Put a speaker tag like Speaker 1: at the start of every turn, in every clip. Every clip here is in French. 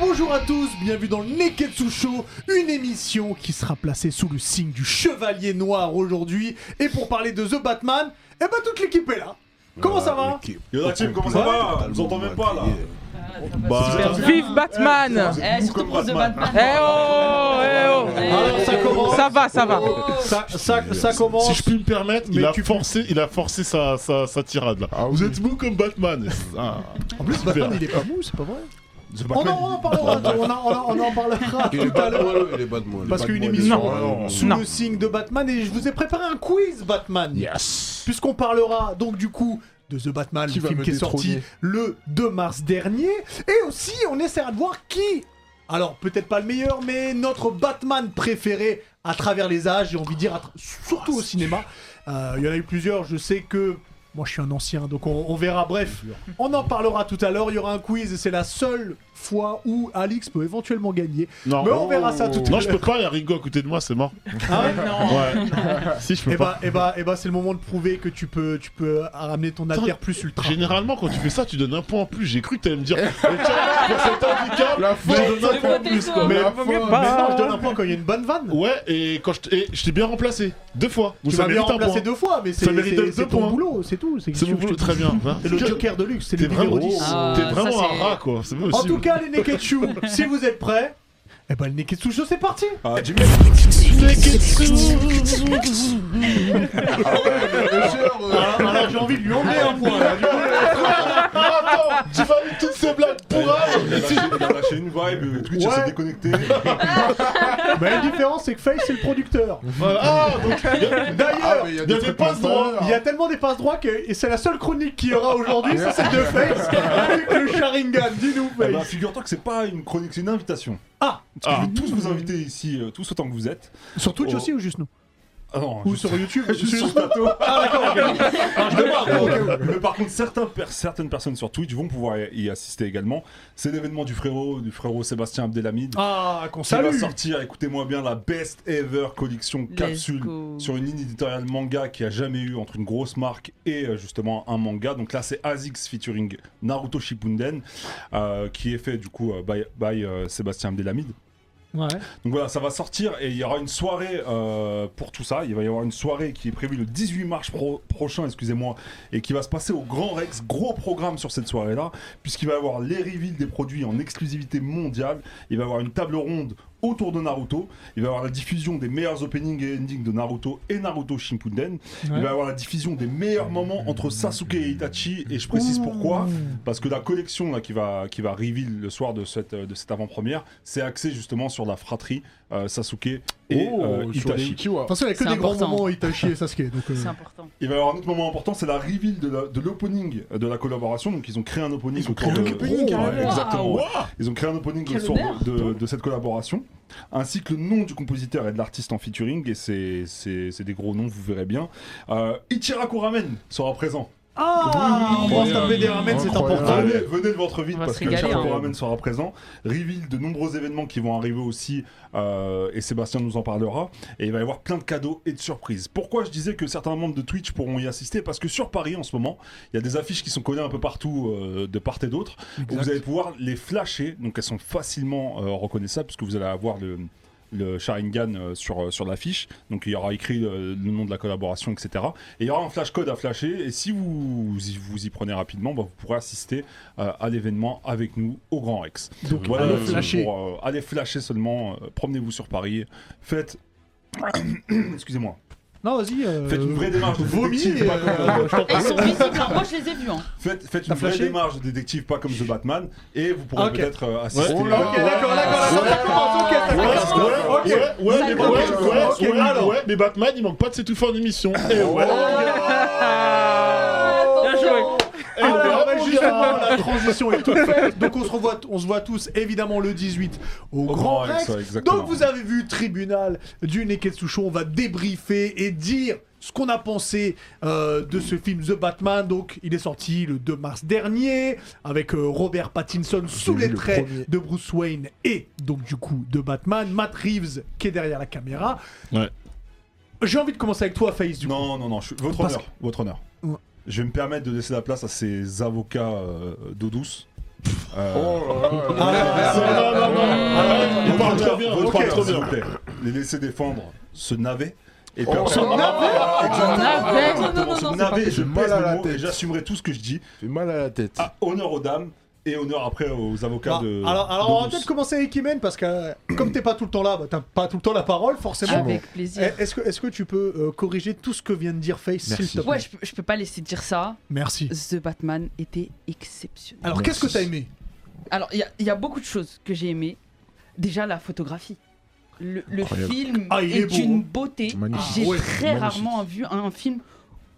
Speaker 1: Bonjour à tous, bienvenue dans le Neketsu Show, une émission qui sera placée sous le signe du Chevalier Noir aujourd'hui. Et pour parler de The Batman, eh ben toute l'équipe est là. Comment ça va
Speaker 2: Yo la team, comment ça va On vous entend même pas là
Speaker 3: Super.
Speaker 2: Bah,
Speaker 3: Vive Batman
Speaker 2: vous êtes
Speaker 4: Eh,
Speaker 2: fous
Speaker 4: surtout
Speaker 2: comme
Speaker 4: pour The
Speaker 2: Batman.
Speaker 4: Batman.
Speaker 3: Eh oh Eh oh
Speaker 1: Alors, Ah, ça commence.
Speaker 3: Ça va, ça va
Speaker 4: Oh.
Speaker 1: Ça, ça, ça
Speaker 5: Si
Speaker 1: commence.
Speaker 5: je puis me permettre,
Speaker 1: Mais
Speaker 5: il, a
Speaker 1: tu-
Speaker 5: forcé, il a forcé sa, sa, sa tirade là.
Speaker 1: Ah
Speaker 5: Vous êtes beau comme Batman. Oh Ah,
Speaker 1: En plus,
Speaker 5: Super.
Speaker 1: Batman, il est pas mou, c'est pas vrai
Speaker 5: The
Speaker 1: On
Speaker 5: Batman,
Speaker 1: en, on en parlera, on en, on en- on en parlera
Speaker 6: Il est
Speaker 1: tout à
Speaker 6: pas de
Speaker 1: l'heure.
Speaker 6: moi, il est pas de moi. il est
Speaker 1: Parce
Speaker 6: pas de
Speaker 1: qu'une
Speaker 6: moi, il est
Speaker 1: émission
Speaker 6: pas de moi.
Speaker 1: sous
Speaker 3: Non.
Speaker 1: le signe de Batman, et je vous ai préparé un quiz Batman.
Speaker 5: Yes.
Speaker 1: puisqu'on parlera donc du coup de The Batman,
Speaker 6: Qui
Speaker 1: le
Speaker 6: va
Speaker 1: film
Speaker 6: me
Speaker 1: qui est sorti
Speaker 6: détrôner
Speaker 1: le 2 mars dernier. Et aussi, on essaiera de voir qui, alors peut-être pas le meilleur, mais notre Batman préféré à travers les âges, j'ai envie de dire, à tra- surtout au cinéma. Euh, Il y en a eu plusieurs, je sais que... Moi, je suis un ancien, donc on, on verra. Bref, on en parlera tout à l'heure. Il y aura un quiz et c'est la seule fois où Alix peut éventuellement gagner.
Speaker 5: Non.
Speaker 1: Mais on verra ça tout à
Speaker 5: Non,
Speaker 1: l'heure.
Speaker 5: je peux pas, il y a Rigo à côté de moi, c'est mort.
Speaker 1: Hein
Speaker 5: Ouais. si, je peux
Speaker 1: Eh
Speaker 5: pas.
Speaker 1: bah, eh bah, eh bah, c'est le moment de prouver que tu peux, tu peux ramener ton alter plus ultra.
Speaker 5: Généralement, quand tu fais ça, tu donnes un point en plus. J'ai cru que t'allais me dire. Eh, tiens, pour cet handicap,
Speaker 6: La
Speaker 5: j'ai
Speaker 6: faute,
Speaker 5: donné un point en plus. quoi. Mais-
Speaker 6: la
Speaker 3: vaut mieux
Speaker 6: faute.
Speaker 7: Ah.
Speaker 3: pas.
Speaker 1: Mais non, je donne un point quand il y a une bonne vanne.
Speaker 5: ouais, et quand je t'- et je t'ai bien remplacé deux fois. Vous
Speaker 1: tu m'as bien
Speaker 5: mérite un
Speaker 1: remplacé
Speaker 5: point.
Speaker 1: deux fois, mais c'est
Speaker 5: Ça mérite
Speaker 1: c'est-
Speaker 5: deux
Speaker 1: c'est ton
Speaker 5: points.
Speaker 1: boulot, c'est tout. C'est
Speaker 5: C'est
Speaker 1: que
Speaker 5: mon
Speaker 1: tu-
Speaker 5: boulot, très bien. Voilà.
Speaker 1: c'est le Joker de luxe, c'est
Speaker 5: T'es
Speaker 1: le numéro
Speaker 5: vraiment,
Speaker 1: 10.
Speaker 4: Ah,
Speaker 5: t'es
Speaker 4: ça,
Speaker 5: vraiment un
Speaker 4: c'est-
Speaker 5: rat quoi. C'est pas
Speaker 1: En
Speaker 5: possible.
Speaker 1: tout cas, les Neketsu, si vous êtes prêts, eh ben le Neketsu Show, c'est parti
Speaker 2: Ah, Jimmy,
Speaker 6: Monsieur, euh,
Speaker 1: alors, alors, j'ai envie de lui enlever un point. là, du coup.
Speaker 5: Attends, tu vas mettre toutes ces blagues pour
Speaker 2: il a lâché- il a lâché une vibe, euh, Twitch
Speaker 1: Ouais.
Speaker 2: s'est déconnecté.
Speaker 1: Mais Bah, la différence, c'est que Face, c'est le producteur.
Speaker 5: Voilà. Ah, donc
Speaker 6: ah,
Speaker 1: D'ailleurs,
Speaker 6: mais
Speaker 1: il
Speaker 6: il y a
Speaker 5: il y a
Speaker 6: des
Speaker 5: des
Speaker 6: trucs
Speaker 5: passes droits.
Speaker 6: comme ça.
Speaker 1: y a tellement des passes droits que et c'est la seule chronique qu'il y aura aujourd'hui, ça c'est de Face, avec le Sharingan, dis-nous
Speaker 2: Eh ben,
Speaker 1: Face.
Speaker 2: figure-toi que c'est pas une chronique, c'est une invitation.
Speaker 1: Ah,
Speaker 2: Parce que je vais tous vous inviter ici, euh, tous autant que vous êtes.
Speaker 1: sur Twitch
Speaker 2: Oh.
Speaker 1: aussi ou juste nous
Speaker 2: Ah non,
Speaker 1: Ou sur YouTube
Speaker 2: je suis sur le plateau.
Speaker 1: Ah d'accord, ok.
Speaker 2: Ah, je démarre, non. Mais par contre, certains per- certaines personnes sur Twitch vont pouvoir y- y assister également. C'est l'événement du frérot, du frérot Sébastien Abdelhamid.
Speaker 1: Ah, qu'on
Speaker 2: qui va
Speaker 1: salue
Speaker 2: sortir, écoutez-moi bien, la best ever collection
Speaker 4: Let's
Speaker 2: capsule
Speaker 4: go.
Speaker 2: sur une ligne éditoriale manga qui a jamais eu entre une grosse marque et euh, justement un manga. Donc là, c'est ASICS featuring Naruto Shippuden euh, qui est fait du coup euh, by, by, euh, Sébastien Abdelhamid.
Speaker 1: Ouais.
Speaker 2: Donc voilà, ça va sortir et il y aura une soirée euh, pour tout ça. Il va y avoir une soirée qui est prévue le 18 mars pro- prochain, excusez-moi, et qui va se passer au Grand Rex. Gros programme sur cette soirée-là, puisqu'il va y avoir les reveals des produits en exclusivité mondiale. Il va y avoir une table ronde autour de Naruto. Il va y avoir la diffusion des meilleurs openings et endings de Naruto et Naruto Shippuden. Il va y avoir la diffusion des meilleurs moments entre Sasuke et Itachi. Et je précise pourquoi. Parce que la collection là, qui, va, qui va reveal le soir de cette, euh, de cette avant-première, c'est axé justement sur la fratrie euh, Sasuke et euh, Itachi.
Speaker 1: De toute façon, il n'y a que
Speaker 4: C'est
Speaker 1: des grands
Speaker 4: important.
Speaker 1: moments Itachi et Sasuke. Donc, euh,
Speaker 4: C'est important.
Speaker 2: Il va y avoir ben, un autre moment important, c'est la reveal de la- de l'opening de, la collaboration. Donc ils ont créé un opening autour de... Ouais, exactement. ouais. Ils ont créé un opening
Speaker 4: Quel
Speaker 2: autour
Speaker 4: honneur.
Speaker 2: de, de- de cette collaboration, ainsi que le nom du compositeur et de l'artiste en featuring. Et c'est- c'est c'est des gros noms, vous verrez bien. Euh, Ichiraku Ramen sera présent.
Speaker 1: Ah, on va se taper des ramen, c'est
Speaker 6: Incroyable.
Speaker 1: important.
Speaker 2: Venez, venez de votre vide
Speaker 4: On va
Speaker 2: parce
Speaker 4: se
Speaker 2: que
Speaker 4: régaler,
Speaker 2: Charles
Speaker 4: hein.
Speaker 2: Coramen sera présent. Reveal de nombreux événements qui vont arriver aussi euh, et Sébastien nous en parlera. Et il va y avoir plein de cadeaux et de surprises. Pourquoi je disais que certains membres de Twitch pourront y assister Parce que sur Paris en ce moment, il y a des affiches qui sont collées un peu partout euh, de part et d'autre.
Speaker 1: Exact.
Speaker 2: Vous allez pouvoir les flasher, donc elles sont facilement euh, reconnaissables puisque vous allez avoir le le Sharingan euh, sur, euh, sur l'affiche, donc il y aura écrit euh, le nom de la collaboration, etc. Et il y aura un flash code à flasher, et si vous vous y, vous y prenez rapidement, bah, vous pourrez assister euh, à l'événement avec nous au Grand Rex.
Speaker 1: Donc,
Speaker 2: Voilà,
Speaker 1: allez
Speaker 2: euh,
Speaker 1: flasher.
Speaker 2: pour, euh, allez flasher seulement, euh, promenez-vous sur Paris, faites... Excusez-moi.
Speaker 1: Non, vas-y. euh,
Speaker 2: Faites une vraie démarche de
Speaker 1: vomis,
Speaker 2: détective, pas
Speaker 1: euh,
Speaker 2: comme-
Speaker 1: je t'en
Speaker 4: Et ils
Speaker 1: prie.
Speaker 4: sont visibles, hein. moi je les ai vus. Hein.
Speaker 2: Faites, faites
Speaker 1: T'as
Speaker 2: une vraie
Speaker 1: flashé
Speaker 2: démarche de détective, pas comme The Batman, et vous pourrez
Speaker 1: Ok.
Speaker 2: peut-être euh, assister...
Speaker 5: Oh là
Speaker 1: Ok, d'accord, d'accord, d'accord, ça commence, ok, ça
Speaker 5: Ouais,
Speaker 1: commence.
Speaker 5: ouais,
Speaker 1: Ok.
Speaker 5: ouais, ouais, mais
Speaker 4: D'accord.
Speaker 5: ouais, ouais,
Speaker 1: Ok,
Speaker 5: ouais,
Speaker 1: alors.
Speaker 5: ouais, mais Batman, il manque pas de s'étouffer en émission. Eh ouais.
Speaker 3: Bien joué
Speaker 5: Eh ouais,
Speaker 1: Alors, bah,
Speaker 5: mon
Speaker 1: justement,
Speaker 5: gars.
Speaker 1: la transition est toute faite. Donc, on se revoit, on se voit tous évidemment le 18 au, Grand
Speaker 2: Grand
Speaker 1: Rex.
Speaker 2: Rex, ouais, exactement.
Speaker 1: Donc, vous avez vu Tribunal du Neketsu Show. On va débriefer et dire ce qu'on a pensé euh, de ce film The Batman. Donc, il est sorti le 2 mars dernier avec euh, Robert Pattinson sous
Speaker 6: vu
Speaker 1: les
Speaker 6: le
Speaker 1: traits
Speaker 6: premier.
Speaker 1: de Bruce Wayne et donc du coup de Batman. Matt Reeves qui est derrière la caméra.
Speaker 5: Ouais.
Speaker 1: J'ai envie de commencer avec toi, Face. Du coup.
Speaker 2: Non, non, non, je suis- votre
Speaker 1: Parce
Speaker 2: honneur, votre honneur.
Speaker 1: Ouais.
Speaker 2: Je vais me permettre de laisser la place à ces avocats euh, d'eau douce. Euh,
Speaker 6: Oh là là là
Speaker 2: merde.
Speaker 1: Ah,
Speaker 5: Non, non, non, non.
Speaker 2: Ah,
Speaker 5: Il
Speaker 2: votre
Speaker 5: parle
Speaker 2: honneur,
Speaker 5: trop bien,
Speaker 2: votre
Speaker 5: il parle
Speaker 2: honneur,
Speaker 5: trop
Speaker 2: s'il
Speaker 5: bien.
Speaker 2: vous plaît. Les laisser défendre ce navet. Et puis
Speaker 6: Oh,
Speaker 2: après-
Speaker 6: ce navet
Speaker 1: Ah,
Speaker 4: Oh,
Speaker 2: Exactement,
Speaker 3: Navet
Speaker 2: exactement,
Speaker 4: Ah, Non, non,
Speaker 2: ce
Speaker 4: non, non,
Speaker 2: navet,
Speaker 4: c'est
Speaker 2: je
Speaker 6: pas-
Speaker 2: pèse
Speaker 6: Mal à
Speaker 2: mes
Speaker 6: la
Speaker 2: mots
Speaker 6: tête.
Speaker 2: et j'assumerai tout ce que je dis.
Speaker 6: Fait mal à la tête.
Speaker 2: Ah, honneur aux dames et honneur après aux avocats
Speaker 1: Bah,
Speaker 2: de.
Speaker 1: alors, alors on va
Speaker 2: de-
Speaker 1: peut-être commencer avec Imen parce que euh, comme t'es pas tout le temps là, bah, t'as pas tout le temps la parole forcément.
Speaker 4: Avec Ah, plaisir.
Speaker 1: Eh, Est-ce que, est que tu peux euh, corriger tout ce que vient de dire Face, s'il
Speaker 7: Merci.
Speaker 1: te plaît
Speaker 4: Ouais, je, peux- je peux pas laisser dire ça.
Speaker 1: Merci.
Speaker 4: The Batman était exceptionnel.
Speaker 1: Alors qu'est-ce que t'as aimé
Speaker 4: Alors, il y a- il y, a beaucoup de choses que j'ai aimées. Déjà, la photographie. Le, le
Speaker 6: Incroyable.
Speaker 4: film
Speaker 1: Ah, il
Speaker 4: est,
Speaker 1: est beau,
Speaker 4: d'une
Speaker 1: hein.
Speaker 4: beauté.
Speaker 6: Magnifique.
Speaker 4: J'ai
Speaker 1: Ah, ouais,
Speaker 4: très
Speaker 6: magnifique.
Speaker 4: rarement vu un film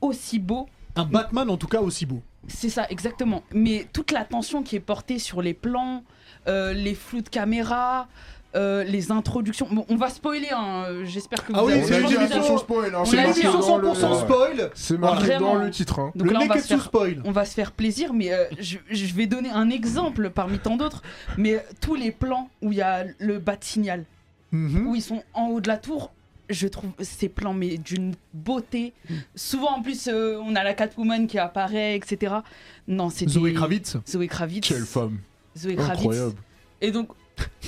Speaker 4: aussi beau.
Speaker 1: Un Batman en tout cas aussi beau.
Speaker 4: C'est ça, exactement. Mais toute la tension qui est portée sur les plans, euh, les flous de caméra, euh, les introductions. Bon, on va spoiler, hein, euh, j'espère que
Speaker 1: Ah
Speaker 4: vous
Speaker 1: oui,
Speaker 4: avez
Speaker 1: c'est
Speaker 4: déjà
Speaker 1: une
Speaker 4: vu.
Speaker 1: émission sur-
Speaker 6: spoil. hein.
Speaker 1: C'est
Speaker 4: l'a
Speaker 1: une
Speaker 4: dit,
Speaker 1: émission
Speaker 4: hein.
Speaker 6: dans le-
Speaker 1: 100% spoil.
Speaker 6: C'est marqué
Speaker 4: Vraiment.
Speaker 6: dans le titre. Hein.
Speaker 4: Donc
Speaker 1: le
Speaker 4: là, on va, se
Speaker 1: Neketsu
Speaker 4: faire,
Speaker 1: spoil.
Speaker 4: on va se faire plaisir, mais euh, je, je vais donner un exemple parmi tant d'autres. Mais tous les plans où il y a le bas de signal,
Speaker 1: Mhm.
Speaker 4: où ils sont en haut de la tour, je trouve ces plans mais d'une beauté. Souvent en plus euh, on a la Catwoman qui apparaît, etc. Non, c'est
Speaker 1: Zoé
Speaker 4: des-
Speaker 1: Kravitz.
Speaker 4: Zoé Kravitz.
Speaker 6: Quelle femme.
Speaker 4: Zoé Kravitz.
Speaker 6: Incroyable.
Speaker 4: Et donc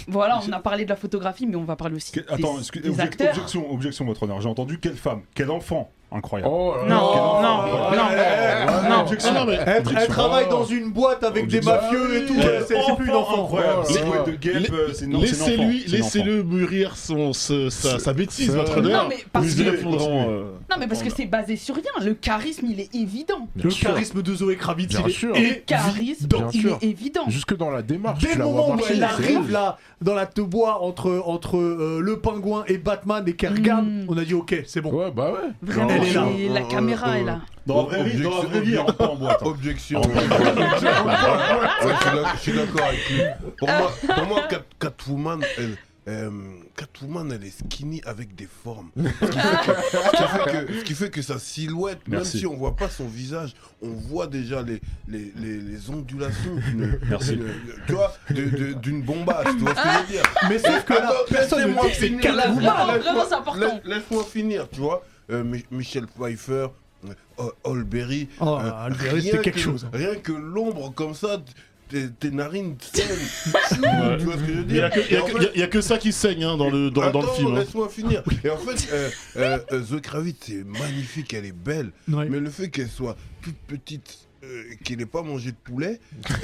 Speaker 4: voilà, on a parlé de la photographie, mais on va parler aussi
Speaker 2: Que-
Speaker 4: des,
Speaker 2: Attends, excuse-
Speaker 4: des
Speaker 2: obje-
Speaker 4: acteurs.
Speaker 2: objection, objection, votre honneur. J'ai entendu quelle femme, quel enfant. Incroyable.
Speaker 6: Oh là là.
Speaker 3: Non,
Speaker 2: Oh,
Speaker 3: non,
Speaker 2: oh,
Speaker 3: non,
Speaker 2: Ah,
Speaker 3: non.
Speaker 2: objection.
Speaker 5: Non, non, mais-
Speaker 1: Elle, elle
Speaker 2: Objection.
Speaker 1: travaille
Speaker 2: Oh.
Speaker 1: dans une boîte avec des
Speaker 2: Objection.
Speaker 1: mafieux et tout.
Speaker 2: Quel
Speaker 1: euh, C'est c'est plus une enfant.
Speaker 2: incroyable.
Speaker 6: Oh là
Speaker 2: C'est
Speaker 6: là.
Speaker 2: de guêpe,
Speaker 5: La-
Speaker 2: euh, c'est non, c'est une enfant,
Speaker 5: Laissez-lui,
Speaker 2: c'est une enfant.
Speaker 5: laissez-le mûrir son, ce- sa, sa bêtise,
Speaker 6: c'est-
Speaker 5: votre
Speaker 6: Non,
Speaker 5: honneur.
Speaker 4: mais parce
Speaker 5: Nous y
Speaker 2: que-
Speaker 5: répondrons, euh,
Speaker 4: Non, mais parce que c'est basé sur rien. Le charisme, il est évident.
Speaker 1: Le charisme de Zoé Kravitz,
Speaker 6: Bien
Speaker 1: il est
Speaker 6: sûr.
Speaker 4: Le charisme,
Speaker 6: Bien
Speaker 4: il
Speaker 6: sûr.
Speaker 4: est évident.
Speaker 6: Jusque dans la démarche.
Speaker 1: Dès
Speaker 6: tu
Speaker 1: le
Speaker 6: la vois
Speaker 1: moment où
Speaker 6: marcher,
Speaker 1: elle
Speaker 6: c'est
Speaker 1: arrive
Speaker 6: ouf.
Speaker 1: là dans la te bois entre, entre euh, le pingouin et Batman et qu'elle regarde,
Speaker 4: Mm.
Speaker 1: on a dit ok, c'est bon.
Speaker 6: Ouais, bah ouais.
Speaker 4: Vraiment,
Speaker 1: Elle est là. Ah,
Speaker 4: et la
Speaker 7: Euh,
Speaker 4: caméra
Speaker 7: euh,
Speaker 4: est là.
Speaker 2: Dans la vraie vie, dans la vraie vie,
Speaker 7: Objection.
Speaker 2: hein, pas en boîte. hein.
Speaker 7: Objection. Ouais, je suis d'ac- je suis d'accord avec lui. Pour moi, pour moi Cat- Catwoman, elle. euh, Catwoman, elle est skinny avec des formes. Ce qui fait que, ce qui fait que sa silhouette,
Speaker 2: Merci.
Speaker 7: même si on voit pas son visage, on voit déjà les, les, les, les ondulations d'une,
Speaker 2: Merci.
Speaker 7: d'une- tu vois, de- de- d'une bombasse. Tu vois ce que je veux dire
Speaker 1: Mais sauf que là,
Speaker 7: Attends,
Speaker 1: personne ne
Speaker 7: laissez-moi
Speaker 1: dit que c'est
Speaker 7: finir.
Speaker 1: Catwoman.
Speaker 4: Non,
Speaker 7: Laisse-moi-
Speaker 4: vraiment, c'est important.
Speaker 7: laisse- Laisse-moi finir, tu vois. Euh, Mi- Michel Pfeiffer, euh, Hol- Holberry.
Speaker 1: Oh,
Speaker 7: euh,
Speaker 1: Holberry,
Speaker 7: rien
Speaker 1: c'était quelque
Speaker 7: que-
Speaker 1: chose, hein.
Speaker 7: Rien que l'ombre comme ça, tes, tes narines saignent. tu vois ce que je veux
Speaker 5: Il n'y
Speaker 7: dire
Speaker 5: a, que- il y a
Speaker 7: Et en
Speaker 5: que-
Speaker 7: fait-
Speaker 5: il y a- il y a que ça qui saigne hein, dans, le, dans, dans le
Speaker 7: Attends,
Speaker 5: film. hein.
Speaker 7: Laisse-moi finir. Et en fait, euh, euh, euh, The Kravitz, c'est magnifique, elle est belle.
Speaker 1: Ouais.
Speaker 7: Mais le fait qu'elle soit toute petite, euh, qu'elle n'ait pas mangé de poulet, eh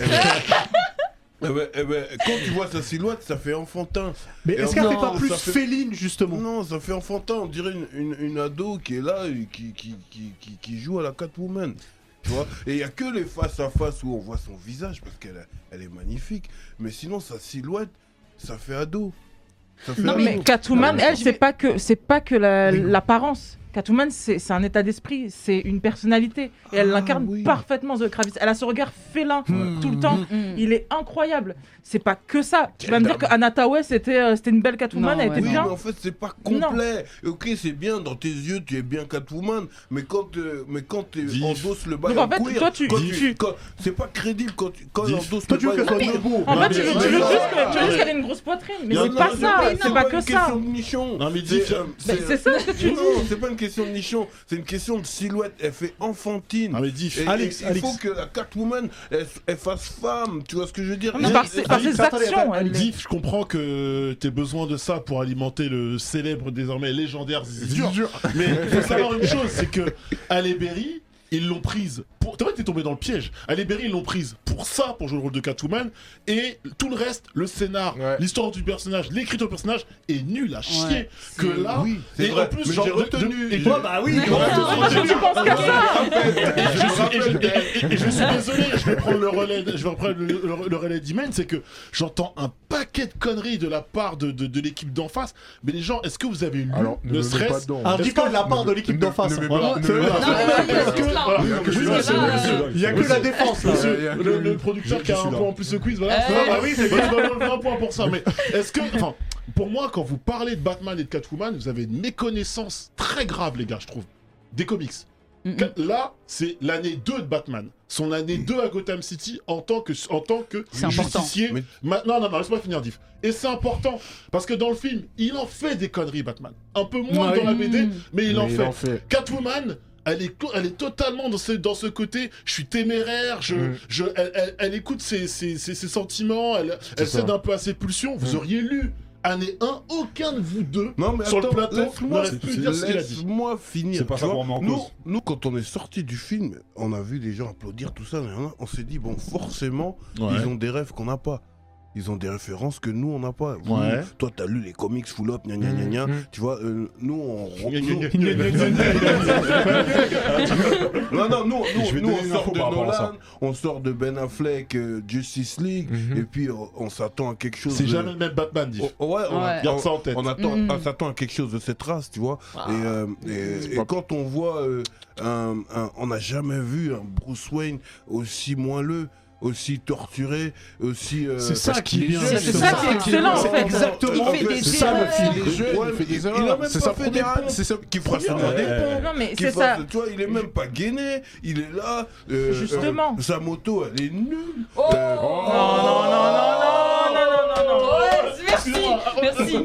Speaker 7: ben, eh ben, eh ben, quand tu vois sa silhouette, ça fait enfantin.
Speaker 1: Mais
Speaker 7: Et
Speaker 1: est-ce qu'elle
Speaker 7: non,
Speaker 1: fait pas plus
Speaker 7: ça fait-
Speaker 1: féline justement
Speaker 7: Non, ça fait enfantin, on dirait une, une- une ado qui est là, et qui, qui, qui, qui, qui joue à la Catwoman. Tu vois et il n'y a que les face à face où on voit son visage parce qu'elle a- elle est magnifique. Mais sinon, sa silhouette, ça fait ado. Ça fait
Speaker 4: Non,
Speaker 7: ado.
Speaker 4: mais
Speaker 7: Non,
Speaker 8: Catwoman,
Speaker 7: mais-
Speaker 8: elle, c'est pas que c'est pas que la-
Speaker 1: Mais-
Speaker 8: l'apparence. Catwoman, c'est c'est un état d'esprit, c'est une personnalité. Et elle l'incarne
Speaker 7: oui.
Speaker 8: parfaitement, The Kravitz. Elle a ce regard félin
Speaker 1: Hmm.
Speaker 8: tout le temps.
Speaker 4: Mm.
Speaker 8: Il est incroyable. C'est pas que ça. Tu
Speaker 7: Quelle
Speaker 8: vas me dire
Speaker 7: dame.
Speaker 8: que Anatawe, c'était euh, c'était une belle Catwoman,
Speaker 4: Non,
Speaker 8: elle
Speaker 4: ouais,
Speaker 8: était
Speaker 7: Oui,
Speaker 8: bien.
Speaker 7: mais en fait, c'est pas complet. Ok, c'est bien, dans tes yeux, tu es bien Catwoman, mais quand, euh, mais quand tu
Speaker 5: Diff.
Speaker 7: endosses le bail
Speaker 8: Donc, en
Speaker 7: en
Speaker 8: fait,
Speaker 7: cuir,
Speaker 8: toi, tu-
Speaker 7: quand
Speaker 8: Diff.
Speaker 7: quand- C'est pas crédible quand, tu- quand elle
Speaker 5: Diff.
Speaker 7: endosse
Speaker 1: Toi,
Speaker 7: le
Speaker 1: tu veux
Speaker 7: bail
Speaker 1: qu'elle soit
Speaker 7: cuir.
Speaker 1: debout.
Speaker 8: En
Speaker 5: Non,
Speaker 8: fait,
Speaker 5: mais-
Speaker 8: tu veux,
Speaker 7: mais-
Speaker 8: tu veux
Speaker 7: mais-
Speaker 8: juste que- tu veux
Speaker 7: mais-
Speaker 8: juste qu'elle ait une grosse poitrine, mais
Speaker 5: Non,
Speaker 8: c'est
Speaker 7: Non,
Speaker 8: pas
Speaker 7: non,
Speaker 8: ça,
Speaker 7: mais
Speaker 8: c'est pas
Speaker 7: une
Speaker 8: que ça.
Speaker 7: question de nichon.
Speaker 5: Non, mais Diff,
Speaker 7: C'est, euh,
Speaker 8: Mais
Speaker 7: c'est-
Speaker 8: C'est ça ce que tu dis.
Speaker 7: Non, c'est pas une question de nichon, c'est une question de silhouette. Elle fait enfantine.
Speaker 5: Ah, mais Diff.
Speaker 7: Et- et
Speaker 1: Alex,
Speaker 7: il
Speaker 1: Alex.
Speaker 7: faut que la Catwoman elle, elle fasse femme, tu vois ce que je veux dire
Speaker 8: Non, mais par ses, par ses
Speaker 1: Attendez,
Speaker 8: actions, elle-
Speaker 5: Diff, je comprends que t'aies besoin de ça pour alimenter le célèbre, désormais légendaire Zizi Dur. Mais il faut savoir une chose, c'est que Halle Berry, ils l'ont prise. Pour... T'as pas été tombé dans le piège. Halle Berry, ils l'ont prise pour ça, pour jouer le rôle de Catwoman. Et tout le reste, le scénar,
Speaker 6: Ouais.
Speaker 5: l'histoire du personnage, l'écriture du personnage, est nul à chier.
Speaker 4: Ouais,
Speaker 5: que là,
Speaker 7: Oui, c'est
Speaker 5: et
Speaker 7: vrai.
Speaker 5: en plus,
Speaker 7: Mais
Speaker 5: genre,
Speaker 7: j'ai
Speaker 5: de- de-
Speaker 7: retenu.
Speaker 5: et
Speaker 7: J'ai-
Speaker 5: je-
Speaker 1: Ouais, bah oui.
Speaker 5: et en plus,
Speaker 8: Moi, je
Speaker 5: retenu.
Speaker 8: ne pense qu'à ça.
Speaker 5: Et je, suis, et je- Ah. et- et- et je suis désolé, je vais prendre le relais, je vais reprendre le, le- le relais d'Imen, c'est que j'entends un paquet de conneries de la part de, de- de l'équipe d'en face. Mais les gens, est-ce que vous avez lu
Speaker 6: Alors, ne
Speaker 5: le
Speaker 6: me mets pas
Speaker 5: stress
Speaker 6: dedans.
Speaker 1: Alors dis
Speaker 5: Est-ce
Speaker 1: pas
Speaker 5: que-
Speaker 1: de la part de l'équipe d'en face. hein.
Speaker 6: Ne mets
Speaker 5: Voilà.
Speaker 6: pas- ne mets
Speaker 5: C'est-
Speaker 6: pas-
Speaker 4: Non, mais il y a
Speaker 5: Parce que-
Speaker 4: juste là.
Speaker 1: Ah,
Speaker 5: voilà.
Speaker 4: Oui,
Speaker 5: Oui,
Speaker 4: je
Speaker 5: c'est-
Speaker 4: suis là,
Speaker 5: c'est-
Speaker 4: euh,
Speaker 1: Il y a que la défense là.
Speaker 5: c'est-
Speaker 6: Il y a que
Speaker 5: le,
Speaker 6: lui.
Speaker 5: le producteur
Speaker 2: Je-
Speaker 5: qui a
Speaker 2: je
Speaker 5: un
Speaker 2: suis là.
Speaker 5: point en plus de quiz, voilà.
Speaker 4: Eh.
Speaker 5: ça, bah oui, c'est bien. un point pour ça. Mais est-ce que, enfin, pour moi, quand vous parlez de Batman et de Catwoman, vous avez une méconnaissance très grave, les gars, je trouve, des comics.
Speaker 4: Mm,
Speaker 5: Ca- Là, c'est l'année 2 de Batman. Son année 2 à Gotham City en tant que, en tant que
Speaker 4: C'est important.
Speaker 5: justicier.
Speaker 7: Mais-
Speaker 5: Ma- non, non, non, laisse-moi finir, Diff. Et c'est important, parce que dans le film, il en fait des conneries, Batman. Un peu moins
Speaker 1: Ouais.
Speaker 5: dans la BD,
Speaker 4: Mm.
Speaker 5: mais il en
Speaker 6: Mais
Speaker 5: fait. Catwoman, elle est, co- elle est totalement dans ce, dans ce côté, je suis téméraire, je,
Speaker 6: Mm.
Speaker 5: je, elle, elle- elle écoute ses, ses- ses- ses sentiments, elle, elle
Speaker 6: ça. Mm.
Speaker 5: cède un peu à ses pulsions. Vous auriez lu, année 1, aucun de vous deux
Speaker 7: Non, mais
Speaker 5: sur
Speaker 7: attends,
Speaker 5: le plateau
Speaker 7: laisse-moi-
Speaker 5: n'aurait pu dire ce qu'il a dit.
Speaker 7: Laisse-moi finir.
Speaker 2: C'est pas
Speaker 7: tu
Speaker 2: ça
Speaker 7: vois.
Speaker 2: qu'on remet en
Speaker 7: nous,
Speaker 2: cause.
Speaker 7: nous, quand on est sorti du film, on a vu les gens applaudir, tout ça, nanana, on s'est dit, bon, forcément, ils ont des rêves qu'on n'a pas. Ils ont des références que nous, on n'a pas. Vous,
Speaker 5: Ouais.
Speaker 7: Toi, t'as lu les comics full up, gna gna gna
Speaker 2: Mm,
Speaker 7: gna. Tu vois, euh, nous, on.
Speaker 5: Gna, gna, gna.
Speaker 7: nous- non, non, nous, nous,
Speaker 2: Je vais
Speaker 7: nous,
Speaker 2: donner
Speaker 7: on
Speaker 2: une
Speaker 7: sort
Speaker 2: info
Speaker 7: de
Speaker 2: par rapport à ça.
Speaker 7: Nolan, on sort de Ben Affleck, euh, Justice League,
Speaker 2: Mhm.
Speaker 7: et puis on, on s'attend à quelque chose.
Speaker 5: C'est
Speaker 7: de-
Speaker 5: jamais le même Batman, dit.
Speaker 7: Oh, ouais, on,
Speaker 4: Ouais.
Speaker 5: Garde ça en tête.
Speaker 7: on attend,
Speaker 4: Mm.
Speaker 7: on s'attend à quelque chose de cette race, tu vois. Et, euh, et- et quand on voit, euh, un- un- on n'a jamais vu un Bruce Wayne aussi moelleux, aussi torturé, aussi. euh,
Speaker 1: C'est ça qui est bien.
Speaker 7: C'est- c'est
Speaker 8: ça qui est excellent, en fait.
Speaker 1: Exactement.
Speaker 8: Il fait des
Speaker 1: C'est ça le
Speaker 8: erreurs.
Speaker 1: film.
Speaker 6: Il est jeune, il fait des
Speaker 7: Il a
Speaker 6: erreurs.
Speaker 7: même
Speaker 6: C'est
Speaker 7: pas
Speaker 6: sa
Speaker 7: fait des
Speaker 6: première année.
Speaker 7: pompes.
Speaker 6: C'est ça qui
Speaker 7: Qui
Speaker 6: frappe.
Speaker 7: fasse des
Speaker 2: ouais.
Speaker 7: pompes,
Speaker 8: Non, mais
Speaker 7: qui
Speaker 8: c'est
Speaker 7: fasse-
Speaker 8: ça.
Speaker 7: Tu vois, il est même pas gainé, il est là. euh,
Speaker 8: Justement.
Speaker 7: euh, sa moto, elle est nulle.
Speaker 4: Oh
Speaker 7: Euh,
Speaker 8: Non, non, non, non, non, non, non, non, non.
Speaker 4: Ouais, merci, merci.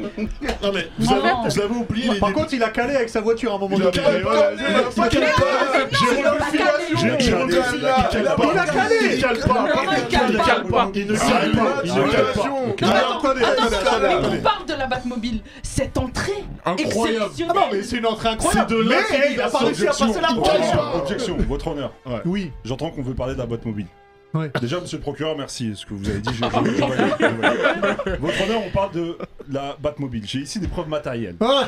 Speaker 5: Non, mais vous
Speaker 4: En
Speaker 5: avez,
Speaker 4: fait-
Speaker 5: vous avez oublié les
Speaker 1: Par
Speaker 5: débuts.
Speaker 1: contre, il a calé avec sa voiture à un moment
Speaker 5: Il a
Speaker 1: donné.
Speaker 5: calé, voilà,
Speaker 7: Mais
Speaker 5: il a-
Speaker 7: non,
Speaker 5: il calme pas. Jérôme
Speaker 4: pas
Speaker 5: Luffy,
Speaker 4: calé.
Speaker 5: Jérôme
Speaker 7: Jérôme
Speaker 5: Luffy,
Speaker 7: Luffy,
Speaker 5: il a
Speaker 7: il a-
Speaker 5: calme pas.
Speaker 7: il a calé.
Speaker 5: Il calme pas.
Speaker 4: Non, il calme
Speaker 5: Il
Speaker 4: pas.
Speaker 5: calme pas. Il ne calme pas. Il ne calme pas.
Speaker 4: Non, mais
Speaker 5: Alors,
Speaker 4: attends,
Speaker 1: attendez,
Speaker 4: attends,
Speaker 1: attendez, attendez,
Speaker 4: mais
Speaker 5: attendez.
Speaker 4: on parle de la Batmobile. Cette entrée
Speaker 5: Incroyable.
Speaker 1: Ah
Speaker 4: exceptionnelle.
Speaker 1: non, mais c'est une entrée
Speaker 5: C'est
Speaker 1: incroyable.
Speaker 5: de là
Speaker 1: mais hey, il a pas réussi à passer la
Speaker 5: Il
Speaker 1: porte.
Speaker 5: calme
Speaker 2: Objection,
Speaker 5: pas.
Speaker 2: objection, votre honneur.
Speaker 1: Oui.
Speaker 2: J'entends qu'on veut parler de la boîte mobile.
Speaker 1: Ouais.
Speaker 2: Déjà, monsieur le procureur, merci. Ce que vous avez dit, j'ai- j'ai- j'ai validé. Votre honneur, on parle de la Batmobile. J'ai ici des preuves matérielles.
Speaker 1: Ah,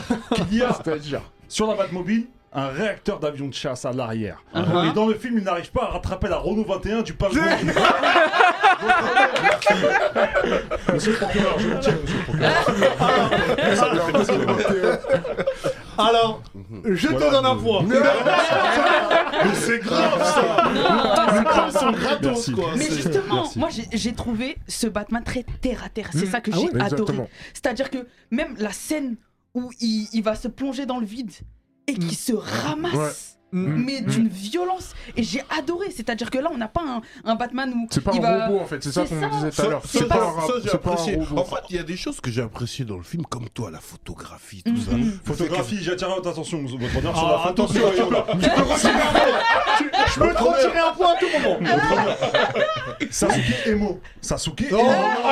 Speaker 2: Il y a
Speaker 6: C'est-à-dire.
Speaker 2: sur la Batmobile un réacteur d'avion de chasse à l'arrière.
Speaker 1: Ah.
Speaker 2: Et dans le film, il n'arrive pas à rattraper la Renault 21 du pavillon. monsieur le procureur, je vous tiens, monsieur le procureur. Ça me fait plaisir.
Speaker 1: Alors, je te
Speaker 2: Voilà.
Speaker 1: donne un point.
Speaker 5: Mhm. Mais c'est grave ça. Les crânes sont gratos
Speaker 2: Merci.
Speaker 5: quoi.
Speaker 4: Mais
Speaker 5: C'est-
Speaker 4: justement,
Speaker 2: Merci.
Speaker 4: moi j'ai- j'ai trouvé ce Batman très terre à terre. C'est ça que
Speaker 6: Ah
Speaker 4: j'ai
Speaker 6: oui,
Speaker 4: adoré.
Speaker 6: exactement.
Speaker 4: C'est-à-dire que même la scène où il, il va se plonger dans le vide et qu'il se ramasse.
Speaker 1: Mm.
Speaker 4: Mais d'une violence et j'ai adoré. C'est-à-dire que là, on n'a pas un, un Batman où
Speaker 6: C'est pas
Speaker 4: il
Speaker 6: un
Speaker 4: va-
Speaker 6: robot en fait, c'est ça
Speaker 4: C'est
Speaker 6: qu'on
Speaker 4: ça.
Speaker 6: disait tout à
Speaker 7: Ça,
Speaker 6: l'heure.
Speaker 7: ça,
Speaker 6: C'est pas un
Speaker 7: ça,
Speaker 6: rab-
Speaker 7: j'ai
Speaker 6: c'est pas un
Speaker 7: apprécié.
Speaker 6: robot.
Speaker 7: En fait, il y a des choses que j'ai appréciées dans le film, comme toi, la photographie, tout ça.
Speaker 4: Mhm.
Speaker 2: Photographie, j'attire votre attention, votre honneur, sur la
Speaker 1: Ah,
Speaker 2: photo.
Speaker 1: attention, tu peux, tu peux retirer un point. Tu- je peux te retirer un point à tout moment.
Speaker 2: Sasuke Emo. Sasuke
Speaker 1: Non.
Speaker 2: Emo.
Speaker 1: oh,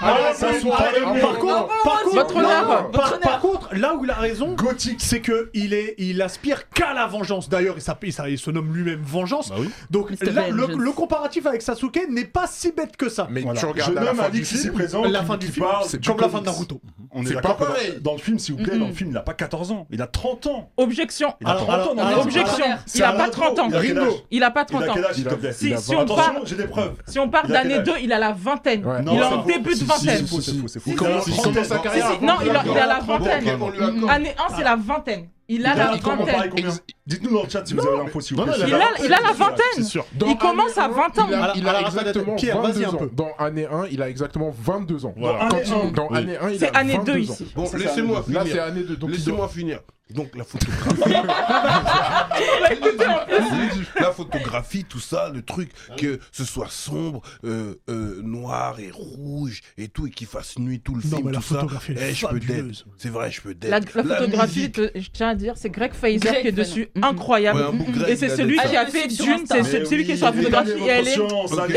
Speaker 2: Ah, ça
Speaker 1: mais-
Speaker 2: soit
Speaker 1: ah,
Speaker 2: pas
Speaker 1: mais- par contre, par contre,
Speaker 8: Votre
Speaker 1: non,
Speaker 8: honneur.
Speaker 1: par-
Speaker 4: Votre honneur.
Speaker 1: par contre, là où il a raison, c'est que il est, il aspire qu'à la vengeance. D'ailleurs, il, s'appelle- il s'a- il se nomme lui-même Vengeance.
Speaker 6: Bah
Speaker 1: Donc
Speaker 4: Mr.
Speaker 1: là, le,
Speaker 4: Vengeance.
Speaker 1: le comparatif avec Sasuke n'est pas si bête que ça.
Speaker 6: Mais
Speaker 2: Voilà.
Speaker 6: tu
Speaker 2: Je
Speaker 6: regardes à la
Speaker 2: nomme
Speaker 6: fin
Speaker 2: Alix
Speaker 6: du
Speaker 2: ici
Speaker 6: film.
Speaker 2: présent,
Speaker 1: la
Speaker 2: qui-
Speaker 1: fin du
Speaker 2: qui
Speaker 1: film,
Speaker 2: parle
Speaker 6: c'est
Speaker 2: du
Speaker 1: comme la fin de
Speaker 2: comics.
Speaker 1: Naruto.
Speaker 2: On est
Speaker 6: C'est
Speaker 2: d'accord
Speaker 6: pas
Speaker 2: que dans-
Speaker 6: pareil.
Speaker 2: Dans le film, s'il vous plaît, dans le
Speaker 4: Mhm.
Speaker 2: film, il n'a pas 14 ans, il a 30 ans.
Speaker 8: Objection.
Speaker 2: Il a
Speaker 1: Alors,
Speaker 2: 30
Speaker 1: alors,
Speaker 2: ans, non,
Speaker 1: alors,
Speaker 2: mais-
Speaker 8: Objection.
Speaker 4: alors,
Speaker 8: Il a pas
Speaker 2: Ringo.
Speaker 8: 30 ans.
Speaker 2: Il a quel âge
Speaker 8: Il a pas
Speaker 2: Il
Speaker 8: 30
Speaker 2: a
Speaker 8: 30 ans.
Speaker 2: quel âge, s'il te plaît
Speaker 8: Si,
Speaker 6: Il a
Speaker 8: si
Speaker 6: 20
Speaker 8: on
Speaker 6: ans.
Speaker 8: part,
Speaker 2: Attention, j'ai des preuves.
Speaker 8: si on part
Speaker 2: Il a quel
Speaker 8: d'année
Speaker 2: âge
Speaker 8: 2, il a la vingtaine.
Speaker 6: Ouais.
Speaker 8: il est
Speaker 2: ça
Speaker 8: en
Speaker 2: va.
Speaker 8: début
Speaker 2: Si,
Speaker 8: de
Speaker 2: si,
Speaker 8: vingtaine.
Speaker 2: C'est faux, c'est faux, c'est faux.
Speaker 6: Il
Speaker 2: Il a
Speaker 6: commence- il commence sa carrière.
Speaker 8: Si, si,
Speaker 6: avant
Speaker 8: non,
Speaker 6: de
Speaker 8: il a, il a la
Speaker 6: Bon,
Speaker 8: vingtaine.
Speaker 6: on lui accorde.
Speaker 8: Année 1, c'est la vingtaine. Il a la
Speaker 2: Il commence
Speaker 8: vingtaine.
Speaker 2: par combien Dites-nous dans le chat si vous avez l'info, s'il vous
Speaker 5: Non, non,
Speaker 2: plaît.
Speaker 8: Il a, il a la
Speaker 5: C'est
Speaker 8: vingtaine.
Speaker 5: sûr.
Speaker 6: Dans
Speaker 8: Il commence à
Speaker 6: année
Speaker 8: 20 ans.
Speaker 6: Il a, il a
Speaker 1: Alors,
Speaker 6: exactement
Speaker 1: Pierre, vas-y
Speaker 6: 22
Speaker 1: un
Speaker 6: ans.
Speaker 1: peu.
Speaker 6: Dans année 1, il a exactement 22 ans.
Speaker 5: Voilà.
Speaker 6: Quand il- dans
Speaker 5: Oui.
Speaker 6: année 1, il a
Speaker 8: C'est année 2
Speaker 6: 22 ans.
Speaker 8: ici.
Speaker 7: Bon,
Speaker 2: Ça, c'est
Speaker 7: laissez-moi
Speaker 6: Là, c'est
Speaker 7: finir.
Speaker 6: année 2. Donc, il doit-
Speaker 7: Laissez-moi finir. Donc, la photographie. la photographie, tout ça, le truc, que ce soit sombre, euh, euh, noir et rouge et tout, et qu'il fasse nuit tout le
Speaker 1: Non,
Speaker 7: film,
Speaker 1: mais la
Speaker 7: tout ça.
Speaker 1: photographie, elle est
Speaker 7: Eh, je peux dead.
Speaker 1: fabuleuse.
Speaker 7: C'est vrai, je peux dead.
Speaker 8: La, la photographie,
Speaker 7: musique.
Speaker 8: te- je tiens à dire, c'est Greg Fraser
Speaker 4: Greg
Speaker 8: qui
Speaker 4: Fraser.
Speaker 8: est dessus.
Speaker 4: Mhm.
Speaker 8: Incroyable.
Speaker 7: Ouais, un bon Greg,
Speaker 8: Et c'est
Speaker 7: il a
Speaker 8: celui
Speaker 7: des-
Speaker 8: qui a
Speaker 4: Allez,
Speaker 8: fait
Speaker 4: sur
Speaker 8: Dune,
Speaker 4: Insta.
Speaker 8: c'est
Speaker 4: Mais
Speaker 8: c'est celui qui est sur
Speaker 2: soit
Speaker 8: la photographie et elle est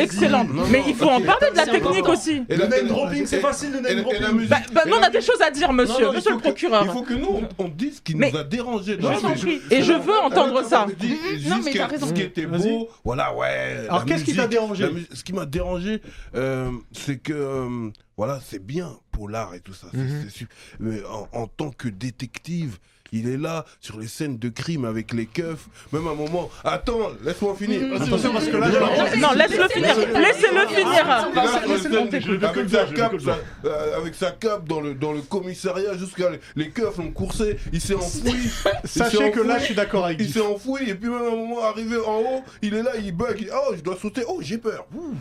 Speaker 8: excellente.
Speaker 7: Non, non,
Speaker 8: Mais il faut en parler de la
Speaker 4: C'est important.
Speaker 8: technique aussi.
Speaker 7: Et
Speaker 2: Le
Speaker 7: la-
Speaker 2: name dropping, c'est facile le
Speaker 7: Et la-
Speaker 2: name
Speaker 7: et la
Speaker 2: dropping.
Speaker 7: musique.
Speaker 8: Bah, bah,
Speaker 7: Et
Speaker 8: nous, on
Speaker 7: la
Speaker 8: a des choses à dire, monsieur,
Speaker 7: Non, non, il
Speaker 8: monsieur le
Speaker 7: faut que- Il
Speaker 8: procureur.
Speaker 7: faut que nous, on- on dise ce qui
Speaker 8: Mais-
Speaker 7: nous a dérangé.
Speaker 8: Je vous en prie. Et je veux entendre ça.
Speaker 4: Non, mais
Speaker 7: mais
Speaker 4: t'as raison.
Speaker 7: Ce qui était
Speaker 1: Vas-y.
Speaker 7: beau, voilà, ouais.
Speaker 1: Alors,
Speaker 7: la
Speaker 1: qu'est-ce qui t'a
Speaker 7: musique,
Speaker 1: dérangé
Speaker 7: la mu- Ce qui m'a dérangé, euh, c'est que, euh, voilà, c'est bien pour l'art et tout ça. c'est-
Speaker 6: Mhm.
Speaker 7: c'est su- Mais en, en tant que détective, il est là sur les scènes de crime avec les keufs. Même à un moment, attends, laisse-moi finir.
Speaker 4: Mhm.
Speaker 1: Attention, parce que là,
Speaker 7: Déjà,
Speaker 1: j'ai-
Speaker 7: on-
Speaker 8: Non, laisse-le finir. Laissez-le
Speaker 7: Ah, et là,
Speaker 8: finir.
Speaker 7: sur les scènes,
Speaker 5: Je le fais
Speaker 7: avec
Speaker 5: comme
Speaker 7: sa
Speaker 5: ça, je le fais
Speaker 7: cape,
Speaker 5: comme ça.
Speaker 7: sa- euh, avec sa cape dans le, dans le commissariat jusqu'à les, les keufs l'ont coursé, il s'est enfoui. Il s'est
Speaker 1: Sachez que
Speaker 7: enfoui.
Speaker 1: là, je suis d'accord avec
Speaker 7: il
Speaker 1: Guy.
Speaker 7: s'est enfoui et puis même à un moment arrivé en haut, il est là, il bug, il dit, oh je dois sauter, oh j'ai peur. Ouh.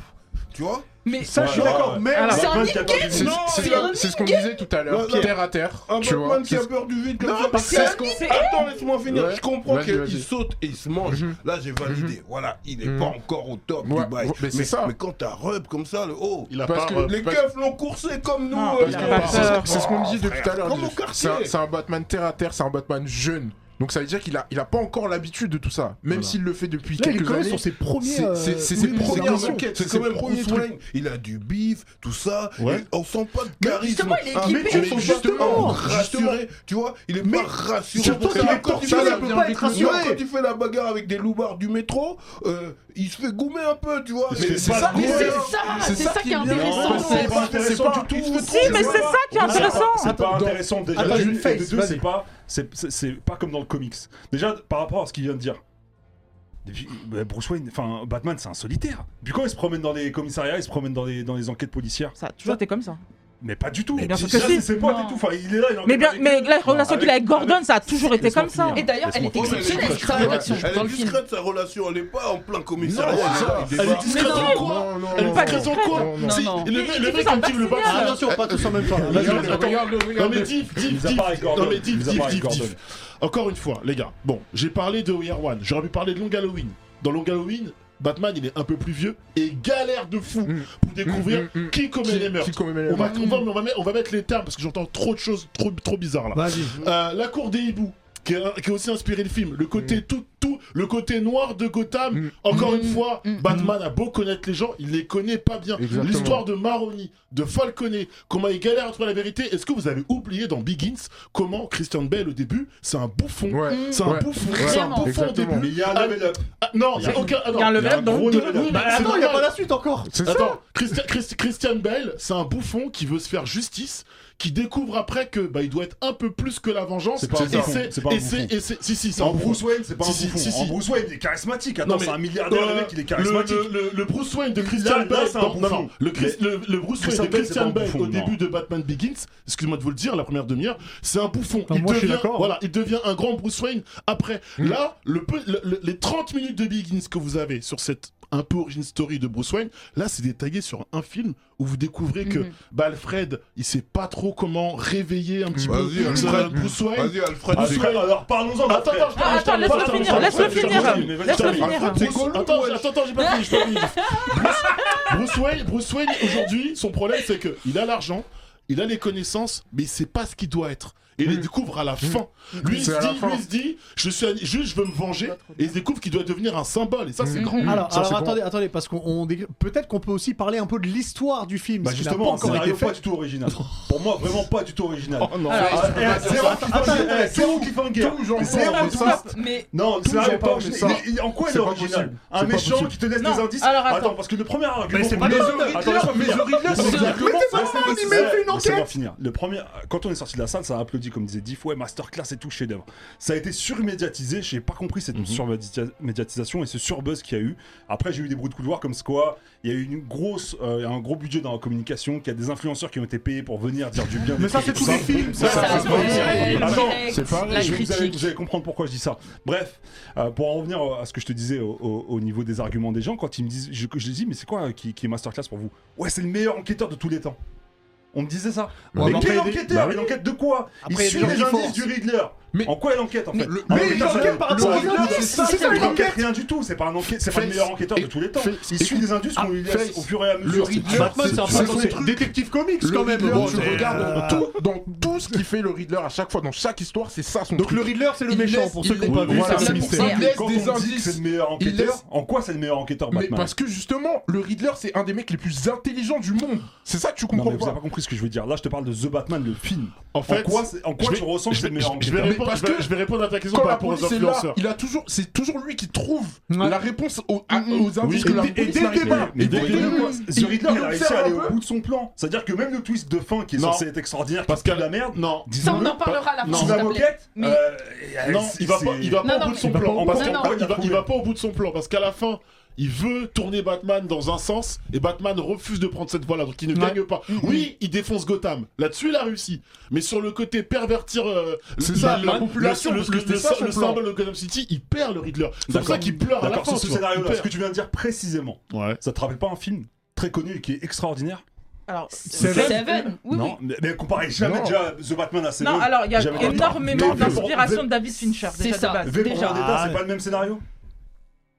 Speaker 7: Tu vois
Speaker 4: Mais
Speaker 1: Ça,
Speaker 6: Ah,
Speaker 1: je suis
Speaker 2: Voilà.
Speaker 1: d'accord, mais
Speaker 8: Alors,
Speaker 4: c'est un
Speaker 6: C'est-
Speaker 7: Non,
Speaker 6: c'est-
Speaker 4: c'est un
Speaker 6: C'est ce qu'on disait tout à l'heure.
Speaker 7: Non, non.
Speaker 6: Terre à terre.
Speaker 7: Un
Speaker 6: Tu vois.
Speaker 7: Batman qui a peur du vide comme ça.
Speaker 6: C'est ce qu'on.
Speaker 8: C'est-
Speaker 7: Attends, laisse-moi finir.
Speaker 6: Ouais.
Speaker 7: Je comprends
Speaker 6: Vas-y,
Speaker 7: qu'il
Speaker 6: vas-y.
Speaker 7: saute et il se mange.
Speaker 6: Mhm.
Speaker 7: Là, j'ai validé. Voilà, il n'est
Speaker 6: Mhm.
Speaker 7: pas encore au top
Speaker 6: Ouais,
Speaker 7: du bail.
Speaker 6: ouais, mais c'est ça.
Speaker 7: Mais quand t'as rub comme ça, le haut,
Speaker 5: Il a
Speaker 6: Parce
Speaker 5: pas.
Speaker 6: que-
Speaker 5: euh,
Speaker 7: les
Speaker 6: parce-
Speaker 7: keufs l'ont coursé comme nous.
Speaker 8: Non,
Speaker 7: euh,
Speaker 8: parce
Speaker 7: tu
Speaker 8: qu'il a
Speaker 7: vois.
Speaker 8: pas
Speaker 6: C'est
Speaker 8: peur.
Speaker 6: ce- c'est ce qu'on me dit depuis tout à l'heure.
Speaker 7: Comme au
Speaker 6: Dieu.
Speaker 7: quartier.
Speaker 6: C'est un- c'est un Batman terre à terre, c'est un Batman jeune. Donc ça veut dire qu'il a, il a pas encore l'habitude de tout ça, même
Speaker 2: Voilà.
Speaker 6: s'il le fait depuis
Speaker 1: Là, il est
Speaker 6: quelques
Speaker 1: quand même
Speaker 6: années.
Speaker 1: sur ses premiers.
Speaker 6: c'est-
Speaker 1: euh,
Speaker 6: c'est- c'est
Speaker 1: oui,
Speaker 6: ses
Speaker 1: oui,
Speaker 6: premières
Speaker 1: oui, oui.
Speaker 6: enquêtes.
Speaker 7: T'inquiète,
Speaker 6: C'est
Speaker 7: C'est quand
Speaker 6: ses
Speaker 7: même
Speaker 6: premiers
Speaker 7: Bruce
Speaker 6: trucs.
Speaker 7: Wayne. Il a du bif, tout ça.
Speaker 5: Ouais.
Speaker 7: et on sent pas de
Speaker 1: Mais
Speaker 7: charisme. Ah,
Speaker 4: justement, il est
Speaker 7: Un
Speaker 4: équipé.
Speaker 7: mec qui est
Speaker 1: Mais
Speaker 7: pas
Speaker 1: justement,
Speaker 7: rassuré. Tu vois, il est
Speaker 1: Mais
Speaker 7: pas rassuré.
Speaker 1: Surtout
Speaker 7: pour
Speaker 1: qu'il
Speaker 7: ça.
Speaker 1: est
Speaker 7: Quand il
Speaker 1: torturé,
Speaker 7: fait la
Speaker 1: il peut pas être
Speaker 7: Tu vois,
Speaker 1: rassuré.
Speaker 7: quand il fait la bagarre avec des loupards du métro, euh, il se fait goumer un peu, tu vois.
Speaker 5: Mais c'est
Speaker 7: pas
Speaker 5: ça,
Speaker 7: le
Speaker 4: Mais
Speaker 7: goumer,
Speaker 4: c'est
Speaker 7: hein.
Speaker 4: ça,
Speaker 6: C'est
Speaker 4: c'est
Speaker 6: ça
Speaker 4: ça qui est
Speaker 5: Non,
Speaker 4: intéressant.
Speaker 5: c'est pas intéressant
Speaker 7: pas-
Speaker 5: du tout.
Speaker 7: il se fait
Speaker 8: Si, mais
Speaker 7: tromper.
Speaker 8: c'est ça qui est intéressant.
Speaker 2: C'est pas
Speaker 1: Attends,
Speaker 2: intéressant déjà.
Speaker 1: attends,
Speaker 2: de
Speaker 1: une
Speaker 2: une, et de
Speaker 1: face,
Speaker 2: deux,
Speaker 1: vas-y.
Speaker 2: c'est pas, c'est, c'est- c'est pas comme dans le comics. Déjà, par rapport à ce qu'il vient de dire. Et puis, bah, Bruce Wayne, enfin Batman, c'est un solitaire. Puis quand il se promène dans les commissariats, il se promène dans les, dans les enquêtes policières.
Speaker 8: Ça, toujours été comme ça.
Speaker 2: Mais pas du tout.
Speaker 8: Mais bien sûr
Speaker 2: C'est-
Speaker 8: que
Speaker 2: ça,
Speaker 8: si.
Speaker 2: c'est ses potes
Speaker 4: Non.
Speaker 2: et tout. Enfin, il est là. Il
Speaker 8: Mais bien,
Speaker 2: enquête
Speaker 8: mais
Speaker 2: avec eux. Ah,
Speaker 8: la relation
Speaker 2: Avec-
Speaker 8: qu'il a avec Gordon, ça a toujours été
Speaker 2: Laisse-moi
Speaker 8: comme ça.
Speaker 2: finir.
Speaker 4: Et d'ailleurs, elle est
Speaker 7: Oh,
Speaker 2: Laisse-moi finir.
Speaker 4: exceptionnelle, sa
Speaker 6: Ouais.
Speaker 4: rédaction
Speaker 7: Elle
Speaker 4: dans
Speaker 7: est
Speaker 4: le film.
Speaker 7: discrète sa relation, elle est pas en plein commissariat.
Speaker 6: Non,
Speaker 7: elle est
Speaker 6: c'est
Speaker 7: là,
Speaker 6: ça.
Speaker 7: il
Speaker 5: Elle est
Speaker 7: débarque.
Speaker 5: discrète en quoi
Speaker 6: Non, non,
Speaker 5: Elle est
Speaker 6: non,
Speaker 5: discrète en
Speaker 6: non,
Speaker 5: quoi
Speaker 6: non, non.
Speaker 5: Si,
Speaker 4: Non, non.
Speaker 5: Le mec,
Speaker 8: Il
Speaker 5: le
Speaker 8: fait
Speaker 5: mec,
Speaker 8: ça
Speaker 5: il me tire le
Speaker 8: parce
Speaker 5: bâtard.
Speaker 1: Ah, bien sûr, pas tous en même temps. là. Vas-y,
Speaker 6: Regarde,
Speaker 1: attends.
Speaker 6: regarde,
Speaker 5: Non
Speaker 6: regarde.
Speaker 5: mais diff, diff,
Speaker 2: Mis à
Speaker 5: diff.
Speaker 2: part avec Gordon.
Speaker 5: Non mais diff,
Speaker 2: Mis à
Speaker 5: diff,
Speaker 2: part avec
Speaker 5: diff,
Speaker 2: Gordon.
Speaker 5: diff. Encore une fois, les gars. Bon, j'ai parlé de We Are One. J'aurais pu parler de Long Halloween. Dans Long Halloween, Batman, il est un peu plus vieux et galère de fou
Speaker 6: Mm.
Speaker 5: pour découvrir
Speaker 6: Mm, mm, mm.
Speaker 5: qui commet les meurtres.
Speaker 6: Qui commet les
Speaker 5: On va,
Speaker 6: meurtres
Speaker 5: on, va, on va mettre, on va mettre les termes parce que j'entends trop de choses trop, trop bizarres là.
Speaker 1: Vas-y.
Speaker 5: Euh, la cour des hiboux. Qui a, qui a aussi inspiré le film. Le côté
Speaker 6: Mmh.
Speaker 5: tout, tout, le côté noir de Gotham.
Speaker 6: Mm.
Speaker 5: Encore
Speaker 4: Mm.
Speaker 5: une fois,
Speaker 4: Mm.
Speaker 5: Batman a beau connaître les gens, il les connaît pas bien.
Speaker 6: Exactement.
Speaker 5: L'histoire de Maroni, de Falconet, comment il galère à trouver la vérité. Est-ce que vous avez oublié dans Begins comment Christian Bale au début, c'est un bouffon.
Speaker 6: Ouais.
Speaker 5: C'est un
Speaker 6: Ouais.
Speaker 5: bouffon,
Speaker 6: Ouais.
Speaker 5: c'est un
Speaker 4: Vraiment.
Speaker 5: bouffon au début.
Speaker 6: Exactement.
Speaker 2: Mais il y a
Speaker 5: Ah,
Speaker 2: un level up.
Speaker 5: Ah, non, il n'y a aucun. ah, non.
Speaker 8: Il y a un level
Speaker 5: Il
Speaker 8: up
Speaker 5: gros
Speaker 8: dans-
Speaker 5: level up.
Speaker 6: Bah,
Speaker 1: Oui, mais
Speaker 5: C'est
Speaker 1: Bah, attends, il n'y a
Speaker 5: normal.
Speaker 1: pas la suite encore.
Speaker 6: C'est ça.
Speaker 5: Attends, Christian, Christ- Christian Bale, c'est un bouffon qui veut se faire justice, qui découvre après que bah, il doit être un peu plus que la vengeance.
Speaker 2: C'est pas un
Speaker 5: et
Speaker 2: bouffon,
Speaker 5: c'est-
Speaker 2: c'est pas un
Speaker 5: et c'est-
Speaker 2: bouffon.
Speaker 5: et c'est- Si si, c'est un
Speaker 2: En
Speaker 5: bouffon.
Speaker 2: Bruce Wayne, c'est pas un
Speaker 5: Si, si,
Speaker 2: bouffon.
Speaker 5: si, si.
Speaker 2: En ah, Bruce Wayne, il est charismatique. Attends,
Speaker 5: mais-
Speaker 2: c'est un milliardaire, le
Speaker 5: Euh,
Speaker 2: mec, il est charismatique.
Speaker 5: Le, le- le Bruce Wayne de
Speaker 2: Là-
Speaker 5: Christian
Speaker 2: là,
Speaker 5: Bale,
Speaker 2: c'est un
Speaker 5: non,
Speaker 2: bouffon.
Speaker 5: non, le, Chris- le- le Bruce
Speaker 2: Christian
Speaker 5: Wayne de
Speaker 2: Bale, c'est pas
Speaker 5: Christian
Speaker 2: un
Speaker 5: Bale
Speaker 2: bouffon,
Speaker 5: au
Speaker 2: non.
Speaker 5: début de Batman Begins, excuse-moi de vous le dire, la première demi-heure, c'est un bouffon.
Speaker 1: Non,
Speaker 5: il,
Speaker 1: moi, je suis
Speaker 5: devient,
Speaker 1: d'accord.
Speaker 5: voilà, il devient un grand Bruce Wayne après.
Speaker 6: Mm.
Speaker 5: Là, le peu- le- le- les 30 minutes de Begins que vous avez sur cette un peu origin story de Bruce Wayne, là c'est détaillé sur un film où vous découvrez que
Speaker 1: Mm.
Speaker 4: Mhm.
Speaker 5: bah, Alfred, il sait pas trop comment réveiller un petit peu
Speaker 7: Vas-y,
Speaker 5: ce
Speaker 7: Alfred.
Speaker 5: Bruce Wayne.
Speaker 7: Vas-y, Alfred,
Speaker 2: Bruce Wayne, alors parlons-en.
Speaker 5: Attends, attends, je termine, je
Speaker 8: Attends,
Speaker 5: termine,
Speaker 8: laisse-le
Speaker 5: je termine,
Speaker 8: finir,
Speaker 5: je termine,
Speaker 8: laisse-le
Speaker 5: je termine,
Speaker 2: finir,
Speaker 5: je termine,
Speaker 2: laisse-le
Speaker 5: je termine.
Speaker 8: finir.
Speaker 5: Alfred, c'est
Speaker 7: Bruce-
Speaker 5: Attends,
Speaker 7: Bruce-
Speaker 5: attends, j'ai pas fini, j'ai pas fini. Bruce- Bruce Wayne, Bruce Wayne aujourd'hui, son problème c'est que il a l'argent, il a les connaissances, mais c'est pas ce qu'il doit être. Et il les découvre à la fin. Lui, il se
Speaker 6: C'est à la
Speaker 5: dit,
Speaker 6: fin.
Speaker 5: lui, il se dit, je suis un- juste, je veux me venger. Et il se découvre qu'il doit devenir un symbole. Et ça, c'est
Speaker 6: Mm.
Speaker 5: grand.
Speaker 1: Alors,
Speaker 6: Ça,
Speaker 1: alors,
Speaker 6: c'est bon.
Speaker 1: attendez, attendez, parce qu'on on dégr- peut-être qu'on peut aussi parler un peu de l'histoire du film.
Speaker 2: Bah
Speaker 1: parce qu'il n'a
Speaker 2: justement, un
Speaker 1: pas encore été
Speaker 2: scénario pas
Speaker 1: fait.
Speaker 2: du tout original. Pour moi, vraiment pas du tout original.
Speaker 5: Oh, non.
Speaker 2: Ah, eh, Zéro qui fait
Speaker 1: Attends,
Speaker 2: un guerre,
Speaker 1: attends,
Speaker 2: eh, zéro qui fait un guerre.
Speaker 6: Toujours,
Speaker 2: Zéro,
Speaker 6: mais
Speaker 2: mais
Speaker 6: ça,
Speaker 2: ça,
Speaker 4: Mais
Speaker 2: Non,
Speaker 6: Tout
Speaker 2: le scénario est
Speaker 6: j'en
Speaker 2: pas
Speaker 6: parle,
Speaker 2: original.
Speaker 6: mais
Speaker 2: Il- il- En quoi il
Speaker 6: c'est
Speaker 2: est
Speaker 6: pas
Speaker 2: original
Speaker 6: possible.
Speaker 2: Un
Speaker 6: C'est pas
Speaker 2: méchant
Speaker 6: possible.
Speaker 2: qui te laisse
Speaker 8: Non,
Speaker 2: des indices
Speaker 8: alors attends.
Speaker 2: Attends, parce que le premier argument.
Speaker 1: Mais c'est pas
Speaker 2: Mais
Speaker 1: le
Speaker 2: The
Speaker 1: Riddler,
Speaker 2: Attends, laisse-moi
Speaker 1: mais
Speaker 2: finir.
Speaker 1: The Riddler,
Speaker 2: Laisse-moi
Speaker 1: c'est
Speaker 2: finir.
Speaker 1: exactement Mais c'est pas
Speaker 2: Laisse-moi
Speaker 1: ça,
Speaker 2: finir.
Speaker 1: il mène une
Speaker 2: Laisse-moi
Speaker 1: enquête.
Speaker 2: finir. Le premier, quand on est sorti de la salle, ça a applaudi comme disait Diff. Ouais, masterclass et tout, chef-d'œuvre. Ça a été surmédiatisé. J'ai pas compris cette surmédiatisation et ce surbuzz qu'il y a eu. Après, j'ai eu des bruits de couloir comme ce quoi il y a eu une grosse, euh, un gros budget dans la communication, qu'il y a des influenceurs qui ont été payés pour venir dire du bien. des
Speaker 1: Mais ça,
Speaker 2: trucs
Speaker 1: c'est
Speaker 2: et
Speaker 1: tous
Speaker 2: tout
Speaker 1: les films,
Speaker 2: Ça,
Speaker 1: ça,
Speaker 2: ça,
Speaker 1: c'est
Speaker 2: c'est
Speaker 1: pas
Speaker 2: pas
Speaker 4: le
Speaker 2: possible. Attends,
Speaker 4: direct,
Speaker 6: c'est pas-
Speaker 4: la
Speaker 2: je- vous, allez,
Speaker 4: critique.
Speaker 2: vous allez comprendre pourquoi je dis ça. Bref, euh, pour en revenir euh, à ce que je te disais au, au- au niveau des arguments des gens, quand ils me disent, je, je les dis, mais c'est quoi euh, qui, qui est masterclass pour vous Ouais, c'est le meilleur enquêteur de tous les temps. On me disait ça.
Speaker 1: Ouais, mais
Speaker 2: mais
Speaker 1: après, il
Speaker 2: quel
Speaker 1: y a des-
Speaker 2: enquêteur
Speaker 6: Bah oui.
Speaker 2: Il enquête de quoi
Speaker 1: Après, il y a
Speaker 2: Il
Speaker 1: des
Speaker 2: suit
Speaker 1: gens
Speaker 2: les
Speaker 1: qui
Speaker 2: indices
Speaker 1: forcent.
Speaker 2: du Riddler.
Speaker 6: Mais-
Speaker 2: En quoi il enquête en fait Ah,
Speaker 6: le-
Speaker 1: Mais
Speaker 2: mais
Speaker 1: il
Speaker 2: putain,
Speaker 1: enquête
Speaker 2: c'est-
Speaker 1: par
Speaker 2: le
Speaker 1: rapport aux
Speaker 2: Riddler,
Speaker 1: indices,
Speaker 2: c'est-
Speaker 1: ça,
Speaker 2: c'est-
Speaker 1: c'est
Speaker 2: il
Speaker 1: une
Speaker 2: enquête
Speaker 1: enquête.
Speaker 2: rien du tout, c'est pas un enquête, c'est pas le
Speaker 6: Face.
Speaker 2: meilleur enquêteur de tous les temps.
Speaker 6: Face.
Speaker 2: Il suit des indices qu'on lui laisse
Speaker 6: Face.
Speaker 2: au fur et à
Speaker 6: Le
Speaker 2: mesure.
Speaker 6: Riddler,
Speaker 1: Batman, c'est un
Speaker 6: c'est
Speaker 1: peu
Speaker 6: son
Speaker 1: c'est
Speaker 6: truc.
Speaker 1: détective comics
Speaker 6: Le
Speaker 1: quand même.
Speaker 6: Riddler,
Speaker 1: Bon,
Speaker 6: tu
Speaker 1: c'est-
Speaker 6: regardes
Speaker 1: euh,
Speaker 6: dans tout, dans tout ce qu'il fait le Riddler à chaque fois, dans chaque histoire, c'est ça son
Speaker 1: Donc
Speaker 6: truc.
Speaker 1: le Riddler, c'est le
Speaker 6: Il
Speaker 1: méchant
Speaker 6: laisse-
Speaker 1: pour ceux
Speaker 6: il
Speaker 1: qui n'ont pas
Speaker 6: laisse-
Speaker 1: vu.
Speaker 6: voilà,
Speaker 1: c'est un
Speaker 4: c'est pour ça.
Speaker 1: mystère.
Speaker 6: Il laisse
Speaker 2: Quand on
Speaker 6: des
Speaker 2: dit que c'est
Speaker 6: indices.
Speaker 2: le meilleur
Speaker 6: Il
Speaker 2: enquêteur,
Speaker 6: laisse-
Speaker 2: en quoi c'est le meilleur enquêteur
Speaker 6: Mais
Speaker 2: Batman
Speaker 6: parce que justement, le Riddler, c'est un des mecs les plus intelligents du monde. C'est ça que tu
Speaker 2: Non
Speaker 6: comprends
Speaker 2: mais vous avez
Speaker 6: pas.
Speaker 2: pas compris ce que je veux dire. Là, je te parle de The Batman, le film.
Speaker 5: En fait,
Speaker 2: en quoi, c'est- en quoi
Speaker 5: je
Speaker 2: tu
Speaker 5: vais-
Speaker 2: ressens que
Speaker 5: je
Speaker 2: c'est
Speaker 5: vais,
Speaker 2: le meilleur
Speaker 5: je vais
Speaker 2: enquêteur
Speaker 5: répondre,
Speaker 6: parce
Speaker 5: je vais-
Speaker 6: que
Speaker 5: je vais répondre à ta question
Speaker 6: Quand
Speaker 5: par
Speaker 6: la
Speaker 5: rapport aux
Speaker 6: police est là,
Speaker 5: influenceurs.
Speaker 6: il a toujours, c'est toujours lui qui trouve
Speaker 1: Ouais.
Speaker 6: la réponse aux, à-
Speaker 4: Mm, mm.
Speaker 6: aux indices
Speaker 1: Et
Speaker 6: que la
Speaker 1: dès- et
Speaker 6: police
Speaker 1: dès le
Speaker 6: n'arrive
Speaker 1: départ,
Speaker 6: pas.
Speaker 2: Mais
Speaker 6: Et
Speaker 2: dès
Speaker 6: dès
Speaker 2: le
Speaker 6: le
Speaker 2: début,
Speaker 6: début,
Speaker 2: The
Speaker 6: il-
Speaker 2: Riddler, il a réussi à
Speaker 6: observe
Speaker 2: aller
Speaker 6: un
Speaker 2: au
Speaker 6: peu.
Speaker 2: bout de son plan. C'est-à-dire que même le twist de fin qui est
Speaker 5: Non.
Speaker 2: censé être extraordinaire, qui
Speaker 5: Parce
Speaker 2: parce
Speaker 5: que
Speaker 2: de la merde,
Speaker 5: Non.
Speaker 4: Ça, on
Speaker 2: disons-le,
Speaker 4: en parlera à la fin.
Speaker 5: Non.
Speaker 2: sous
Speaker 4: s'il
Speaker 2: la
Speaker 4: te plaît.
Speaker 2: moquette,
Speaker 4: Mais-
Speaker 2: euh, euh,
Speaker 5: Non,
Speaker 2: c'est-
Speaker 5: il va pas, il va
Speaker 4: Non,
Speaker 5: pas
Speaker 4: non,
Speaker 5: au bout de
Speaker 4: mais-
Speaker 5: son
Speaker 4: il va
Speaker 2: pas au
Speaker 5: plan.
Speaker 2: bout.
Speaker 5: Parce
Speaker 4: Non,
Speaker 5: qu'en-
Speaker 4: non.
Speaker 5: il va- Il va pas au bout de son plan parce qu'à la fin. Il veut tourner Batman dans un sens et Batman refuse de prendre cette voie-là, donc il ne
Speaker 1: Ouais.
Speaker 5: gagne pas. Oui, il défonce Gotham. Là-dessus, il a réussi. Mais sur le côté pervertir euh,
Speaker 6: C'est
Speaker 5: le-
Speaker 6: ça,
Speaker 5: le-
Speaker 6: la
Speaker 5: le-
Speaker 6: population,
Speaker 5: le,
Speaker 6: parce
Speaker 5: le-
Speaker 6: que c'est
Speaker 5: le-
Speaker 6: ça son
Speaker 5: le
Speaker 6: plan.
Speaker 5: symbole de Gotham City, il perd le Riddler. C'est pour
Speaker 2: D'accord.
Speaker 5: ça qu'il pleure à la
Speaker 2: D'accord,
Speaker 5: fin.
Speaker 2: sur ce
Speaker 5: tu vois. Il
Speaker 2: scénario-là, ce
Speaker 5: perd.
Speaker 2: que tu viens de dire précisément,
Speaker 5: Ouais.
Speaker 2: ça te rappelle pas un film très connu et qui est extraordinaire
Speaker 8: Alors,
Speaker 4: Seven. Seven. Oui,
Speaker 2: Non,
Speaker 4: oui.
Speaker 2: mais, mais comparez jamais
Speaker 6: Non.
Speaker 2: déjà The Batman à Seven.
Speaker 8: non, alors il y a
Speaker 2: J'avais pas-
Speaker 8: énormément
Speaker 2: Mais-
Speaker 8: d'inspiration de David Fincher.
Speaker 4: C'est
Speaker 8: déjà de
Speaker 4: ça.
Speaker 8: base.
Speaker 2: V pour
Speaker 4: Déjà.
Speaker 2: Vendetta,
Speaker 5: Ah,
Speaker 2: c'est pas le même scénario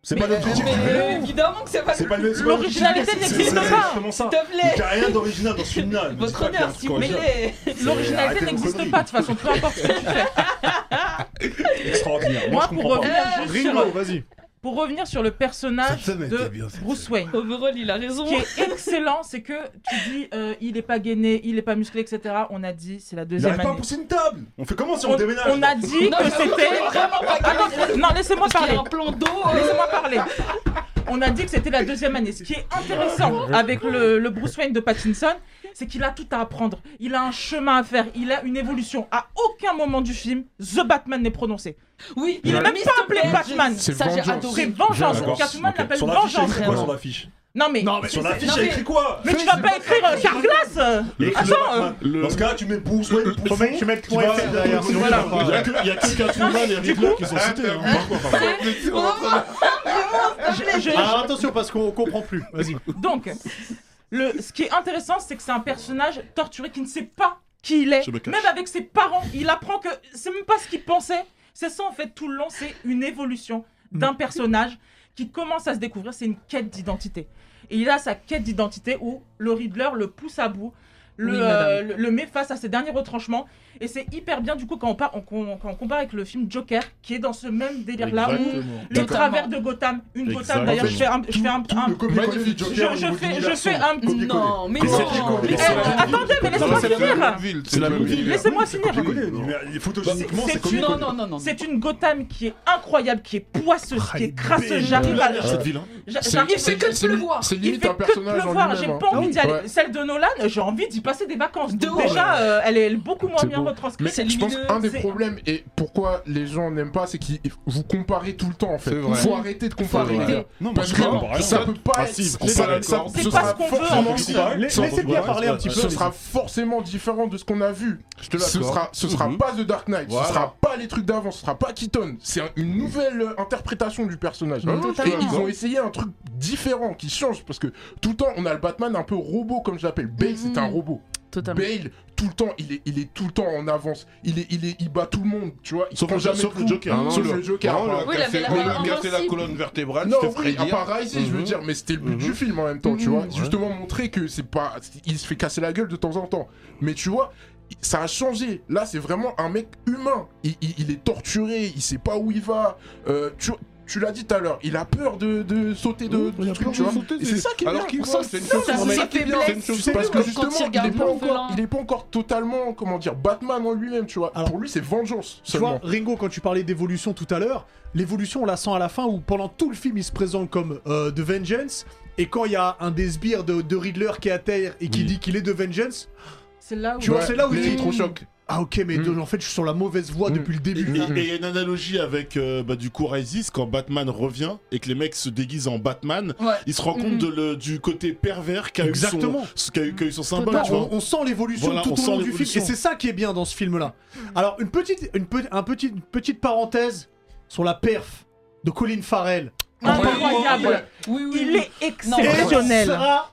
Speaker 2: C'est pas le même
Speaker 4: Mais- Mais évidemment que c'est pas
Speaker 2: C'est pas le- c'est pas
Speaker 8: L'originalité
Speaker 2: le-
Speaker 8: n'existe
Speaker 2: c'est-
Speaker 8: pas.
Speaker 2: c'est justement ça.
Speaker 4: S'il te
Speaker 2: Il
Speaker 4: plaît.
Speaker 2: n'y a rien d'original dans ce film-là. me dis
Speaker 4: Votre
Speaker 2: pas qu'il y a un
Speaker 4: honneur,
Speaker 2: truc
Speaker 4: s'il vous
Speaker 2: original.
Speaker 4: plaît.
Speaker 2: C'est- arrêtez
Speaker 8: L'originalité
Speaker 2: vos
Speaker 8: n'existe
Speaker 2: conneries.
Speaker 8: pas de toute façon, peu importe ce que tu fais.
Speaker 2: Extraordinaire.
Speaker 8: Moi,
Speaker 2: je
Speaker 8: pour
Speaker 2: comprends pas.
Speaker 8: revenir, juste
Speaker 6: Ringo,
Speaker 8: sur,
Speaker 6: vas-y.
Speaker 8: pour revenir sur le
Speaker 7: Cette
Speaker 8: personnage
Speaker 7: scène
Speaker 8: de
Speaker 7: était bien, cette
Speaker 8: Bruce
Speaker 7: scène.
Speaker 8: Wayne,
Speaker 4: Overall, il a raison.
Speaker 8: qui est excellent, c'est que tu dis euh, il est pas gainé, il est pas musclé, etc. On a dit c'est la
Speaker 2: Il
Speaker 8: deuxième
Speaker 2: arrive pas à
Speaker 8: année.
Speaker 2: pousser une table. On fait comment si on,
Speaker 8: On,
Speaker 2: déménage
Speaker 8: on a dit
Speaker 4: Non,
Speaker 8: que
Speaker 4: mais
Speaker 8: c'était.
Speaker 4: vraiment pas
Speaker 8: Attends, non, laissez-moi
Speaker 4: Il y
Speaker 8: parler.
Speaker 4: a un plan d'eau.
Speaker 8: Oh, Laissez-moi parler. On a dit que c'était la deuxième année. Ce qui est intéressant avec le, le Bruce Wayne de Pattinson, c'est qu'il a tout à apprendre. Il a un chemin à faire. Il a une évolution. À aucun moment du film, The Batman n'est prononcé.
Speaker 4: Oui,
Speaker 8: Il est même pas appelé
Speaker 4: Vengeance.
Speaker 8: Batman.
Speaker 9: C'est
Speaker 4: Ça, j'ai
Speaker 9: vengeance.
Speaker 8: C'est
Speaker 4: adoré.
Speaker 8: vengeance.
Speaker 2: D'accord.
Speaker 8: Catwoman
Speaker 2: Ok.
Speaker 8: l'appelle
Speaker 2: Son affiche,
Speaker 8: vengeance.
Speaker 2: C'est quoi son affiche
Speaker 8: Non mais,
Speaker 1: Non, mais
Speaker 2: Son
Speaker 1: c'est-
Speaker 2: affiche,
Speaker 4: non,
Speaker 2: elle
Speaker 4: mais-
Speaker 2: écrit quoi
Speaker 8: mais tu vas pas écrire euh, Carglass euh, Attends, euh,
Speaker 2: le... Dans ce cas, tu mets Bruce Wayne, Bruce
Speaker 1: Faut mettre-
Speaker 2: Wayne.
Speaker 1: tu mets le
Speaker 2: Tu
Speaker 1: point
Speaker 2: vas-
Speaker 1: FR derrière. sinon
Speaker 8: Voilà.
Speaker 1: tu vas
Speaker 5: Il n'y
Speaker 1: pas-
Speaker 5: a, que- il y a que Catwoman et Riddler qui sont cités. hein.
Speaker 4: Oh, Ah,
Speaker 8: je- je-
Speaker 1: Alors attention parce qu'on comprend plus. Vas-y.
Speaker 8: Donc, le, ce qui est intéressant, c'est que c'est un personnage torturé qui ne sait pas qui il est.
Speaker 5: Je me cache.
Speaker 8: Même avec ses parents, il apprend que c'est même pas ce qu'il pensait. C'est ça, en fait, tout le long, c'est une évolution
Speaker 5: Mm.
Speaker 8: d'un personnage qui commence à se découvrir. C'est une quête d'identité. Et il a sa quête d'identité où le Riddler le pousse à bout. Le,
Speaker 4: Oui, madame.
Speaker 8: euh, le- le met face à ses derniers retranchements et c'est hyper bien du coup quand on, par- on- on- quand on compare avec le film Joker qui est dans ce même délire là où
Speaker 5: Exactement.
Speaker 8: le
Speaker 4: Totalement.
Speaker 8: travers de Gotham une Gotham
Speaker 5: Exactement.
Speaker 8: d'ailleurs je fais un, je fais un- un-
Speaker 2: Le copier-coller du
Speaker 8: je,
Speaker 2: Joker au
Speaker 8: je
Speaker 2: niveau
Speaker 8: fais,
Speaker 2: du
Speaker 8: je fais
Speaker 2: garçon.
Speaker 8: un.
Speaker 4: Non, mais
Speaker 2: Mais c'est
Speaker 4: non.
Speaker 2: rigolo.
Speaker 8: Eh, attendez, mais laissez-moi
Speaker 9: C'est la même
Speaker 8: finir.
Speaker 9: ville.
Speaker 5: C'est la même ville.
Speaker 8: Laissez-moi
Speaker 2: C'est
Speaker 8: finir.
Speaker 2: connu, l'univers- Photogéniquement,
Speaker 8: C'est-
Speaker 2: c'est
Speaker 8: c'est
Speaker 2: connu.
Speaker 8: une-
Speaker 4: Non, non, non, non.
Speaker 8: C'est une Gotham qui est incroyable, qui est poisseuse, qui est crasseuse. J'arrive à.
Speaker 9: euh,
Speaker 5: Dernière, cette ville. hein.
Speaker 8: j'a-
Speaker 9: C'est-
Speaker 8: j'arrive-
Speaker 9: c'est-
Speaker 8: je-
Speaker 9: c'est limite-
Speaker 4: pleuvoir.
Speaker 9: C'est
Speaker 8: Il
Speaker 9: limite
Speaker 8: fait
Speaker 9: un
Speaker 8: que
Speaker 9: personnage en
Speaker 8: pleuvoir. J'ai
Speaker 9: lui-même. hein.
Speaker 8: pas envie d'y aller.
Speaker 9: Ouais.
Speaker 8: Celle de Nolan, euh, j'ai envie d'y passer des vacances.
Speaker 4: De
Speaker 8: Donc
Speaker 4: ouf.
Speaker 8: déjà, euh, elle est beaucoup moins
Speaker 9: C'est
Speaker 8: bien
Speaker 9: beau.
Speaker 8: retranscrite.
Speaker 4: C'est
Speaker 9: Je pense
Speaker 4: lumineux,
Speaker 9: qu'un des
Speaker 8: c'est-
Speaker 9: problèmes et pourquoi les gens n'aiment pas, c'est qu'ils vous comparez tout le temps en fait.
Speaker 6: C'est vrai.
Speaker 9: Il faut arrêter de comparer.
Speaker 6: C'est
Speaker 9: les
Speaker 6: vrai.
Speaker 9: gars.
Speaker 2: Non, mais
Speaker 9: Parce
Speaker 2: je
Speaker 9: que
Speaker 2: comprends pas.
Speaker 9: ça peut pas
Speaker 5: Ah,
Speaker 9: être.
Speaker 5: si,
Speaker 9: ça-
Speaker 5: on
Speaker 9: ça-
Speaker 5: parle
Speaker 9: ça-
Speaker 5: d'accord.
Speaker 9: ce
Speaker 8: C'est
Speaker 9: sera
Speaker 8: pas ce qu'on veut,
Speaker 9: forcément
Speaker 8: en
Speaker 9: différent.
Speaker 2: Laissez-
Speaker 1: Laissez bien parler un petit peu.
Speaker 9: Ce sera forcément différent de ce qu'on a vu.
Speaker 6: Je te
Speaker 9: Ce
Speaker 6: l'accorde.
Speaker 9: sera, ce sera
Speaker 6: Mhm.
Speaker 9: pas The Dark Knight,
Speaker 6: Voilà.
Speaker 9: ce sera pas les trucs d'avant, ce sera pas Keaton. C'est un- une nouvelle euh, interprétation du personnage.
Speaker 8: Mais
Speaker 9: Et
Speaker 8: totalement.
Speaker 9: ils ont essayé un truc différent qui change parce que tout le temps on a le Batman un peu robot comme je l'appelle. Bale c'est un robot.
Speaker 4: Totalement.
Speaker 9: Bale tout le temps il est, il est tout le temps en avance. Il est, il est, il bat tout le monde. Tu vois. Il
Speaker 5: Sauf
Speaker 9: prend
Speaker 5: le-
Speaker 9: jamais
Speaker 5: sauf
Speaker 9: de
Speaker 5: le
Speaker 9: coup.
Speaker 5: Joker.
Speaker 9: Ah non,
Speaker 5: Sauf
Speaker 9: le-
Speaker 5: le-
Speaker 9: Joker.
Speaker 6: Non,
Speaker 9: à part-
Speaker 6: le
Speaker 4: Oui, il
Speaker 6: casser-
Speaker 4: avait la
Speaker 6: on
Speaker 4: main
Speaker 6: a cassé la
Speaker 4: invincible.
Speaker 6: colonne
Speaker 7: Ah,
Speaker 6: vertébrale,
Speaker 9: non,
Speaker 6: je te ferai
Speaker 9: oui, à
Speaker 6: dire.
Speaker 9: part Rising, je veux
Speaker 6: Mhm.
Speaker 9: dire, mais c'était le but
Speaker 6: Mhm.
Speaker 9: du film en même temps, tu
Speaker 4: Mhm.
Speaker 9: vois.
Speaker 4: Ouais.
Speaker 9: Justement, montrer que c'est pas. Il se fait casser la gueule de temps en temps. Mais tu vois, ça a changé. Là, c'est vraiment un mec humain. Il, il- il est torturé, il sait pas où il va. Euh, tu tu l'as dit tout à l'heure, il a peur de, de sauter de, de trucs, tu vois. Et c'est ça qui est
Speaker 6: Alors
Speaker 9: bien.
Speaker 6: qu'il
Speaker 9: Ça,
Speaker 6: voit, c'est une chose
Speaker 4: ça,
Speaker 6: formelle.
Speaker 4: c'est ses faiblesses.
Speaker 6: C'est une chose
Speaker 9: parce
Speaker 6: formelle.
Speaker 9: que
Speaker 4: Quand
Speaker 9: justement,
Speaker 4: il
Speaker 9: il
Speaker 4: regarde
Speaker 9: est, pas
Speaker 4: l'orphelin.
Speaker 9: encore, il est pas encore totalement, comment dire, Batman en lui-même, tu vois.
Speaker 1: Alors-
Speaker 9: Pour lui, c'est vengeance
Speaker 1: Tu vois,
Speaker 9: seulement.
Speaker 1: Ringo, quand tu parlais d'évolution tout à l'heure, l'évolution, on la sent à la fin où pendant tout le film, il se présente comme euh, The Vengeance. Et quand il y a un des sbires de, de Riddler qui est à terre et qui dit qu'il est The Vengeance,
Speaker 8: C'est là où.
Speaker 1: tu vois, c'est là où il dit
Speaker 9: trop choc.
Speaker 1: Ah, ok, mais
Speaker 9: Mm.
Speaker 1: de- en fait, je suis sur la mauvaise voie
Speaker 9: Mm.
Speaker 1: depuis le début.
Speaker 5: Et- Et il y a une analogie avec euh, bah, du coup Rises quand Batman revient et que les mecs se déguisent en Batman,
Speaker 4: Ouais.
Speaker 5: ils se rendent compte
Speaker 4: Mhm.
Speaker 5: de le- du côté pervers qu'a eu, son-
Speaker 1: Exactement.
Speaker 5: ce qu'a eu, qu'a eu son symbole.
Speaker 1: Non,
Speaker 5: tu vois.
Speaker 1: on, on sent l'évolution
Speaker 5: Voilà,
Speaker 1: tout
Speaker 5: on
Speaker 1: au
Speaker 5: sent
Speaker 1: long du film
Speaker 5: l'évolution.
Speaker 1: et c'est ça qui est bien dans ce film là. Alors une petite, une, pe- un petit- une petite parenthèse sur la perf de Colin Farrell.
Speaker 8: Incroyable.
Speaker 4: Oui, oui.
Speaker 8: Il
Speaker 4: oui.
Speaker 8: est exceptionnel.
Speaker 1: Extraordinaire.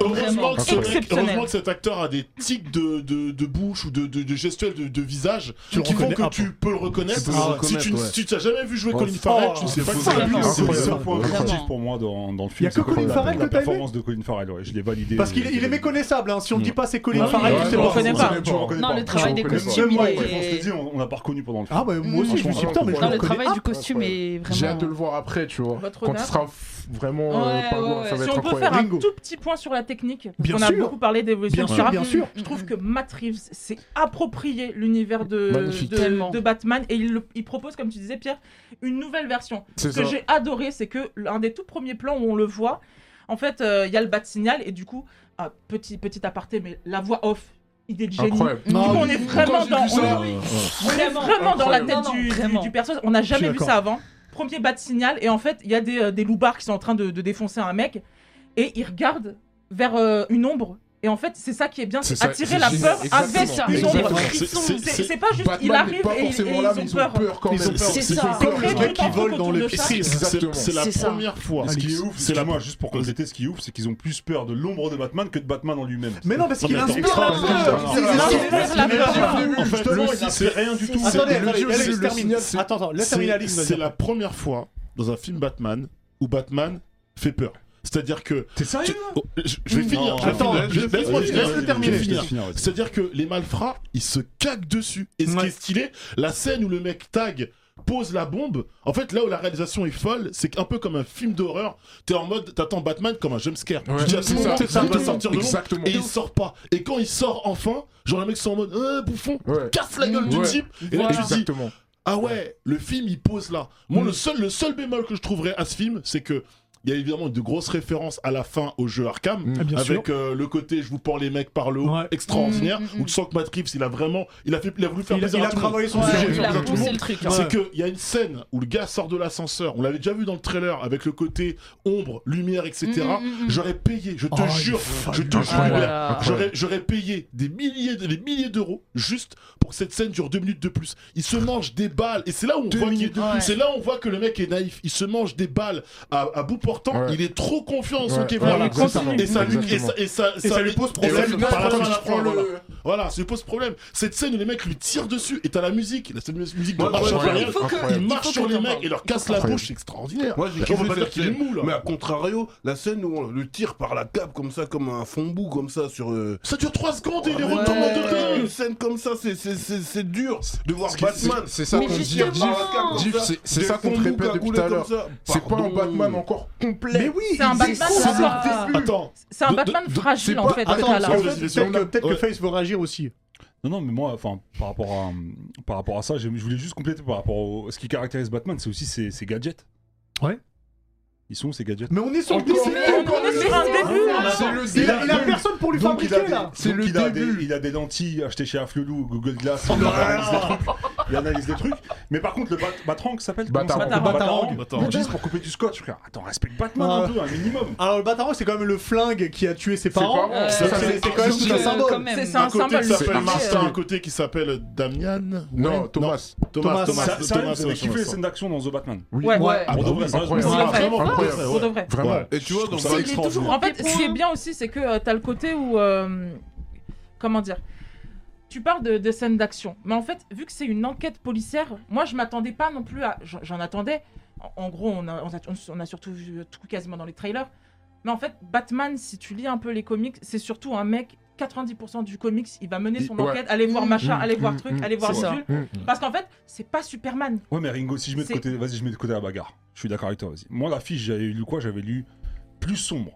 Speaker 5: Heureusement que, ce mec-
Speaker 8: Exceptionnel.
Speaker 5: heureusement que cet acteur a des tics de, de, de bouche ou de, de, de gestuelle de, de visage
Speaker 1: Tu le
Speaker 5: qui font
Speaker 1: reconnais,
Speaker 5: que
Speaker 1: ah,
Speaker 5: tu peux le reconnaître.
Speaker 6: Tu peux le
Speaker 5: Ah, si
Speaker 6: reconnaître,
Speaker 5: tu ne-
Speaker 6: ouais.
Speaker 5: si tu n'as jamais vu jouer
Speaker 6: Ouais,
Speaker 5: Colin
Speaker 6: c'est-
Speaker 5: Farrell,
Speaker 1: Oh,
Speaker 5: tu ne sais
Speaker 6: c'est
Speaker 5: pas
Speaker 6: fou,
Speaker 5: qui
Speaker 6: c'est
Speaker 5: c'est lui.
Speaker 1: incroyable.
Speaker 5: C'est
Speaker 1: Incroyable.
Speaker 5: vrai.
Speaker 2: hein. C'est un point
Speaker 4: Clairement.
Speaker 2: positif pour moi dans, dans le
Speaker 1: Y
Speaker 2: film.
Speaker 1: a que
Speaker 2: c'est
Speaker 1: Colin
Speaker 2: la-
Speaker 1: Farrell
Speaker 2: La
Speaker 1: que t'as aimé
Speaker 2: performance de Colin Farrell, ouais, je l'ai euh, validé.
Speaker 1: Parce qu'il est, il est méconnaissable. hein. Si on
Speaker 2: Mm.
Speaker 1: dit pas c'est Colin
Speaker 4: Ah oui,
Speaker 1: Farrell,
Speaker 4: ouais,
Speaker 1: tu sais
Speaker 4: on
Speaker 1: pas.
Speaker 8: reconnaît
Speaker 1: On
Speaker 8: pas.
Speaker 1: sait
Speaker 2: on reconnaît
Speaker 4: Non,
Speaker 2: pas.
Speaker 4: le travail
Speaker 2: On
Speaker 4: des
Speaker 2: reconnaît pas.
Speaker 4: costumes,
Speaker 2: Même moi,
Speaker 4: il est-
Speaker 2: on s'était dit, on n'a pas reconnu pendant le film.
Speaker 1: Ah bah moi
Speaker 4: Mm.
Speaker 1: aussi je me suis dit putain mais je
Speaker 9: Non,
Speaker 4: Non,
Speaker 1: le
Speaker 4: le
Speaker 1: connais.
Speaker 4: travail du costume est vraiment.
Speaker 9: Ah, J'ai hâte de le voir après, tu vois.
Speaker 8: Votre
Speaker 9: Quand
Speaker 8: honneur.
Speaker 9: il sera f- vraiment euh,
Speaker 4: Ouais,
Speaker 9: pas
Speaker 4: ouais,
Speaker 9: loin, ça
Speaker 4: ouais.
Speaker 9: va
Speaker 8: Si
Speaker 9: être
Speaker 8: on peut faire
Speaker 9: incroyable.
Speaker 8: un
Speaker 1: Ringo.
Speaker 8: tout petit point sur la technique,
Speaker 1: Bien
Speaker 8: on a
Speaker 1: sûr.
Speaker 8: beaucoup parlé d'évolution,
Speaker 1: Bien
Speaker 8: etc.
Speaker 1: sûr, bien sûr.
Speaker 8: Je trouve que Matt Reeves s'est approprié l'univers de,
Speaker 9: Magnifique.
Speaker 8: de,
Speaker 4: Tellement.
Speaker 8: de Batman et il, le- il propose, comme tu disais Pierre, une nouvelle version.
Speaker 9: C'est
Speaker 8: Ce que j'ai adoré, c'est que l'un des tout premiers plans où on le voit, en fait, euh, il y a le bat signal et du coup, ah, petit, petit aparté, mais la voix off, idée de génie.
Speaker 9: Incroyable.
Speaker 8: Du coup,
Speaker 1: Non,
Speaker 8: on est vraiment dans, on est
Speaker 9: ça,
Speaker 8: vraiment, dans la tête
Speaker 4: Non, non,
Speaker 8: du, du,
Speaker 4: vraiment.
Speaker 8: du personnage. On n'a jamais
Speaker 1: Je suis
Speaker 8: vu
Speaker 1: d'accord.
Speaker 8: ça avant. Premier bas de signal, et en fait, il y a des, euh, des loupards qui sont en train de, de défoncer un mec, et ils regardent vers euh, une ombre. Et en fait, c'est ça qui est bien,
Speaker 9: C'est
Speaker 8: c'est
Speaker 9: ça,
Speaker 8: attirer
Speaker 9: c'est
Speaker 8: la
Speaker 9: génial.
Speaker 8: peur
Speaker 9: Exactement.
Speaker 8: avec une
Speaker 9: Exactement.
Speaker 8: ombre.
Speaker 5: C'est- c'est-
Speaker 8: C'est
Speaker 5: c'est-
Speaker 8: c'est pas juste, il
Speaker 9: Batman n'est
Speaker 8: arrive
Speaker 9: pas
Speaker 8: et, et
Speaker 9: forcément là, mais
Speaker 8: ils ont
Speaker 9: ils
Speaker 8: peur.
Speaker 9: quand
Speaker 1: Ils
Speaker 9: même.
Speaker 1: ont peur.
Speaker 4: C'est
Speaker 5: c'est-
Speaker 4: ça.
Speaker 5: c'est-
Speaker 1: Comme les
Speaker 8: Vraiment
Speaker 1: mecs qui
Speaker 8: pas
Speaker 1: volent dans
Speaker 8: autour
Speaker 1: le
Speaker 8: de ça.
Speaker 5: C'est-
Speaker 1: piscine.
Speaker 9: Exactement.
Speaker 5: C'est la
Speaker 4: C'est ça.
Speaker 5: première fois.
Speaker 2: Ce qui est
Speaker 1: Alex.
Speaker 2: ouf,
Speaker 5: C'est
Speaker 2: c'est
Speaker 5: la-
Speaker 2: moi juste pour compléter ce qui est ouf, c'est qu'ils ont plus peur de l'ombre de Batman que de Batman en lui-même.
Speaker 1: Mais non parce qu'il
Speaker 5: Non, mais
Speaker 1: inspire
Speaker 5: attends,
Speaker 1: la
Speaker 5: attends,
Speaker 1: peur. C'est-
Speaker 5: attends,
Speaker 1: c'est-
Speaker 8: attends,
Speaker 1: c'est-
Speaker 8: attends,
Speaker 1: c'est-
Speaker 8: attends,
Speaker 1: c'est-
Speaker 8: attends,
Speaker 1: c'est-
Speaker 5: En fait,
Speaker 2: Justement,
Speaker 5: le-
Speaker 2: il n'a fait rien du tout.
Speaker 5: c'est-
Speaker 1: Attendez,
Speaker 5: le-
Speaker 1: attendez,
Speaker 5: le-
Speaker 1: Alex
Speaker 5: le-
Speaker 1: termine.
Speaker 5: c'est-
Speaker 1: Attends, attends, laisse
Speaker 5: C'est-
Speaker 1: terminer Alex.
Speaker 5: C'est la première fois dans un film Batman où Batman fait peur. C'est-à-dire que.
Speaker 2: T'es sérieux
Speaker 5: tu- oh, je, je vais
Speaker 1: Non,
Speaker 5: finir. je vais
Speaker 1: attends,
Speaker 5: finir, je-
Speaker 1: je-
Speaker 5: laisse-moi
Speaker 1: je-
Speaker 5: finir,
Speaker 1: laisse-le
Speaker 5: je vais
Speaker 1: terminer.
Speaker 5: finir.
Speaker 2: Ah, Je vais finir, ouais.
Speaker 5: C'est-à-dire que les malfrats, ils se caquent dessus. Et ce qui
Speaker 1: Ouais.
Speaker 5: est stylé, la scène où le mec tag pose la bombe. En fait, là où la réalisation est folle, c'est un peu comme un film d'horreur. T'es en mode, t'attends Batman comme un jumpscare. Tu dis à tout
Speaker 9: c'est
Speaker 5: moment,
Speaker 9: ça,
Speaker 5: il va
Speaker 9: exactement,
Speaker 5: sortir de l'ombre,
Speaker 9: exactement.
Speaker 5: et il sort pas. Et quand il sort enfin, genre les mecs sont en mode, euh, bouffon,
Speaker 9: Ouais.
Speaker 5: casse la gueule du
Speaker 9: Ouais.
Speaker 5: type. Et là, tu te dis,
Speaker 9: Exactement.
Speaker 5: ah ouais, le film il pose là. Moi,
Speaker 1: Mm.
Speaker 5: le, seul, le seul bémol que je trouverais à ce film, c'est que. Il y a évidemment de grosses références à la fin au jeu Arkham,
Speaker 1: Ah, bien sûr.
Speaker 5: avec euh, le côté je vous prends les mecs par le haut
Speaker 1: Ouais.
Speaker 5: extraordinaire,
Speaker 4: Mm,
Speaker 5: où tu sens que Matt Reeves il a vraiment, il a, fait, il a voulu faire
Speaker 1: Il a,
Speaker 5: plaisir
Speaker 1: il
Speaker 5: à
Speaker 1: a
Speaker 5: tout le monde.
Speaker 1: travaillé son
Speaker 5: Ouais,
Speaker 1: sujet.
Speaker 5: j'ai
Speaker 4: il a
Speaker 5: besoin de tout le
Speaker 4: poussé
Speaker 5: monde.
Speaker 4: le truc. hein.
Speaker 1: Ouais.
Speaker 5: C'est qu'il y a une scène où le gars sort de l'ascenseur. On l'avait déjà vu dans le trailer avec le côté ombre, lumière, etc.
Speaker 4: Mm, mm, mm.
Speaker 5: J'aurais payé, je te
Speaker 1: Oh, il
Speaker 5: jure,
Speaker 1: faut-
Speaker 5: je te jure,
Speaker 4: Ah là
Speaker 5: Hubert,
Speaker 4: là.
Speaker 5: j'aurais- J'aurais payé des milliers, de- des milliers d'euros juste pour que cette scène dure deux minutes de plus. Il se mange des balles et c'est là où on voit qu'il-
Speaker 4: plus.
Speaker 5: c'est là où on voit que le mec est naïf. Il se mange des balles à, à bout portant.
Speaker 9: Ouais.
Speaker 5: Il est trop confiant en son
Speaker 9: Ouais,
Speaker 5: Kevlar.
Speaker 9: voilà, exactement.
Speaker 5: et ça lui et
Speaker 9: Exactement.
Speaker 5: ça et ça,
Speaker 1: Et ça lui pose
Speaker 5: et ça
Speaker 1: problème.
Speaker 5: lui pose problème à la fois, voilà. Voilà, c'est pose problème. Cette scène où les mecs lui tirent dessus et t'as la musique, la scène de musique de
Speaker 7: Ouais,
Speaker 5: marche
Speaker 7: ouais,
Speaker 5: sur
Speaker 7: ouais,
Speaker 5: les
Speaker 4: il faut que-
Speaker 5: mecs,
Speaker 4: il
Speaker 5: ils
Speaker 4: faut
Speaker 5: marchent
Speaker 4: que
Speaker 5: sur
Speaker 4: t'en
Speaker 5: les mecs
Speaker 4: parles.
Speaker 5: et leur cassent la
Speaker 9: Incroyable.
Speaker 5: bouche, c'est extraordinaire.
Speaker 7: Moi j'ai
Speaker 5: On peut
Speaker 7: kiffé
Speaker 5: pas dire
Speaker 7: cette
Speaker 5: qu'il est
Speaker 7: scène.
Speaker 5: mou là.
Speaker 7: Mais à contrario, la scène où on le tire par la cape comme ça, comme un fond bout comme ça sur. euh,
Speaker 5: Ça dure 3 secondes et il est
Speaker 7: Ouais.
Speaker 5: retourné en
Speaker 7: Ouais, Une
Speaker 5: deux
Speaker 7: scène comme ça, c'est- c'est c'est- c'est dur de voir
Speaker 9: Parce que c'est-
Speaker 7: Batman.
Speaker 9: c'est ça
Speaker 4: Mais
Speaker 9: qu'on dit,
Speaker 4: justement.
Speaker 9: Diff,
Speaker 7: par la cape comme
Speaker 9: Diff,
Speaker 7: ça,
Speaker 9: c'est- c'est
Speaker 7: des
Speaker 9: ça qu'on te
Speaker 7: fonds
Speaker 9: répète
Speaker 7: cagoulés
Speaker 9: depuis tout à
Speaker 7: comme
Speaker 9: l'heure.
Speaker 7: ça.
Speaker 9: C'est pas un
Speaker 7: Pardon.
Speaker 9: Batman encore
Speaker 1: Mais
Speaker 9: complet.
Speaker 1: oui,
Speaker 8: C'est un
Speaker 1: il-
Speaker 8: Batman
Speaker 1: c'est-
Speaker 8: encore.
Speaker 5: Attends,
Speaker 8: C'est un
Speaker 5: De-
Speaker 8: Batman
Speaker 5: de- de-
Speaker 8: fragile
Speaker 9: c'est
Speaker 8: en
Speaker 9: pas-
Speaker 8: fait.
Speaker 1: Attends,
Speaker 8: Attends,
Speaker 1: parce
Speaker 5: Ah,
Speaker 1: que
Speaker 5: vas-y, vas-y,
Speaker 1: peut-être
Speaker 5: on
Speaker 1: que,
Speaker 5: a-
Speaker 1: peut
Speaker 5: ouais.
Speaker 1: que Face veut réagir aussi.
Speaker 2: Non, non, mais moi, enfin, par rapport à, par rapport à ça, j'ai- je voulais juste compléter par rapport au ce qui caractérise Batman, c'est aussi ses, ses gadgets.
Speaker 1: Ouais.
Speaker 2: Ils sont où ces gadgets
Speaker 1: Mais on est sur le début.
Speaker 8: on est sur un début. là.
Speaker 9: C'est le
Speaker 1: Il a, il a
Speaker 9: début.
Speaker 1: personne pour lui
Speaker 2: Donc, il a
Speaker 1: fabriquer
Speaker 2: des-
Speaker 1: là.
Speaker 9: C'est
Speaker 2: donc,
Speaker 9: le
Speaker 2: il a des-
Speaker 9: début. Oh
Speaker 2: il a des lentilles achetées chez Afflelou, Google Glass, il analyse des trucs. Il analyse des trucs. Mais par contre, le bat Batrang s'appelle comment ça
Speaker 9: Batarang.
Speaker 2: s'appelle
Speaker 1: Batarang.
Speaker 2: Batarang. Juste pour couper du scotch, frère. Attends, respecte Batman
Speaker 1: Ouais.
Speaker 2: un peu, un minimum.
Speaker 1: Alors le Batarang c'est quand même le flingue qui a tué ses
Speaker 9: C'est
Speaker 1: parents.
Speaker 9: pas
Speaker 1: Ça,
Speaker 9: vrai.
Speaker 4: Euh,
Speaker 1: C'est c'est quand même tout un
Speaker 4: euh, quand
Speaker 1: symbole.
Speaker 4: même.
Speaker 8: C'est
Speaker 5: Un
Speaker 8: un
Speaker 5: côté
Speaker 8: symbole.
Speaker 5: qui
Speaker 8: le
Speaker 5: s'appelle
Speaker 8: côté,
Speaker 5: Martin,
Speaker 8: euh,
Speaker 5: un côté qui s'appelle Damian.
Speaker 9: Non, Thomas.
Speaker 5: Thomas,
Speaker 1: Thomas.
Speaker 5: Thomas,
Speaker 2: Ça,
Speaker 5: Thomas,
Speaker 2: ça, vous avez
Speaker 5: Thomas,
Speaker 2: kiffé les
Speaker 5: Thomas.
Speaker 2: scènes d'action dans The Batman.
Speaker 9: Oui.
Speaker 8: Ouais,
Speaker 1: Ouais.
Speaker 8: ouais.
Speaker 2: Ah,
Speaker 9: Ah
Speaker 2: pour de
Speaker 9: bah oui,
Speaker 2: vrai, ça,
Speaker 9: incroyable.
Speaker 2: c'est
Speaker 8: Pour de vrai,
Speaker 5: vraiment
Speaker 8: pour de
Speaker 5: incroyable.
Speaker 8: vrai, pour de vrai.
Speaker 9: Vraiment.
Speaker 2: Ouais.
Speaker 7: Et tu vois,
Speaker 2: Je trouve
Speaker 7: dans
Speaker 2: ça
Speaker 7: Batman-
Speaker 8: Il est toujours. En fait,
Speaker 4: Des
Speaker 8: ce qui est
Speaker 4: points.
Speaker 8: bien aussi, c'est que euh, t'as le côté où. euh, comment dire Tu parles de, de scènes d'action. Mais en fait, vu que c'est une enquête policière, moi, je m'attendais pas non plus à. j'en- J'en attendais. En, en gros, on a, on, a, on a surtout vu tout quasiment dans les trailers. Mais en fait, Batman, si tu lis un peu les comics, c'est surtout un mec. 90% du comics, il va mener
Speaker 9: Il-
Speaker 8: son
Speaker 9: ouais.
Speaker 8: enquête, aller voir
Speaker 4: Mm.
Speaker 8: machin,
Speaker 9: Mm,
Speaker 8: aller voir
Speaker 9: mm,
Speaker 8: truc,
Speaker 9: mm.
Speaker 8: aller voir
Speaker 4: C'est ça.
Speaker 8: Zul.
Speaker 9: Mm.
Speaker 8: Parce qu'en fait, c'est pas Superman.
Speaker 2: Ouais, mais Ringo, si je mets de
Speaker 8: C'est-
Speaker 2: côté, vas-y, je mets de côté la bagarre. Je suis d'accord avec toi, vas-y. Moi, la fiche, j'avais lu quoi J'avais lu plus sombre,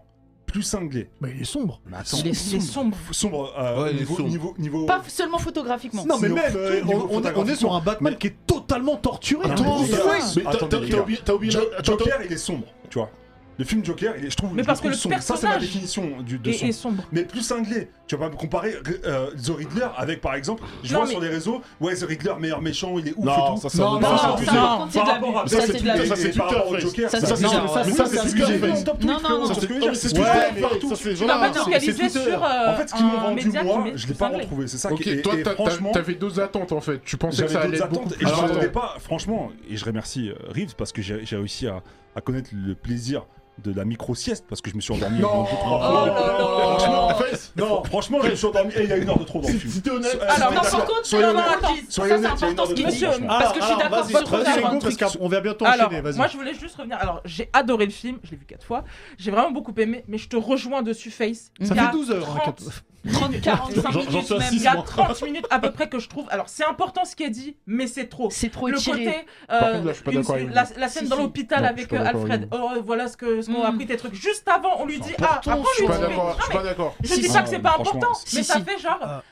Speaker 2: plus cinglé.
Speaker 1: Mais il est sombre.
Speaker 2: Mais attends,
Speaker 4: Il est- il est sombre.
Speaker 2: Sombre, euh,
Speaker 7: Ouais, il est
Speaker 2: niveau,
Speaker 7: sombre.
Speaker 2: niveau, niveau.
Speaker 4: Pas seulement photographiquement.
Speaker 1: Non mais
Speaker 2: Sinon,
Speaker 1: même,
Speaker 2: tout
Speaker 1: euh,
Speaker 2: niveau
Speaker 1: on, on est, on est sur un Batman qui est totalement torturé.
Speaker 2: Attends,
Speaker 1: Attends,
Speaker 2: les gars,
Speaker 1: ouais.
Speaker 5: Mais t'as-
Speaker 2: Attendez,
Speaker 5: t'as-
Speaker 2: les
Speaker 5: t'as
Speaker 2: gars.
Speaker 5: oublié- t'as oublié.
Speaker 2: Jo-
Speaker 5: la- t'as-
Speaker 2: Joker, il est sombre, tu vois. Le film Joker, il est, je trouve,
Speaker 8: Mais
Speaker 2: je
Speaker 8: parce
Speaker 2: trouve
Speaker 8: que le
Speaker 2: sombre. Ça, c'est ma
Speaker 8: personnage
Speaker 2: définition du, de
Speaker 8: Et, et
Speaker 2: sombre.
Speaker 8: sombre.
Speaker 2: Mais plus cinglé, tu vas pas me comparer euh, The Riddler avec par exemple, je
Speaker 8: Non,
Speaker 2: vois
Speaker 8: mais-
Speaker 2: sur les réseaux, ouais The Riddler meilleur méchant, il est ouf et
Speaker 5: Non,
Speaker 2: tout.
Speaker 5: ça c'est
Speaker 1: Non,
Speaker 5: un-
Speaker 1: non,
Speaker 5: ça, c'est
Speaker 8: non,
Speaker 5: un-
Speaker 8: ça,
Speaker 5: ça,
Speaker 8: non.
Speaker 2: par rapport à
Speaker 4: Ça, c'est de la
Speaker 2: et-
Speaker 5: ça,
Speaker 2: et
Speaker 5: c'est
Speaker 2: par rapport au
Speaker 5: Twitter,
Speaker 2: Joker,
Speaker 4: Ça,
Speaker 5: ça,
Speaker 4: c'est
Speaker 5: c'est-
Speaker 4: bizarre,
Speaker 5: ça,
Speaker 4: ouais.
Speaker 5: c'est- ça, c'est Scarface.
Speaker 4: Non, non, non.
Speaker 5: Ça, c'est-
Speaker 2: Parce que
Speaker 5: mais c'est ce que
Speaker 2: ouais,
Speaker 5: je
Speaker 2: mais-
Speaker 5: disais, partout, ça, c'est
Speaker 8: Tu vas
Speaker 5: voilà,
Speaker 8: pas
Speaker 5: c'est-
Speaker 8: focaliser
Speaker 5: c'est Twitter.
Speaker 8: sur. euh,
Speaker 2: En fait, ce qu'ils m'ont
Speaker 8: un
Speaker 2: vendu,
Speaker 8: média qui
Speaker 2: moi,
Speaker 8: met
Speaker 2: je
Speaker 8: du
Speaker 2: l'ai pas
Speaker 8: cinglé.
Speaker 2: retrouvé. C'est
Speaker 5: ah,
Speaker 2: ça qui
Speaker 9: Ok,
Speaker 2: est.
Speaker 9: toi,
Speaker 2: et
Speaker 9: t'as- t'as-
Speaker 2: franchement,
Speaker 9: t'avais deux attentes en fait. Tu pensais que ça
Speaker 2: j'avais
Speaker 9: allait
Speaker 2: d'autres
Speaker 9: être beaucoup
Speaker 2: attentes
Speaker 9: plus
Speaker 2: et je
Speaker 9: longtemps.
Speaker 2: m'attendais pas, franchement, et je remercie euh, Reeves parce que j'ai j'ai réussi à, à connaître le plaisir de la micro-sieste parce que je me suis endormi.
Speaker 9: Non.
Speaker 2: au bout de trois
Speaker 9: Oh
Speaker 2: fois.
Speaker 9: là là.
Speaker 2: Franchement,
Speaker 5: En fait,
Speaker 2: non, franchement, je me suis endormi. Et il y a une heure de trop dans le
Speaker 5: si- si
Speaker 2: film.
Speaker 5: t'es honnête,
Speaker 2: Ah,
Speaker 4: Alors,
Speaker 2: Soyez
Speaker 4: non,
Speaker 2: d'accord.
Speaker 4: par contre,
Speaker 2: Soyez
Speaker 4: non, non,
Speaker 2: honnête.
Speaker 4: attends, ça
Speaker 2: Soyez
Speaker 4: c'est
Speaker 2: honnête, il y a une
Speaker 4: important ce
Speaker 2: heure de
Speaker 4: qu'il
Speaker 2: trop,
Speaker 4: dit,
Speaker 2: franchement.
Speaker 4: parce que je suis
Speaker 1: Alors,
Speaker 4: d'accord
Speaker 1: vas-y,
Speaker 4: sur
Speaker 1: vas-y,
Speaker 4: ça.
Speaker 1: Ringo, parce qu'on va bientôt
Speaker 8: Alors,
Speaker 1: enchaîner, vas-y.
Speaker 8: moi je voulais juste revenir. Alors, j'ai adoré le film, je l'ai vu quatre fois, j'ai vraiment beaucoup aimé, mais je te rejoins dessus,
Speaker 1: Ça
Speaker 8: Face. Il y a
Speaker 1: fait 12 heures. hein,
Speaker 8: 30,
Speaker 1: quatre-
Speaker 4: 30, 45
Speaker 5: J'en- j'en
Speaker 4: minutes
Speaker 5: suis à
Speaker 4: même.
Speaker 5: six.
Speaker 8: il y a 30 minutes à peu près que je trouve. Alors, c'est important ce qui est dit, mais c'est trop.
Speaker 4: C'est trop
Speaker 8: Le
Speaker 4: étiré.
Speaker 8: côté, euh,
Speaker 9: Par contre, là, je suis pas
Speaker 8: une-
Speaker 9: d'accord avec
Speaker 8: la,
Speaker 9: vous.
Speaker 8: la scène
Speaker 4: Si,
Speaker 8: dans
Speaker 4: si.
Speaker 8: l'hôpital
Speaker 9: Non, je
Speaker 8: avec
Speaker 9: suis pas
Speaker 8: euh,
Speaker 9: d'accord
Speaker 8: Alfred, oh, voilà ce que- ce qu'on a
Speaker 4: Mm.
Speaker 8: appris tes trucs. Juste avant, on lui dit,
Speaker 9: C'est
Speaker 8: ah, après,
Speaker 9: Je suis
Speaker 8: on lui
Speaker 9: pas
Speaker 8: dit, mais-
Speaker 9: d'accord.
Speaker 8: non,
Speaker 9: Je suis
Speaker 8: mais
Speaker 9: pas d'accord.
Speaker 8: Je
Speaker 4: Si,
Speaker 8: dis
Speaker 4: si.
Speaker 8: pas que c'est pas
Speaker 2: Franchement,
Speaker 8: important,
Speaker 2: si,
Speaker 8: mais
Speaker 4: si.
Speaker 8: ça fait genre
Speaker 1: Ah.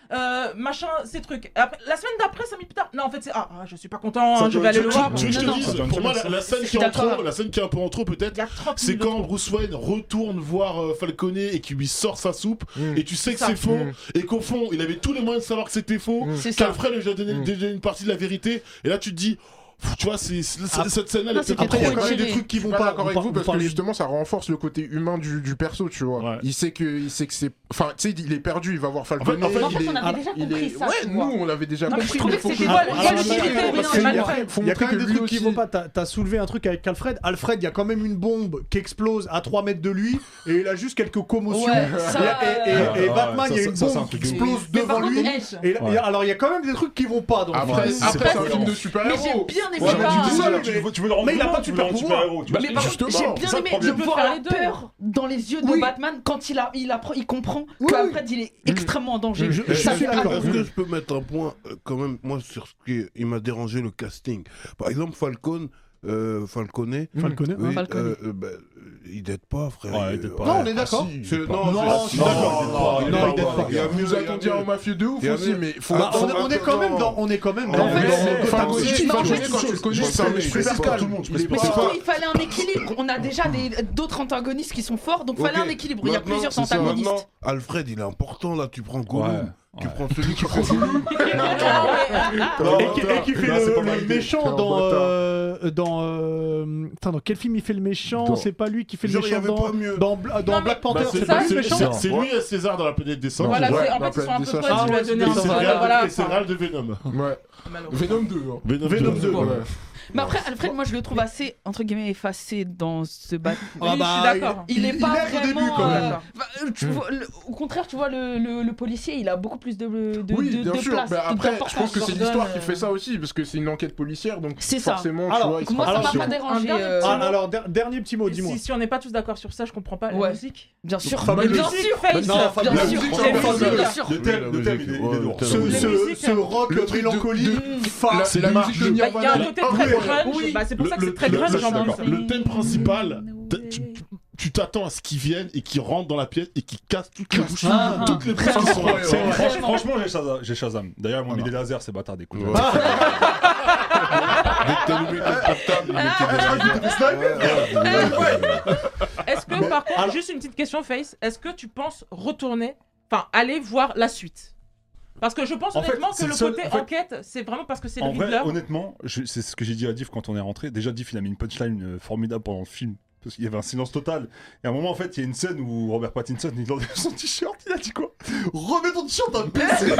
Speaker 8: euh, machin, ces trucs. Après, la semaine d'après, ça minutes plus tard. Non, en fait, c'est ah, ah, je suis pas content,
Speaker 2: Ça,
Speaker 8: hein, je
Speaker 2: tu-
Speaker 8: vais aller
Speaker 2: tu-
Speaker 8: le
Speaker 2: tu-
Speaker 8: voir.
Speaker 5: tu veux que je
Speaker 4: Non,
Speaker 5: te
Speaker 4: non.
Speaker 5: dise, pour moi, la, la scène
Speaker 4: Je
Speaker 5: qui
Speaker 4: suis
Speaker 5: est en trop,
Speaker 4: d'accord.
Speaker 5: la scène qui est un peu en trop peut-être,
Speaker 8: Il y a 30
Speaker 5: c'est
Speaker 8: minutes.
Speaker 5: quand Bruce Wayne retourne voir euh, Falconet et qui lui sort sa soupe
Speaker 9: Mm.
Speaker 5: et tu sais que
Speaker 8: Ça.
Speaker 5: c'est faux
Speaker 9: Mm.
Speaker 5: et qu'au fond, il avait tous les moyens de savoir que c'était faux,
Speaker 9: Mm.
Speaker 4: C'est ça.
Speaker 5: qu'Alfred lui a déjà donné
Speaker 9: Mm.
Speaker 5: déjà une partie de la vérité et là tu te dis pff, tu vois, c'est c'est-
Speaker 1: Ah.
Speaker 5: cette scène-là, elle
Speaker 4: Non,
Speaker 5: est peut-être
Speaker 4: c'était
Speaker 5: après, il y a
Speaker 4: trop
Speaker 5: quand même des
Speaker 4: étiré.
Speaker 5: trucs qui
Speaker 9: Je
Speaker 5: vont
Speaker 9: suis pas
Speaker 5: pas.
Speaker 9: d'accord avec
Speaker 1: par-
Speaker 9: vous parce que
Speaker 1: parlez-
Speaker 9: justement ça renforce le côté humain du, du perso, tu vois.
Speaker 5: Ouais.
Speaker 9: Il sait que il sait que c'est enfin tu sais il est perdu, il va voir Falconet.
Speaker 5: En fait,
Speaker 4: En fait,
Speaker 5: il
Speaker 4: on
Speaker 5: est-
Speaker 4: avait déjà
Speaker 9: il
Speaker 4: compris
Speaker 9: est-
Speaker 4: ça.
Speaker 9: ouais,
Speaker 4: tu
Speaker 9: nous
Speaker 4: vois.
Speaker 9: on l'avait déjà
Speaker 8: Non, mais je
Speaker 9: compris,
Speaker 8: trouvais
Speaker 9: mais
Speaker 8: que
Speaker 9: faut
Speaker 8: c'était
Speaker 9: que-
Speaker 8: pas-
Speaker 9: Ah,
Speaker 8: pas
Speaker 9: voilà,
Speaker 8: le
Speaker 9: c'est
Speaker 8: titre,
Speaker 9: ça.
Speaker 8: mais
Speaker 9: Parce
Speaker 8: non,
Speaker 9: que
Speaker 8: mal
Speaker 9: il y a-
Speaker 8: fait.
Speaker 9: faut
Speaker 1: Il y a
Speaker 9: montrer
Speaker 1: quand même
Speaker 9: que
Speaker 1: des
Speaker 9: lui
Speaker 1: trucs qui
Speaker 9: aussi-
Speaker 1: vont pas. T'as t'as soulevé un truc avec Alfred. Alfred, il y a quand même une bombe qui explose à 3 mètres de lui et il a juste quelques commotions.
Speaker 4: Ouais,
Speaker 1: et, et- et-
Speaker 4: ça.
Speaker 1: et
Speaker 2: Ah,
Speaker 1: Batman,
Speaker 2: ça,
Speaker 1: il y a
Speaker 2: ça,
Speaker 1: une
Speaker 2: ça, c'est un
Speaker 1: bombe qui
Speaker 2: truc de ouf.
Speaker 1: explose
Speaker 4: Mais par
Speaker 1: devant
Speaker 4: contre,
Speaker 1: lui.
Speaker 4: Edge,
Speaker 1: Et là- et alors, il y a quand même des trucs qui vont pas dans le film.
Speaker 9: Après,
Speaker 2: Ouais,
Speaker 9: après,
Speaker 2: c'est
Speaker 9: c'est un
Speaker 2: pas
Speaker 9: film
Speaker 2: cohérent.
Speaker 9: de
Speaker 4: Mais j'ai
Speaker 9: super-héros.
Speaker 4: bien bien aimé.
Speaker 2: Ouais,
Speaker 4: c'est
Speaker 2: mais
Speaker 4: pas-
Speaker 2: tu, dis ça,
Speaker 7: Ouais,
Speaker 2: tu
Speaker 7: mais-
Speaker 2: veux, tu veux le rendre
Speaker 1: mais il a
Speaker 2: humain,
Speaker 1: pas de
Speaker 2: tu veux le rendre
Speaker 1: super-pouvoir.
Speaker 2: super-héros. tu
Speaker 9: Bah,
Speaker 2: vois.
Speaker 4: Mais par contre,
Speaker 9: justement,
Speaker 4: j'ai
Speaker 2: c'est
Speaker 4: bien
Speaker 2: ça le
Speaker 4: aimé
Speaker 2: problème.
Speaker 4: de
Speaker 8: Tu peux
Speaker 4: voir
Speaker 8: faire
Speaker 4: la
Speaker 8: les deux.
Speaker 4: peur dans les yeux de
Speaker 1: Oui.
Speaker 4: Batman quand il, a, il, apprend- il comprend que
Speaker 1: Oui, oui.
Speaker 4: Alfred il est extrêmement en danger.
Speaker 1: Je- je
Speaker 4: Ça
Speaker 1: suis
Speaker 4: fait
Speaker 1: d'accord.
Speaker 4: adorer.
Speaker 7: Est-ce que je peux mettre un point euh, quand même moi sur ce qui il m'a dérangé le casting. Par exemple Falcon euh, Falconet,
Speaker 1: Enfin, le connaît.
Speaker 7: oui,
Speaker 4: Falconet.
Speaker 7: euh, euh, bah, il dette pas frère.
Speaker 2: Mmh. Ouais, il date pas.
Speaker 1: Non, on est d'accord.
Speaker 7: C'est- Non,
Speaker 1: Non,
Speaker 7: c'est-
Speaker 1: je suis
Speaker 7: non,
Speaker 2: d'accord, il
Speaker 1: d'accord.
Speaker 2: est
Speaker 1: Non,
Speaker 2: pas
Speaker 1: il
Speaker 2: bon,
Speaker 1: date pas.
Speaker 7: il y a
Speaker 9: Il nous
Speaker 7: mieux, il y a
Speaker 9: attend dire
Speaker 7: mieux.
Speaker 9: un mafieux de ouf
Speaker 7: Il y a
Speaker 9: aussi,
Speaker 7: mieux.
Speaker 9: mais faut.
Speaker 1: Bah,
Speaker 9: faut
Speaker 1: on, est- on est quand même dans, on est quand même dans.
Speaker 4: En fait,
Speaker 1: dans-
Speaker 4: c'est-
Speaker 1: dans-
Speaker 9: Enfin,
Speaker 1: dans-
Speaker 4: mais
Speaker 9: c'est-
Speaker 4: en
Speaker 9: Falconet,
Speaker 4: fait,
Speaker 9: quand tu le connais,
Speaker 7: c'est-
Speaker 9: c'est un mec
Speaker 7: c'est-
Speaker 9: super
Speaker 7: c'est-
Speaker 9: calme.
Speaker 7: tout le monde,
Speaker 9: Il est
Speaker 4: Mais
Speaker 9: pas-
Speaker 4: surtout, il fallait un équilibre. On a déjà des- d'autres antagonistes qui sont forts, donc fallait
Speaker 7: Ok.
Speaker 4: un équilibre. Il y a
Speaker 7: Maintenant,
Speaker 4: plusieurs
Speaker 7: c'est ça. Maintenant,
Speaker 4: antagonistes.
Speaker 7: Alfred, il est important là. Tu prends Gollum.
Speaker 2: Ouais.
Speaker 7: Tu
Speaker 2: Ouais.
Speaker 7: prends celui qui prend Gollum.
Speaker 1: Et qui, et qui fait
Speaker 9: Non, c'est pas
Speaker 1: le,
Speaker 9: mal
Speaker 1: le
Speaker 9: dit. C'est un
Speaker 1: méchant dans.
Speaker 9: bâtard.
Speaker 1: euh, dans euh, putain, dans quel film il fait le méchant
Speaker 9: Dans-
Speaker 1: C'est pas lui qui fait le
Speaker 7: Genre, il y
Speaker 1: méchant
Speaker 7: avait
Speaker 1: dans,
Speaker 7: pas mieux.
Speaker 1: dans, Bla- dans
Speaker 8: Non, mais-
Speaker 1: Black
Speaker 5: Bah,
Speaker 1: Panther.
Speaker 5: c'est
Speaker 1: c'est pas lui
Speaker 5: c'est-
Speaker 1: le méchant
Speaker 5: c'est- c'est lui à César dans la planète des cendres.
Speaker 8: Voilà,
Speaker 9: Ouais,
Speaker 8: c'est- en
Speaker 9: la
Speaker 8: fait, ils sont un peu
Speaker 9: planète des
Speaker 8: trop. Tu lui as donné un
Speaker 5: Et c'est le
Speaker 8: voilà, voilà.
Speaker 5: rêve- et c'est le rêve de Venom.
Speaker 9: Ouais. Venom 2. hein.
Speaker 5: Venom,
Speaker 1: Venom 2.
Speaker 9: Ouais.
Speaker 4: Mais après, Alfred, moi je le trouve assez, entre guillemets, effacé dans ce Batman.
Speaker 1: Ah
Speaker 8: Oui,
Speaker 1: bah,
Speaker 8: je suis d'accord.
Speaker 4: Il est
Speaker 1: Il-
Speaker 4: pas
Speaker 1: il est au début,
Speaker 4: vraiment.
Speaker 1: quand
Speaker 4: euh,
Speaker 8: même.
Speaker 4: bah, euh, tu vois, le- au contraire, tu vois, le, le- le policier, il a beaucoup plus de, de,
Speaker 9: Oui,
Speaker 4: de-
Speaker 9: bien
Speaker 4: de
Speaker 9: sûr.
Speaker 4: place.
Speaker 9: mais
Speaker 4: de-
Speaker 9: après,
Speaker 4: d'importance.
Speaker 9: je pense que c'est
Speaker 8: Gordon,
Speaker 9: l'histoire qui
Speaker 8: euh,
Speaker 9: fait ça aussi, parce que c'est une enquête policière, donc
Speaker 4: C'est ça.
Speaker 9: forcément, tu
Speaker 1: Alors,
Speaker 9: vois, il se
Speaker 4: Moi, ça
Speaker 9: passe
Speaker 4: m'a
Speaker 9: sur-
Speaker 4: pas dérangé.
Speaker 8: dernier
Speaker 4: euh,
Speaker 8: petit
Speaker 1: Ah, alors, der- dernier petit mot,
Speaker 8: Et
Speaker 1: dis-moi.
Speaker 8: Si, si on n'est pas tous d'accord sur ça, je comprends pas.
Speaker 4: Ouais.
Speaker 8: La musique.
Speaker 4: Bien sûr.
Speaker 1: Enfin,
Speaker 4: Mais
Speaker 1: la
Speaker 4: Bien
Speaker 1: musique,
Speaker 4: sûr,
Speaker 8: bah,
Speaker 4: Face.
Speaker 1: non, enfin,
Speaker 4: Bien
Speaker 1: la
Speaker 4: sûr.
Speaker 1: musique,
Speaker 4: Bien
Speaker 1: c'est
Speaker 4: sûr.
Speaker 1: formidable.
Speaker 4: Bien sûr.
Speaker 2: Le thème, le thème, il est- il est lourd.
Speaker 1: Ce,
Speaker 8: La
Speaker 1: ce-
Speaker 8: musique,
Speaker 1: ce
Speaker 8: hein.
Speaker 1: rock
Speaker 9: Le truc de-
Speaker 1: mélancolique, fade,
Speaker 9: Ah, C'est la marche de
Speaker 8: Bah, Il y a un
Speaker 9: Nirvana.
Speaker 8: côté très grunge.
Speaker 9: Oui.
Speaker 8: Bah, c'est pour
Speaker 5: Le-
Speaker 8: ça que
Speaker 5: le-
Speaker 8: c'est très
Speaker 5: le-
Speaker 8: grunge
Speaker 5: ça,
Speaker 8: en
Speaker 5: c'est
Speaker 8: plus.
Speaker 5: d'accord. Le thème principal, t'as- tu- tu- tu t'attends à ce qu'ils viennent et qu'ils rentrent dans la pièce et qu'ils cassent toutes les bouches.
Speaker 1: Ah,
Speaker 5: Toutes les bouches qui sont là.
Speaker 2: C'est- franch- Franchement, j'ai Shazam- j'ai Shazam. D'ailleurs, ils m'ont mis des lasers, ces bâtards, des coups. de-
Speaker 8: Est-ce que par contre, juste une petite question, Face, est-ce que tu penses retourner, enfin aller voir la suite Parce que je pense
Speaker 2: En fait,
Speaker 8: honnêtement
Speaker 2: c'est
Speaker 8: que
Speaker 2: le
Speaker 8: le
Speaker 2: seul-
Speaker 8: côté
Speaker 2: en fait-
Speaker 8: enquête, c'est vraiment parce que c'est le
Speaker 2: En vrai,
Speaker 8: Riddler.
Speaker 2: honnêtement, je- c'est ce que j'ai dit à Diff quand on est rentré. Déjà, Diff, il a mis une punchline euh, formidable pendant le film. Parce qu'il y avait un silence total. Et à un moment, en fait, il y a une scène où Robert Pattinson, il enlève son t-shirt. Il a dit quoi Remets ton t-shirt à PC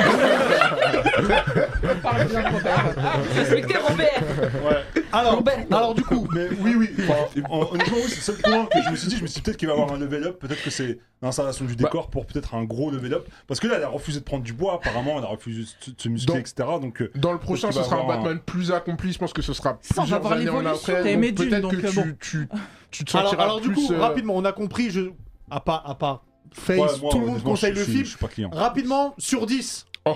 Speaker 4: Parle bien, Robert. Respectez Robert.
Speaker 1: Alors,
Speaker 4: Robert.
Speaker 1: alors du coup,
Speaker 2: Mais oui, oui. enfin, hon- honnêtement, oui, c'est le seul point que je me suis dit. Je me suis dit peut-être qu'il va y avoir un level up. Peut-être que c'est l'installation du décor pour peut-être un gros level up. Parce que là, elle a refusé de prendre du bois. Apparemment, elle a refusé de se- de se muscler,
Speaker 9: Donc-
Speaker 2: etc. Donc, euh,
Speaker 9: Dans le prochain,
Speaker 2: Parce qu'il
Speaker 9: ce
Speaker 2: va
Speaker 9: sera un
Speaker 2: avoir un-
Speaker 9: Batman plus accompli. Je pense que ce sera
Speaker 4: Ça, on va
Speaker 9: plusieurs
Speaker 4: voir
Speaker 9: années en
Speaker 4: l'évolution.
Speaker 9: après.
Speaker 8: T'as
Speaker 9: donc
Speaker 8: aimé Dune,
Speaker 9: Peut-être
Speaker 8: donc,
Speaker 9: que
Speaker 8: euh, bon.
Speaker 9: tu, tu, tu te
Speaker 1: alors,
Speaker 9: sentiras
Speaker 1: alors du
Speaker 9: plus,
Speaker 1: coup,
Speaker 9: euh,
Speaker 1: rapidement, on a compris, je... à part, à part Face,
Speaker 2: ouais, moi,
Speaker 1: tout le monde
Speaker 2: honnêtement,
Speaker 1: conseille
Speaker 2: je-
Speaker 1: le
Speaker 2: je-
Speaker 1: film.
Speaker 2: Je suis pas client.
Speaker 1: Rapidement, sur 10.
Speaker 9: Oh,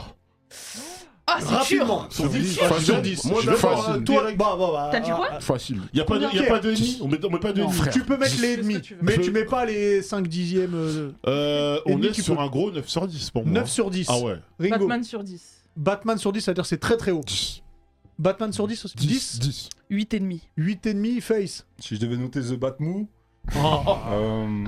Speaker 4: Ah, c'est sûr.
Speaker 1: Rapidement.
Speaker 5: Sur dix,
Speaker 9: Facile.
Speaker 5: sur dix.
Speaker 9: Moi,
Speaker 5: Je suis
Speaker 9: d'accord.
Speaker 5: d'accord.
Speaker 1: Euh, toi, bah, bah, bah,
Speaker 4: T'as dit quoi
Speaker 1: ah,
Speaker 9: facile.
Speaker 5: Il n'y a pas de il y a pas de demi. On met- on met pas de
Speaker 1: ah,
Speaker 5: demi.
Speaker 9: frère.
Speaker 1: Tu peux mettre les
Speaker 8: Qu'est-ce que
Speaker 1: demi,
Speaker 8: tu veux
Speaker 1: mais
Speaker 5: Je-
Speaker 1: tu mets pas les 5 dixièmes. euh,
Speaker 5: Euh,
Speaker 1: Et
Speaker 5: On
Speaker 1: demi,
Speaker 5: est
Speaker 1: tu
Speaker 5: sur
Speaker 1: peux.
Speaker 5: un gros 9 sur 10 pour moi.
Speaker 1: 9 sur 10.
Speaker 5: Ah ouais.
Speaker 1: Ringo. Batman.
Speaker 8: Batman sur 10.
Speaker 1: sur 10, c'est-à-dire c'est très très haut.
Speaker 9: 10.
Speaker 1: Batman sur 10 aussi. 10,
Speaker 9: 10.
Speaker 4: 8 et demi.
Speaker 1: 8,5 face.
Speaker 2: Si je devais noter The Batmou. euh,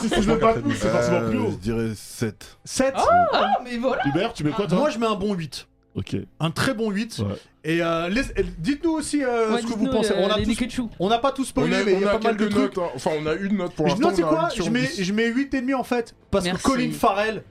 Speaker 5: Si tu veux pas de nous, c'est forcément plus
Speaker 7: Euh, je
Speaker 5: haut.
Speaker 7: dirais 7.
Speaker 1: 7.
Speaker 4: Ah, mais voilà.
Speaker 5: Hubert, tu mets quoi toi
Speaker 1: Moi je mets un bon 8.
Speaker 5: Ok.
Speaker 1: Un très bon 8.
Speaker 5: Ouais.
Speaker 1: Et euh, laisse- et dites-nous aussi euh, ce que vous pensez. on, a
Speaker 4: les
Speaker 1: tous-
Speaker 4: Pikachu.
Speaker 1: on n'a pas tous
Speaker 9: On
Speaker 1: spoilé,
Speaker 9: a,
Speaker 1: mais il y
Speaker 9: on
Speaker 1: a
Speaker 9: a
Speaker 1: pas mal de
Speaker 9: quelques
Speaker 1: trucs.
Speaker 9: notes. hein. Enfin, on a une note pour
Speaker 1: Je
Speaker 9: l'instant.
Speaker 1: note, c'est
Speaker 9: on a
Speaker 1: quoi
Speaker 9: un sur
Speaker 1: je mets,
Speaker 9: 10.
Speaker 1: je mets 8,5 en fait. Parce
Speaker 4: Merci.
Speaker 1: que Colin Farrell,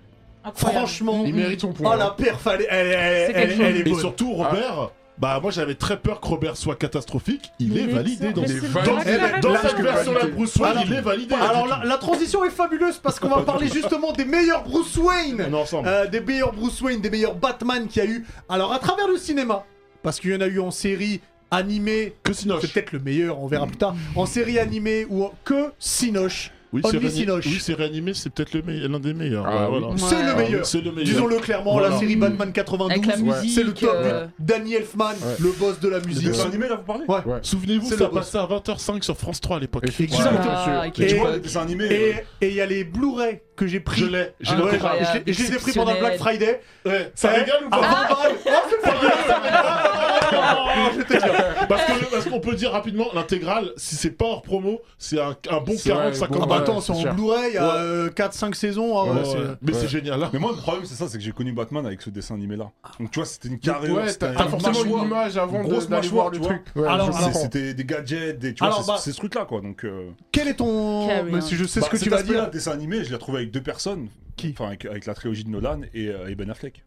Speaker 8: Incroyable.
Speaker 1: franchement,
Speaker 9: Il mérite son
Speaker 1: oh
Speaker 9: point.
Speaker 5: hein.
Speaker 1: la perf, elle, est- elle, est-
Speaker 4: C'est
Speaker 1: elle,
Speaker 4: quelque
Speaker 1: est-
Speaker 4: chose.
Speaker 1: elle est
Speaker 5: Et
Speaker 1: bonne.
Speaker 5: surtout, Robert, bah moi j'avais très peur que Robert soit catastrophique. Il est validé dans
Speaker 9: Mais
Speaker 5: des
Speaker 9: c'est
Speaker 5: dans,
Speaker 9: vrai,
Speaker 1: c'est
Speaker 5: dans,
Speaker 1: Eh, la
Speaker 5: dans
Speaker 1: même
Speaker 5: cette
Speaker 1: chose.
Speaker 5: version là Bruce Wayne, il est validé.
Speaker 1: Alors la, la transition est fabuleuse parce qu'on va parler justement des meilleurs Bruce Wayne.
Speaker 5: on est ensemble.
Speaker 1: Euh, des meilleurs Bruce Wayne, des meilleurs Batman qu'il y a eu. Alors à travers le cinéma, parce qu'il y en a eu en série animée,
Speaker 5: que
Speaker 1: c'est
Speaker 5: Sinoche.
Speaker 1: peut-être le meilleur, on
Speaker 5: Mm.
Speaker 1: verra plus tard, en série animée ou en- que Sinoche.
Speaker 5: Oui,
Speaker 1: Only
Speaker 5: c'est réanimé.
Speaker 1: Sinoche.
Speaker 5: Oui, c'est réanimé, c'est peut-être le meille- l'un des meilleurs.
Speaker 9: Ah,
Speaker 5: Ouais, voilà.
Speaker 1: C'est le
Speaker 4: Ouais.
Speaker 1: meilleur.
Speaker 5: C'est le meilleur.
Speaker 1: Disons-le clairement, la
Speaker 5: Voilà.
Speaker 1: série
Speaker 5: Mm.
Speaker 1: Batman
Speaker 4: Avec la
Speaker 1: 92,
Speaker 4: musique.
Speaker 1: c'est le top.
Speaker 4: euh,
Speaker 1: Danny Elfman, le boss de la musique.
Speaker 2: dessin animé, là, vous parlez
Speaker 1: Ouais.
Speaker 9: Ouais.
Speaker 5: Souvenez-vous,
Speaker 1: C'est
Speaker 5: ça
Speaker 1: le boss.
Speaker 5: passait à 20h05 sur France 3 à l'époque.
Speaker 1: Exactement.
Speaker 4: Ah,
Speaker 2: Mais tu
Speaker 1: Et-
Speaker 2: vois, le dessin animé.
Speaker 1: Et
Speaker 2: euh,
Speaker 1: et il y a les Blu-ray que j'ai pris.
Speaker 5: Je l'ai. Je
Speaker 1: Ouais,
Speaker 5: l'ai.
Speaker 4: Incroyable,
Speaker 1: je l'ai- je les ai pris pendant le Black Friday.
Speaker 5: Ouais. Ça régale ou pas
Speaker 1: Ah, bah, bah, oh, c'est
Speaker 2: Ah,
Speaker 5: Je vais te dire. Parce que- parce qu'on peut dire rapidement, l'intégrale, si c'est pas hors promo, c'est un, un bon
Speaker 9: C'est vrai, bon,
Speaker 5: 40-50
Speaker 1: Ah bah
Speaker 9: ouais.
Speaker 1: attends, c'est
Speaker 9: c'est
Speaker 1: en
Speaker 9: sûr.
Speaker 1: Blu-ray, il y a
Speaker 5: Ouais.
Speaker 1: 4-5 saisons. ah ouais, c'est-
Speaker 5: Mais c'est génial. hein.
Speaker 2: Mais moi, le problème, c'est ça, c'est que j'ai connu Batman avec ce dessin animé-là. Donc, tu vois, c'était une carrure.
Speaker 9: Ouais,
Speaker 2: c'était
Speaker 9: t'as
Speaker 2: un
Speaker 9: t'as forcément
Speaker 2: mâchoire.
Speaker 9: une image avant de-
Speaker 2: Grosse
Speaker 9: d'aller
Speaker 2: mâchoire,
Speaker 9: voir le
Speaker 2: tu
Speaker 9: truc. Ouais,
Speaker 1: Alors,
Speaker 9: je
Speaker 2: C'est-
Speaker 1: alors,
Speaker 9: comprends.
Speaker 2: C'était des gadgets, des, tu vois,
Speaker 1: Alors,
Speaker 2: c'est
Speaker 1: bah-
Speaker 2: c'est ce truc-là, quoi. Donc, euh,
Speaker 1: Quel est ton.
Speaker 4: Carry
Speaker 1: Mais
Speaker 4: on.
Speaker 1: si je sais
Speaker 2: bah,
Speaker 1: ce que tu
Speaker 2: cet
Speaker 1: vas
Speaker 2: aspect-là,
Speaker 1: dire.
Speaker 2: dessin animé, je l'ai retrouvé avec deux personnes.
Speaker 1: Qui
Speaker 2: Enfin, avec, avec la trilogie de Nolan et, euh, et Ben Affleck.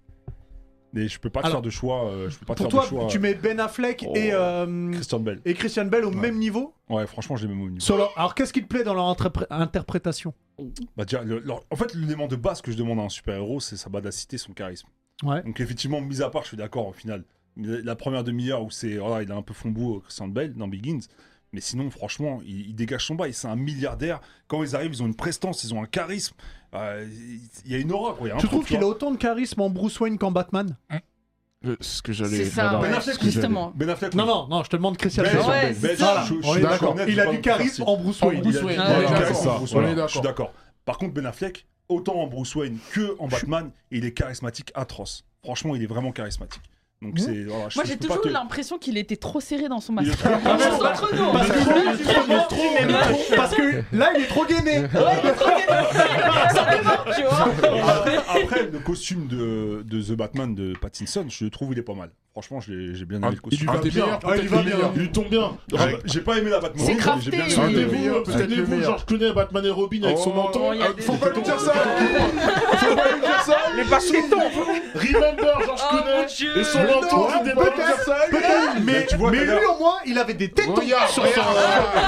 Speaker 2: Mais je peux pas te
Speaker 1: Alors,
Speaker 2: faire de choix. euh, je peux pas te
Speaker 1: Pour
Speaker 2: faire
Speaker 1: toi,
Speaker 2: de choix.
Speaker 1: tu
Speaker 2: euh,
Speaker 1: mets Ben Affleck
Speaker 2: Oh.
Speaker 1: et, euh,
Speaker 2: Christian Bell.
Speaker 1: et Christian Bell au
Speaker 2: Ouais.
Speaker 1: même niveau
Speaker 2: Ouais, franchement, je les mets au niveau.
Speaker 1: sur leur- Alors qu'est-ce qui te plaît dans leur interpré- interprétation
Speaker 2: Bah, déjà, le- leur- en fait, l'élément de base que je demande à un super-héros, c'est sa badacité, son charisme.
Speaker 1: Ouais.
Speaker 2: Donc effectivement, mis à part, je suis d'accord au final. Mais La première demi-heure où c'est, voilà, il a un peu fond bout euh, Christian Bale dans Begins. Mais sinon, franchement, il, il dégage son bail. C'est un milliardaire. Quand ils arrivent, ils ont une prestance, ils ont un charisme. Euh, Il il y a une aura, quoi. il y a un
Speaker 1: Tu
Speaker 2: truc,
Speaker 1: trouves qu'il
Speaker 2: vois.
Speaker 1: a autant de charisme en Bruce Wayne qu'en Batman
Speaker 9: Euh, Ce que j'allais.
Speaker 4: C'est ça,
Speaker 9: j'adore.
Speaker 2: Ben
Speaker 4: ouais,
Speaker 2: Affleck,
Speaker 4: justement.
Speaker 2: Ben Affleck,
Speaker 1: Non,
Speaker 2: oui.
Speaker 1: non, non, je te demande Christian
Speaker 2: Ben,
Speaker 1: Bale.
Speaker 4: Ouais,
Speaker 2: Ben,
Speaker 4: c'est
Speaker 2: ben,
Speaker 4: ça.
Speaker 2: je- je
Speaker 1: On
Speaker 2: suis
Speaker 1: est
Speaker 2: d'accord.
Speaker 1: d'accord. Il a
Speaker 2: Faut
Speaker 1: du
Speaker 2: pas Oh, me faire
Speaker 1: charisme
Speaker 2: ci.
Speaker 1: en Bruce
Speaker 9: Oui,
Speaker 1: Wayne.
Speaker 9: il a-
Speaker 4: Wayne.
Speaker 9: il a
Speaker 4: Ouais,
Speaker 9: du
Speaker 4: ouais,
Speaker 9: charisme,
Speaker 2: d'accord.
Speaker 9: Bruce
Speaker 2: Voilà,
Speaker 9: Wayne.
Speaker 2: Je suis d'accord. Par contre, Ben Affleck, autant en Bruce Wayne que en Batman, il est charismatique atroce. Franchement, il est vraiment charismatique. Donc
Speaker 1: Mmh.
Speaker 2: c'est. voilà, je-
Speaker 4: Moi
Speaker 2: je
Speaker 4: j'ai
Speaker 2: peux pas
Speaker 4: toujours
Speaker 2: te-
Speaker 4: eu l'impression qu'il était trop serré dans son
Speaker 2: Il est
Speaker 4: masque. Ah,
Speaker 2: trop-
Speaker 4: Juste entre nous.
Speaker 1: Parce que, là, il est trop-
Speaker 4: mais moi,
Speaker 1: parce que là, il est trop gainé.
Speaker 4: tu vois.
Speaker 2: après, après, le costume de, de The Batman de Pattinson, je le trouve il est pas mal. Franchement, je l'ai- j'ai bien
Speaker 1: Ah,
Speaker 2: aimé le
Speaker 9: Il
Speaker 2: costume.
Speaker 9: lui va
Speaker 5: Un des
Speaker 9: bien,
Speaker 5: meilleurs,
Speaker 9: peut-être
Speaker 5: il lui va
Speaker 9: le
Speaker 5: bien,
Speaker 9: meilleur.
Speaker 5: il lui tombe bien.
Speaker 2: J'ai- J'ai pas aimé la Batman.
Speaker 4: C'est
Speaker 2: mais
Speaker 4: crafté.
Speaker 2: j'ai bien aimé.
Speaker 4: Un des
Speaker 9: meilleurs,
Speaker 5: Souvenez-vous,
Speaker 9: peut-être le
Speaker 5: souvenez-vous,
Speaker 9: meilleur.
Speaker 5: Georges Clooney, Batman et Robin avec son menton.
Speaker 8: il y a des-
Speaker 9: Ah, Faut pas lui dire ça Faut pas lui dire ça
Speaker 8: Les basketons
Speaker 5: Remember Georges
Speaker 8: Oh mon
Speaker 5: Clooney
Speaker 8: dieu
Speaker 5: et son menton
Speaker 1: Ouais,
Speaker 5: qui débarque.
Speaker 1: peut-être, peut-être, mais,
Speaker 2: tu vois,
Speaker 1: mais
Speaker 2: d'ailleurs-
Speaker 1: lui au moins, il avait des tétons.
Speaker 9: Regarde, regarde.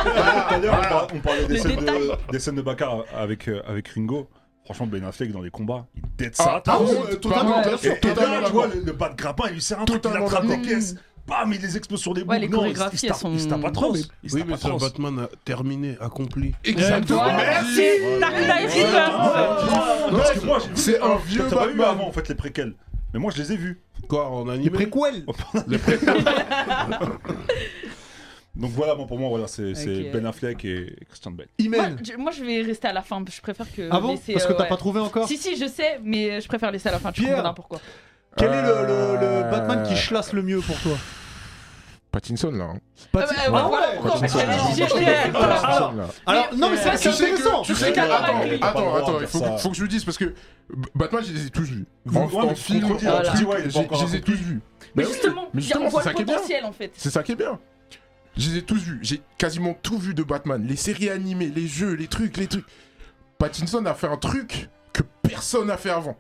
Speaker 2: Tout à l'heure, on par- on parlait des
Speaker 4: Les
Speaker 2: scènes,
Speaker 4: détails.
Speaker 2: de, des scènes de Baka avec, euh, avec Ringo. Franchement, Ben Affleck dans les combats, il dead ça.
Speaker 1: Ah oui,
Speaker 9: Par contre,
Speaker 1: totalement,
Speaker 9: par
Speaker 1: bien
Speaker 9: contre,
Speaker 2: Et,
Speaker 1: sûr,
Speaker 2: et derrière, tu
Speaker 9: d'accord.
Speaker 2: vois, le, le pas de grappin, il lui sert un truc, il
Speaker 9: Totalement
Speaker 2: attrape des
Speaker 9: d'accord.
Speaker 2: pièces, bam, il les explose sur des bouts.
Speaker 4: les
Speaker 2: non, il-
Speaker 4: chorégraphies,
Speaker 2: il se tape-
Speaker 4: elles sont
Speaker 2: il se tape atroce.
Speaker 4: horribles.
Speaker 2: Il se
Speaker 7: Oui,
Speaker 2: tape
Speaker 7: mais c'est un
Speaker 2: atroce.
Speaker 7: Batman euh, terminé, accompli.
Speaker 9: Exactement.
Speaker 8: Merci T'arrives à écrire
Speaker 2: Non, parce que moi, j'ai vu-
Speaker 9: C'est un vieux
Speaker 2: T'as pas eu
Speaker 9: Batman.
Speaker 2: avant, en fait, les préquels. Mais moi, je les ai vus.
Speaker 7: Quoi, en
Speaker 1: Les
Speaker 7: animé
Speaker 1: préquels.
Speaker 2: Donc voilà, moi, pour moi, voilà, c'est c'est
Speaker 4: Ok.
Speaker 2: Ben Affleck et Christian Bale.
Speaker 4: Moi,
Speaker 1: Imen.
Speaker 4: je- moi, je vais rester à la fin, je préfère que.
Speaker 1: Ah bon
Speaker 4: laisser,
Speaker 1: Parce que
Speaker 4: euh,
Speaker 1: t'as
Speaker 4: ouais.
Speaker 1: pas trouvé encore
Speaker 4: Si, si, je sais, mais je préfère laisser à la fin, tu
Speaker 1: Pierre.
Speaker 4: comprendras pourquoi.
Speaker 9: Bah
Speaker 1: Quel est le, le- le
Speaker 9: Euh,
Speaker 1: Batman qui chlasse le mieux pour toi
Speaker 9: Pattinson là. hein.
Speaker 4: Ah bah, bah, voilà pourquoi, parce que
Speaker 9: Pattinson,
Speaker 4: j'ai- j'ai- j'ai-
Speaker 9: Pattinson, là.
Speaker 1: Alors, non, mais c'est
Speaker 4: euh,
Speaker 1: c'est
Speaker 9: Tu sais que-
Speaker 1: intéressant.
Speaker 9: Tu
Speaker 2: Mais
Speaker 9: sais que.
Speaker 2: non,
Speaker 9: Attends,
Speaker 2: mais il a pas le
Speaker 9: attends,
Speaker 2: droit
Speaker 9: attends,
Speaker 2: de
Speaker 9: il
Speaker 2: faire ça.
Speaker 9: faut, faut que je lui dise parce que B- Batman, je les ai tous vus.
Speaker 2: Vous-
Speaker 9: En,
Speaker 2: ouais,
Speaker 9: en
Speaker 2: mais tu
Speaker 9: film, en
Speaker 2: contredis,
Speaker 4: voilà.
Speaker 9: truc,
Speaker 2: Ouais, il est pas
Speaker 9: j'ai-
Speaker 2: encore
Speaker 9: je les ai tous vus.
Speaker 4: Mais
Speaker 9: Bah oui,
Speaker 4: justement,
Speaker 9: mais
Speaker 4: on voit
Speaker 9: c'est ça
Speaker 4: le
Speaker 9: qui est bien.
Speaker 4: potentiel en fait.
Speaker 9: C'est ça qui est bien. Je les ai tous vus. J'ai quasiment tout vu de Batman. Les séries animées, les jeux, les trucs, les trucs. Pattinson a fait un truc que personne n'a fait avant.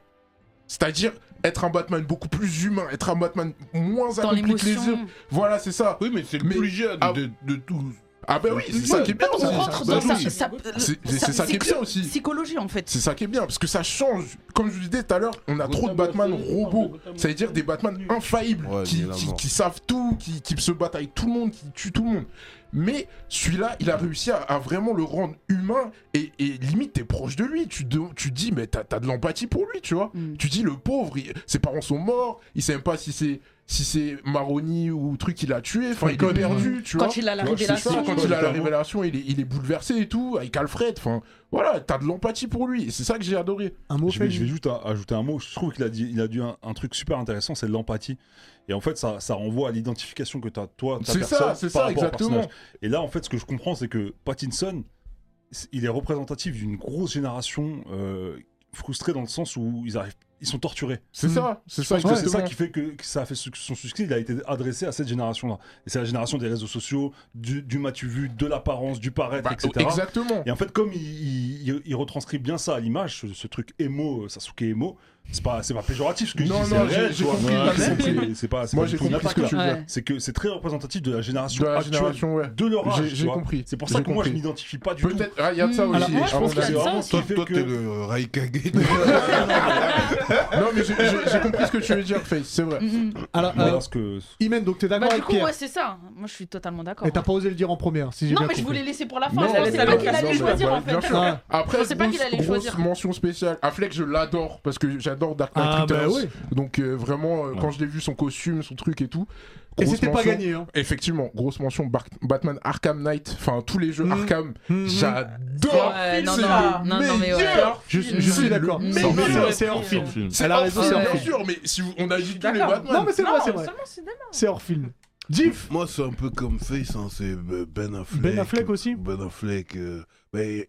Speaker 9: C'est-à-dire être un Batman beaucoup plus humain, être un Batman moins
Speaker 4: Dans
Speaker 9: accompli que les autres.
Speaker 4: l'émotion.
Speaker 9: Voilà, c'est ça.
Speaker 6: Oui, mais c'est le
Speaker 9: Mais-
Speaker 6: plus jeune
Speaker 9: ah.
Speaker 6: de, de tous.
Speaker 9: Ah ben oui, c'est ça qui est bien.
Speaker 4: On
Speaker 9: c'est-
Speaker 4: rentre
Speaker 9: bah
Speaker 4: dans
Speaker 9: oui.
Speaker 4: sa- sa.
Speaker 9: C'est c'est ça qui est bien aussi.
Speaker 4: Psychologie en fait.
Speaker 9: C'est ça qui est bien, parce que ça change. Comme je vous disais tout à l'heure, on a trop de Batman robots. Ça veut dire des Batman infaillibles,
Speaker 7: Ouais,
Speaker 9: qui,
Speaker 7: mais là,
Speaker 9: qui-
Speaker 7: mort.
Speaker 9: qui savent tout, qui, qui se battent avec tout le monde, qui tuent tout le monde. Mais celui-là, il a réussi à, à vraiment le rendre humain et, et limite, t'es proche de lui. Tu, te- tu te dis, mais t'as as de l'empathie pour lui, tu vois.
Speaker 4: Mm.
Speaker 9: Tu dis, le pauvre, il- ses parents sont morts, il sait même pas si c'est si c'est Maroni ou truc qu'il a tué. Enfin, il est
Speaker 1: Falcon,
Speaker 9: perdu, tu vois.
Speaker 4: Quand il a la
Speaker 9: Ouais, c'est ça,
Speaker 4: révélation.
Speaker 9: quand il a la révélation, il est, il est bouleversé et tout, avec Alfred. Enfin, voilà, t'as de l'empathie pour lui, et c'est ça que j'ai adoré.
Speaker 1: Un mot
Speaker 2: Je vais, je vais
Speaker 1: fait.
Speaker 2: juste a- ajouter un mot. Je trouve qu'il a dit, il a dit un, un truc super intéressant, c'est de l'empathie. Et en fait, ça, ça renvoie à l'identification que t'as toi, ta
Speaker 9: C'est
Speaker 2: personne,
Speaker 9: ça, c'est
Speaker 2: par
Speaker 9: ça,
Speaker 2: rapport au
Speaker 9: exactement.
Speaker 2: personnage. Et là, en fait, ce que je comprends, c'est que Pattinson, c- il est représentatif d'une grosse génération euh, frustrée dans le sens où ils arrivent, ils sont torturés.
Speaker 9: C'est
Speaker 1: Hmm.
Speaker 9: ça, c'est ça,
Speaker 2: Parce que c'est ça
Speaker 9: exactement.
Speaker 2: qui fait que, que ça a fait su- son succès. Il a été adressé à cette génération-là. Et c'est la génération des réseaux sociaux, du, du m'as-tu vu, de l'apparence, du paraître,
Speaker 9: Bah,
Speaker 2: etc.
Speaker 9: Exactement.
Speaker 2: Et en fait, comme il, il- il- il retranscrit bien ça à l'image, ce, ce truc émo, euh, Sasuke émo, c'est pas, c'est pas péjoratif ce que
Speaker 9: Non,
Speaker 2: je dis,
Speaker 9: non,
Speaker 2: c'est réel,
Speaker 9: j'ai- j'ai
Speaker 2: tu vois.
Speaker 9: compris,
Speaker 2: Ouais,
Speaker 9: là,
Speaker 2: c'est-
Speaker 9: j'ai
Speaker 2: c'est- C'est pas, c'est
Speaker 9: Moi,
Speaker 2: pas du
Speaker 9: j'ai
Speaker 2: tout une
Speaker 9: compris ce
Speaker 2: attaque,
Speaker 9: que
Speaker 2: là.
Speaker 9: tu veux dire.
Speaker 2: C'est que c'est très représentatif de la génération
Speaker 9: De la
Speaker 2: actuelle,
Speaker 9: génération, ouais.
Speaker 2: de leur âge.
Speaker 9: J'ai-
Speaker 2: tu
Speaker 9: j'ai
Speaker 2: vois.
Speaker 9: compris,
Speaker 2: C'est pour
Speaker 9: j'ai
Speaker 2: ça que moi, je
Speaker 9: compris.
Speaker 2: m'identifie pas du tout.
Speaker 9: Peut-être, ah, il y a de ça
Speaker 4: Hmm.
Speaker 9: aussi.
Speaker 4: Alors, moi, je
Speaker 9: à
Speaker 4: pense
Speaker 9: mon
Speaker 4: qu'il y a
Speaker 9: avis.
Speaker 2: C'est
Speaker 4: de ça
Speaker 2: vraiment ce qui
Speaker 7: Toi,
Speaker 2: fait
Speaker 7: toi, t'es
Speaker 2: que.
Speaker 7: le euh, Raikage.
Speaker 9: Non, mais j'ai- j'ai j'ai compris ce que tu veux dire, Face, c'est vrai.
Speaker 1: Alors, euh,
Speaker 2: Voilà ce que.
Speaker 1: Imen, donc t'es
Speaker 4: Bah,
Speaker 1: d'accord
Speaker 4: du
Speaker 1: avec
Speaker 4: coup,
Speaker 1: Pierre
Speaker 4: ouais, c'est ça. Moi, je suis totalement d'accord.
Speaker 1: Et t'as pas osé le dire en première, si j'ai
Speaker 4: Non,
Speaker 1: bien
Speaker 4: mais je
Speaker 1: compris.
Speaker 4: voulais laisser pour la fin.
Speaker 9: Non,
Speaker 4: Je savais
Speaker 9: mais
Speaker 4: pas
Speaker 9: non,
Speaker 4: qu'il allait
Speaker 9: mais
Speaker 4: choisir
Speaker 9: bah,
Speaker 4: en fait.
Speaker 9: bien sûr.
Speaker 1: Ah.
Speaker 9: Après,
Speaker 4: Je pensais pas
Speaker 9: grosse,
Speaker 4: qu'il allait
Speaker 9: grosse
Speaker 4: choisir.
Speaker 9: mention spéciale. Affleck, je l'adore parce que j'adore Dark Knight
Speaker 1: Ah, bah
Speaker 9: Returns.
Speaker 1: oui.
Speaker 9: Donc euh, vraiment, euh, quand je l'ai vu son costume, son truc et tout.
Speaker 1: Et
Speaker 9: grosse
Speaker 1: c'était pas
Speaker 9: mention.
Speaker 1: gagné. Hein.
Speaker 9: Effectivement, grosse mention Bar- Batman Arkham Knight, enfin tous les jeux
Speaker 1: Mhm.
Speaker 9: Arkham,
Speaker 1: Mhm.
Speaker 9: j'adore.
Speaker 4: Ouais, non,
Speaker 9: c'est
Speaker 4: non,
Speaker 9: le
Speaker 4: non, non, mais ouais.
Speaker 9: meilleur
Speaker 1: Je,
Speaker 9: film.
Speaker 1: je
Speaker 9: C'est
Speaker 1: suis d'accord.
Speaker 9: le
Speaker 1: Mais
Speaker 9: meilleur
Speaker 1: mais
Speaker 9: film.
Speaker 1: c'est- c'est hors film.
Speaker 9: C'est
Speaker 1: Elle a
Speaker 9: hors
Speaker 1: raison,
Speaker 9: film,
Speaker 4: c'est hors
Speaker 9: bien
Speaker 1: film.
Speaker 9: sûr, mais si vous- on a dit tous les
Speaker 8: d'accord.
Speaker 9: Batman.
Speaker 1: Non, mais c'est vrai, c'est vrai.
Speaker 8: seulement si demain.
Speaker 1: C'est hors film. Diff
Speaker 7: Moi, c'est un peu comme Face, hein, c'est euh, Ben Affleck.
Speaker 1: Ben Affleck aussi
Speaker 7: Ben Affleck. euh, mais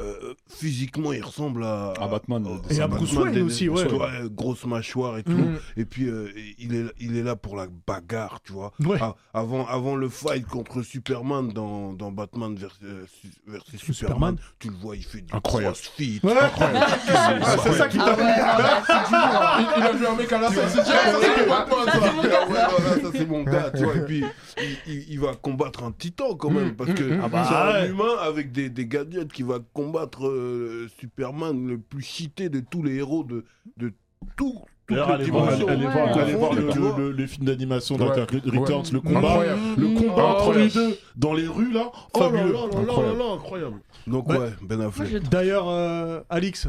Speaker 7: euh, pessiquement, il ressemble à.
Speaker 2: À Batman,
Speaker 7: au-
Speaker 2: Et à
Speaker 7: au
Speaker 1: Bruce
Speaker 7: Batman
Speaker 1: Wayne
Speaker 7: des-
Speaker 1: aussi, ouais.
Speaker 7: tu vois, euh, grosse mâchoire et tout.
Speaker 9: Mhm.
Speaker 7: Et puis, euh, il, est, il est là pour la bagarre, tu vois.
Speaker 1: Ouais.
Speaker 7: Ah, avant, avant le fight contre Superman dans, dans Batman vers- euh, su- versus
Speaker 1: Superman.
Speaker 7: Superman, tu le vois, il fait du
Speaker 9: Incroyable.
Speaker 7: crossfit.
Speaker 1: Ouais.
Speaker 7: Ah,
Speaker 1: C'est ça qui t'a.
Speaker 4: Ah ouais, ah ouais.
Speaker 9: Il, il a vu un mec à la salle, il s'est dit, ah, ça, c'est Batman, ça.
Speaker 7: Ah ouais, voilà, ça c'est mon gars, tu vois. Et puis, il, il- il va combattre un titan quand même, parce que c'est un humain avec des, des gadgets qui va combattre euh, Superman, le plus cheaté de tous les héros de, de tout. toutes
Speaker 5: D'ailleurs,
Speaker 7: les
Speaker 5: allez voir, allez,
Speaker 7: dimensions.
Speaker 5: allez voir, allez voir le,
Speaker 7: Tu vois
Speaker 5: le- le film d'animation
Speaker 9: Ouais.
Speaker 5: d'Arthur Returns, le combat,
Speaker 9: Incroyable.
Speaker 5: le combat
Speaker 9: Oh,
Speaker 5: entre les
Speaker 9: oui.
Speaker 5: deux dans les rues là. Oh là là
Speaker 1: Fabuleux.
Speaker 5: là là là
Speaker 9: Incroyable.
Speaker 5: là, incroyable.
Speaker 7: Donc,
Speaker 1: Ouais.
Speaker 7: ouais, Ben Affleck.
Speaker 1: D'ailleurs, euh, Alix.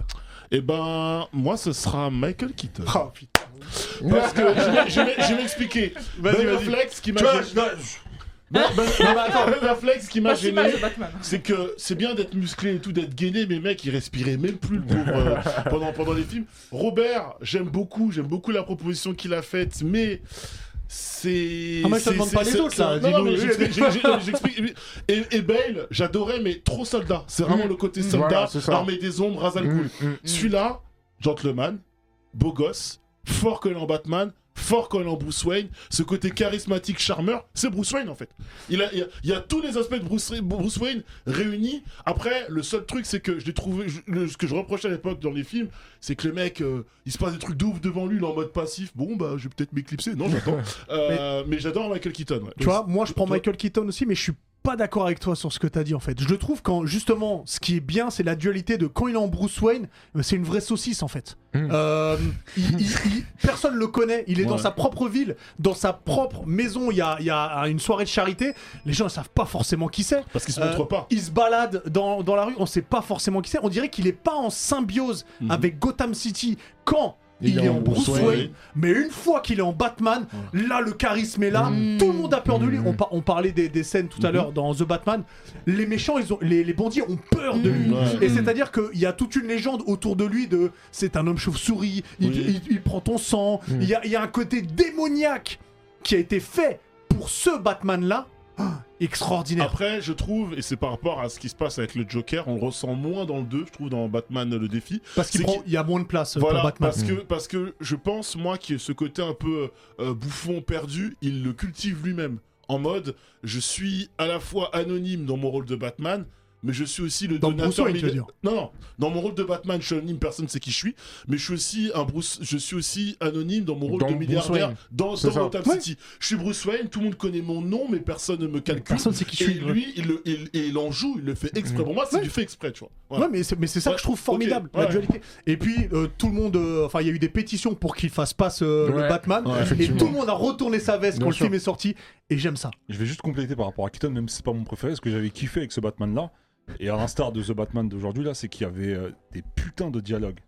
Speaker 5: Et ben, moi ce sera Michael Keaton.
Speaker 1: Ah, putain.
Speaker 5: Parce que je vais- je vais- je vais m'expliquer.
Speaker 1: Vas-y,
Speaker 5: Ben
Speaker 1: vas-y.
Speaker 5: Affleck, ce qui m'a
Speaker 2: Tu vois,
Speaker 5: gêné-
Speaker 2: je- je-
Speaker 5: Ben- Ben- Ben Affleck, ce qui m'a
Speaker 8: Pas si
Speaker 5: gêné,
Speaker 8: mal de Batman.
Speaker 5: c'est que c'est bien d'être musclé et tout, d'être gainé, mais mec, il respirait même plus le pauvre euh, pendant, pendant les films. Robert, j'aime beaucoup, j'aime beaucoup la proposition qu'il a faite, mais c'est.
Speaker 1: Ah, moi, je te
Speaker 5: c'est-
Speaker 1: demande
Speaker 5: c'est-
Speaker 1: pas les
Speaker 5: c'est-
Speaker 1: autres, là.
Speaker 5: c'est- Non, non,
Speaker 1: Dis-nous,
Speaker 5: mais
Speaker 1: lui,
Speaker 5: j'explique. j'ai- j'ai- j'explique. Et, et Bale, j'adorais, mais trop soldat. C'est vraiment le côté soldat,
Speaker 9: Mm. Voilà, c'est ça.
Speaker 5: armée des ombres, ras
Speaker 9: Mm, mm.
Speaker 5: celui-là, gentleman, beau gosse, fort comme en Batman, fort comme en Bruce Wayne, ce côté charismatique, charmeur, c'est Bruce Wayne en fait. Il, a, il, y a, il y a tous les aspects de Bruce, Bruce Wayne réunis. Après, le seul truc, c'est que je l'ai trouvé, je- le- ce que je reprochais à l'époque dans les films, c'est que le mec, euh, il se passe des trucs de ouf devant lui, il est en mode passif. Bon, bah, je vais peut-être m'éclipser. Non, j'attends. Euh, mais j'adore Michael Keaton. ouais.
Speaker 1: Tu vois, moi je prends
Speaker 5: toi-
Speaker 1: Michael Keaton aussi, mais je suis pas d'accord avec toi sur ce que t'as dit en fait. Je le trouve quand justement, ce qui est bien, c'est la dualité de quand il est en Bruce Wayne, euh, c'est une vraie saucisse en fait.
Speaker 9: Mm.
Speaker 1: Euh, il- il- il- personne le connaît, il est dans
Speaker 5: Mmh. Ouais.
Speaker 1: sa propre ville, dans sa propre maison. Il y a, il y a une soirée de charité, les gens ne savent pas forcément qui c'est.
Speaker 5: Parce qu'il se
Speaker 1: Euh,
Speaker 5: montre pas.
Speaker 1: Il se balade dans, dans la rue, on sait pas forcément qui c'est. On dirait qu'il est pas en symbiose
Speaker 5: Mhm.
Speaker 1: avec Gotham City quand il, est en Bruce Wayne. Mais une fois qu'il est en Batman, là le charisme est là,
Speaker 4: Mhm.
Speaker 1: tout le monde a peur de lui.
Speaker 9: Mhm.
Speaker 1: On, par- on parlait des, des scènes tout à l'heure dans The Batman. Les méchants, ils ont, les, les bandits ont peur de lui.
Speaker 5: Mhm. Ouais.
Speaker 1: Et c'est-à-dire qu'il y a toute une légende autour de lui de c'est un homme chauve-souris, il,
Speaker 5: Oui.
Speaker 1: il- il prend ton sang. Il y, a, il y a un côté démoniaque qui a été fait pour ce Batman-là. Ah, Extraordinaire.
Speaker 5: Après, je trouve, et c'est par rapport à ce qui se passe avec le Joker, on le ressent moins dans le 2, je trouve, dans Batman le défi.
Speaker 1: Parce qu'il
Speaker 5: c'est
Speaker 1: prend- il y a moins de place euh, pour Batman.
Speaker 5: parce que, parce que je pense, moi, que ce côté un peu euh, bouffon perdu, il le cultive lui-même. En mode, je suis à la fois anonyme dans mon rôle de Batman, mais je suis aussi le
Speaker 1: Dans Bruce
Speaker 5: donateur...
Speaker 1: Wayne, tu veux
Speaker 5: milli-
Speaker 1: dire.
Speaker 5: Non, non, dans mon rôle de Batman, je suis anonyme, personne ne sait qui je suis, mais je suis aussi, un Bruce... je suis aussi anonyme dans mon rôle
Speaker 9: Dans
Speaker 5: de
Speaker 9: Bruce
Speaker 5: milliardaire
Speaker 9: Wayne.
Speaker 5: dans,
Speaker 9: C'est
Speaker 5: dans
Speaker 9: ça.
Speaker 5: Gotham
Speaker 1: Ouais.
Speaker 5: City. Je suis Bruce Wayne, tout le monde connaît mon nom, mais personne ne me calcule.
Speaker 1: Personne sait qui je
Speaker 5: Et
Speaker 1: suis. ouais.
Speaker 5: lui, il, le- il- et il en joue, il le fait exprès. Pour moi, c'est
Speaker 1: Ouais.
Speaker 5: du fait exprès, tu vois.
Speaker 1: Ouais, mais c'est, mais c'est ça
Speaker 5: Ouais,
Speaker 1: que je trouve
Speaker 5: ok,
Speaker 1: formidable, la
Speaker 5: ouais.
Speaker 1: dualité. Et puis, euh, tout le monde. euh, Enfin, il y a eu des pétitions pour qu'il fasse pas ce- le
Speaker 9: Ouais.
Speaker 1: Batman.
Speaker 5: Ouais,
Speaker 1: et
Speaker 9: effectivement.
Speaker 1: tout le monde a retourné sa veste
Speaker 9: Bien
Speaker 1: quand
Speaker 9: sûr.
Speaker 1: le film est sorti. Et j'aime ça.
Speaker 2: Je vais juste compléter par rapport à Keaton, même si c'est pas mon préféré, ce que j'avais kiffé avec ce Batman-là, et à l'instar de ce Batman d'aujourd'hui, là, c'est qu'il y avait euh, des putains de dialogues.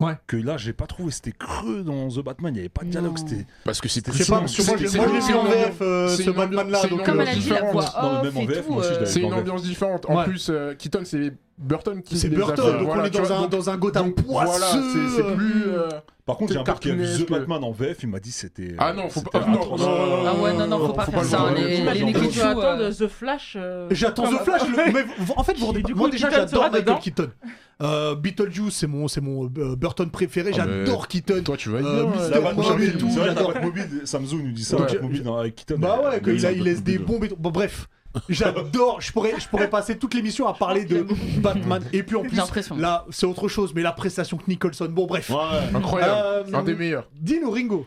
Speaker 1: Ouais.
Speaker 2: Que là, j'ai pas trouvé, c'était creux dans The Batman, il y avait pas de dialogue,
Speaker 4: Non.
Speaker 2: c'était.
Speaker 9: Parce que c'est
Speaker 1: Je sais pas, parce
Speaker 9: plus-
Speaker 1: que
Speaker 9: c'est-
Speaker 1: moi, je
Speaker 9: c'est-
Speaker 1: moi, je
Speaker 9: c'est-
Speaker 1: l'ai vu en
Speaker 9: c'est-
Speaker 1: VF, euh,
Speaker 9: c'est
Speaker 1: ce
Speaker 9: une
Speaker 1: Batman-là.
Speaker 9: ambiance-
Speaker 1: Donc,
Speaker 9: c'est
Speaker 4: Comme
Speaker 9: une
Speaker 1: euh,
Speaker 4: elle a dit, la
Speaker 9: différente.
Speaker 4: voix
Speaker 2: Non, mais
Speaker 4: off
Speaker 2: même en
Speaker 4: et
Speaker 2: VF,
Speaker 4: tout.
Speaker 2: moi aussi, je
Speaker 4: euh,
Speaker 2: l'avais.
Speaker 9: C'est une
Speaker 2: Dans le-
Speaker 9: ambiance différente. En
Speaker 1: Ouais.
Speaker 9: plus, euh, Keaton, c'est Burton qui
Speaker 1: c'est
Speaker 9: les a
Speaker 1: Burton,
Speaker 9: fait.
Speaker 1: donc
Speaker 9: Voilà,
Speaker 1: on est
Speaker 9: tu
Speaker 1: dans,
Speaker 9: vois,
Speaker 1: un,
Speaker 9: donc-
Speaker 1: dans un Gotham
Speaker 9: donc
Speaker 1: poisseux.
Speaker 9: voilà, c'est- c'est plus. euh,
Speaker 2: Par contre, il y a un
Speaker 9: Peut-être
Speaker 2: mec qui a vu
Speaker 9: cartoonesque.
Speaker 2: The Batman en VF, il m'a dit c'était.
Speaker 9: Ah non, faut
Speaker 2: c'était
Speaker 9: pas- non,
Speaker 2: atroce.
Speaker 9: non, non,
Speaker 4: Ah ouais, non, non, faut pas
Speaker 9: faut
Speaker 4: faire
Speaker 9: pas
Speaker 4: ça.
Speaker 9: le
Speaker 4: Les
Speaker 9: voir.
Speaker 4: les
Speaker 9: Imagine,
Speaker 4: Nikki
Speaker 9: on
Speaker 8: Imagine, tu
Speaker 4: Joe,
Speaker 8: attends
Speaker 4: euh,
Speaker 8: de The Flash. euh,
Speaker 1: J'attends The
Speaker 8: comme-
Speaker 1: Flash. le- mais vous- en fait, vous vous rendez
Speaker 8: Et
Speaker 1: pas-
Speaker 8: du
Speaker 1: Moi
Speaker 8: coup,
Speaker 1: déjà,
Speaker 8: Keaton
Speaker 1: j'adore
Speaker 8: sera
Speaker 1: Michael
Speaker 8: dedans
Speaker 1: Keaton. Euh, Beetlejuice, c'est mon, c'est mon euh, Burton préféré.
Speaker 9: Ah,
Speaker 1: J'adore Keaton.
Speaker 9: Toi, tu vas
Speaker 1: Euh, Mr.
Speaker 9: bien.
Speaker 2: La
Speaker 9: ouais.
Speaker 1: Batman,
Speaker 2: Batmobile,
Speaker 1: et tout,
Speaker 2: c'est vrai, la
Speaker 1: j'adore.
Speaker 2: Batmobile, Samsung nous dit ça,
Speaker 1: Ouais.
Speaker 2: la Batmobile dans- avec Keaton.
Speaker 1: Bah
Speaker 2: elle-
Speaker 1: ouais,
Speaker 2: elle
Speaker 1: que il,
Speaker 2: aime
Speaker 1: a-
Speaker 2: la
Speaker 1: il laisse des
Speaker 2: Batmobile.
Speaker 1: bombes et tout. Bon, bref, j'adore. Je pourrais, je pourrais passer toute l'émission à parler de Batman. Et puis en
Speaker 4: J'ai
Speaker 1: plus,
Speaker 4: l'impression.
Speaker 1: là, c'est autre chose, mais la prestation que Nicholson. Bon, bref.
Speaker 9: Incroyable.
Speaker 1: Euh,
Speaker 9: Un des meilleurs.
Speaker 1: Dis-nous, Ringo.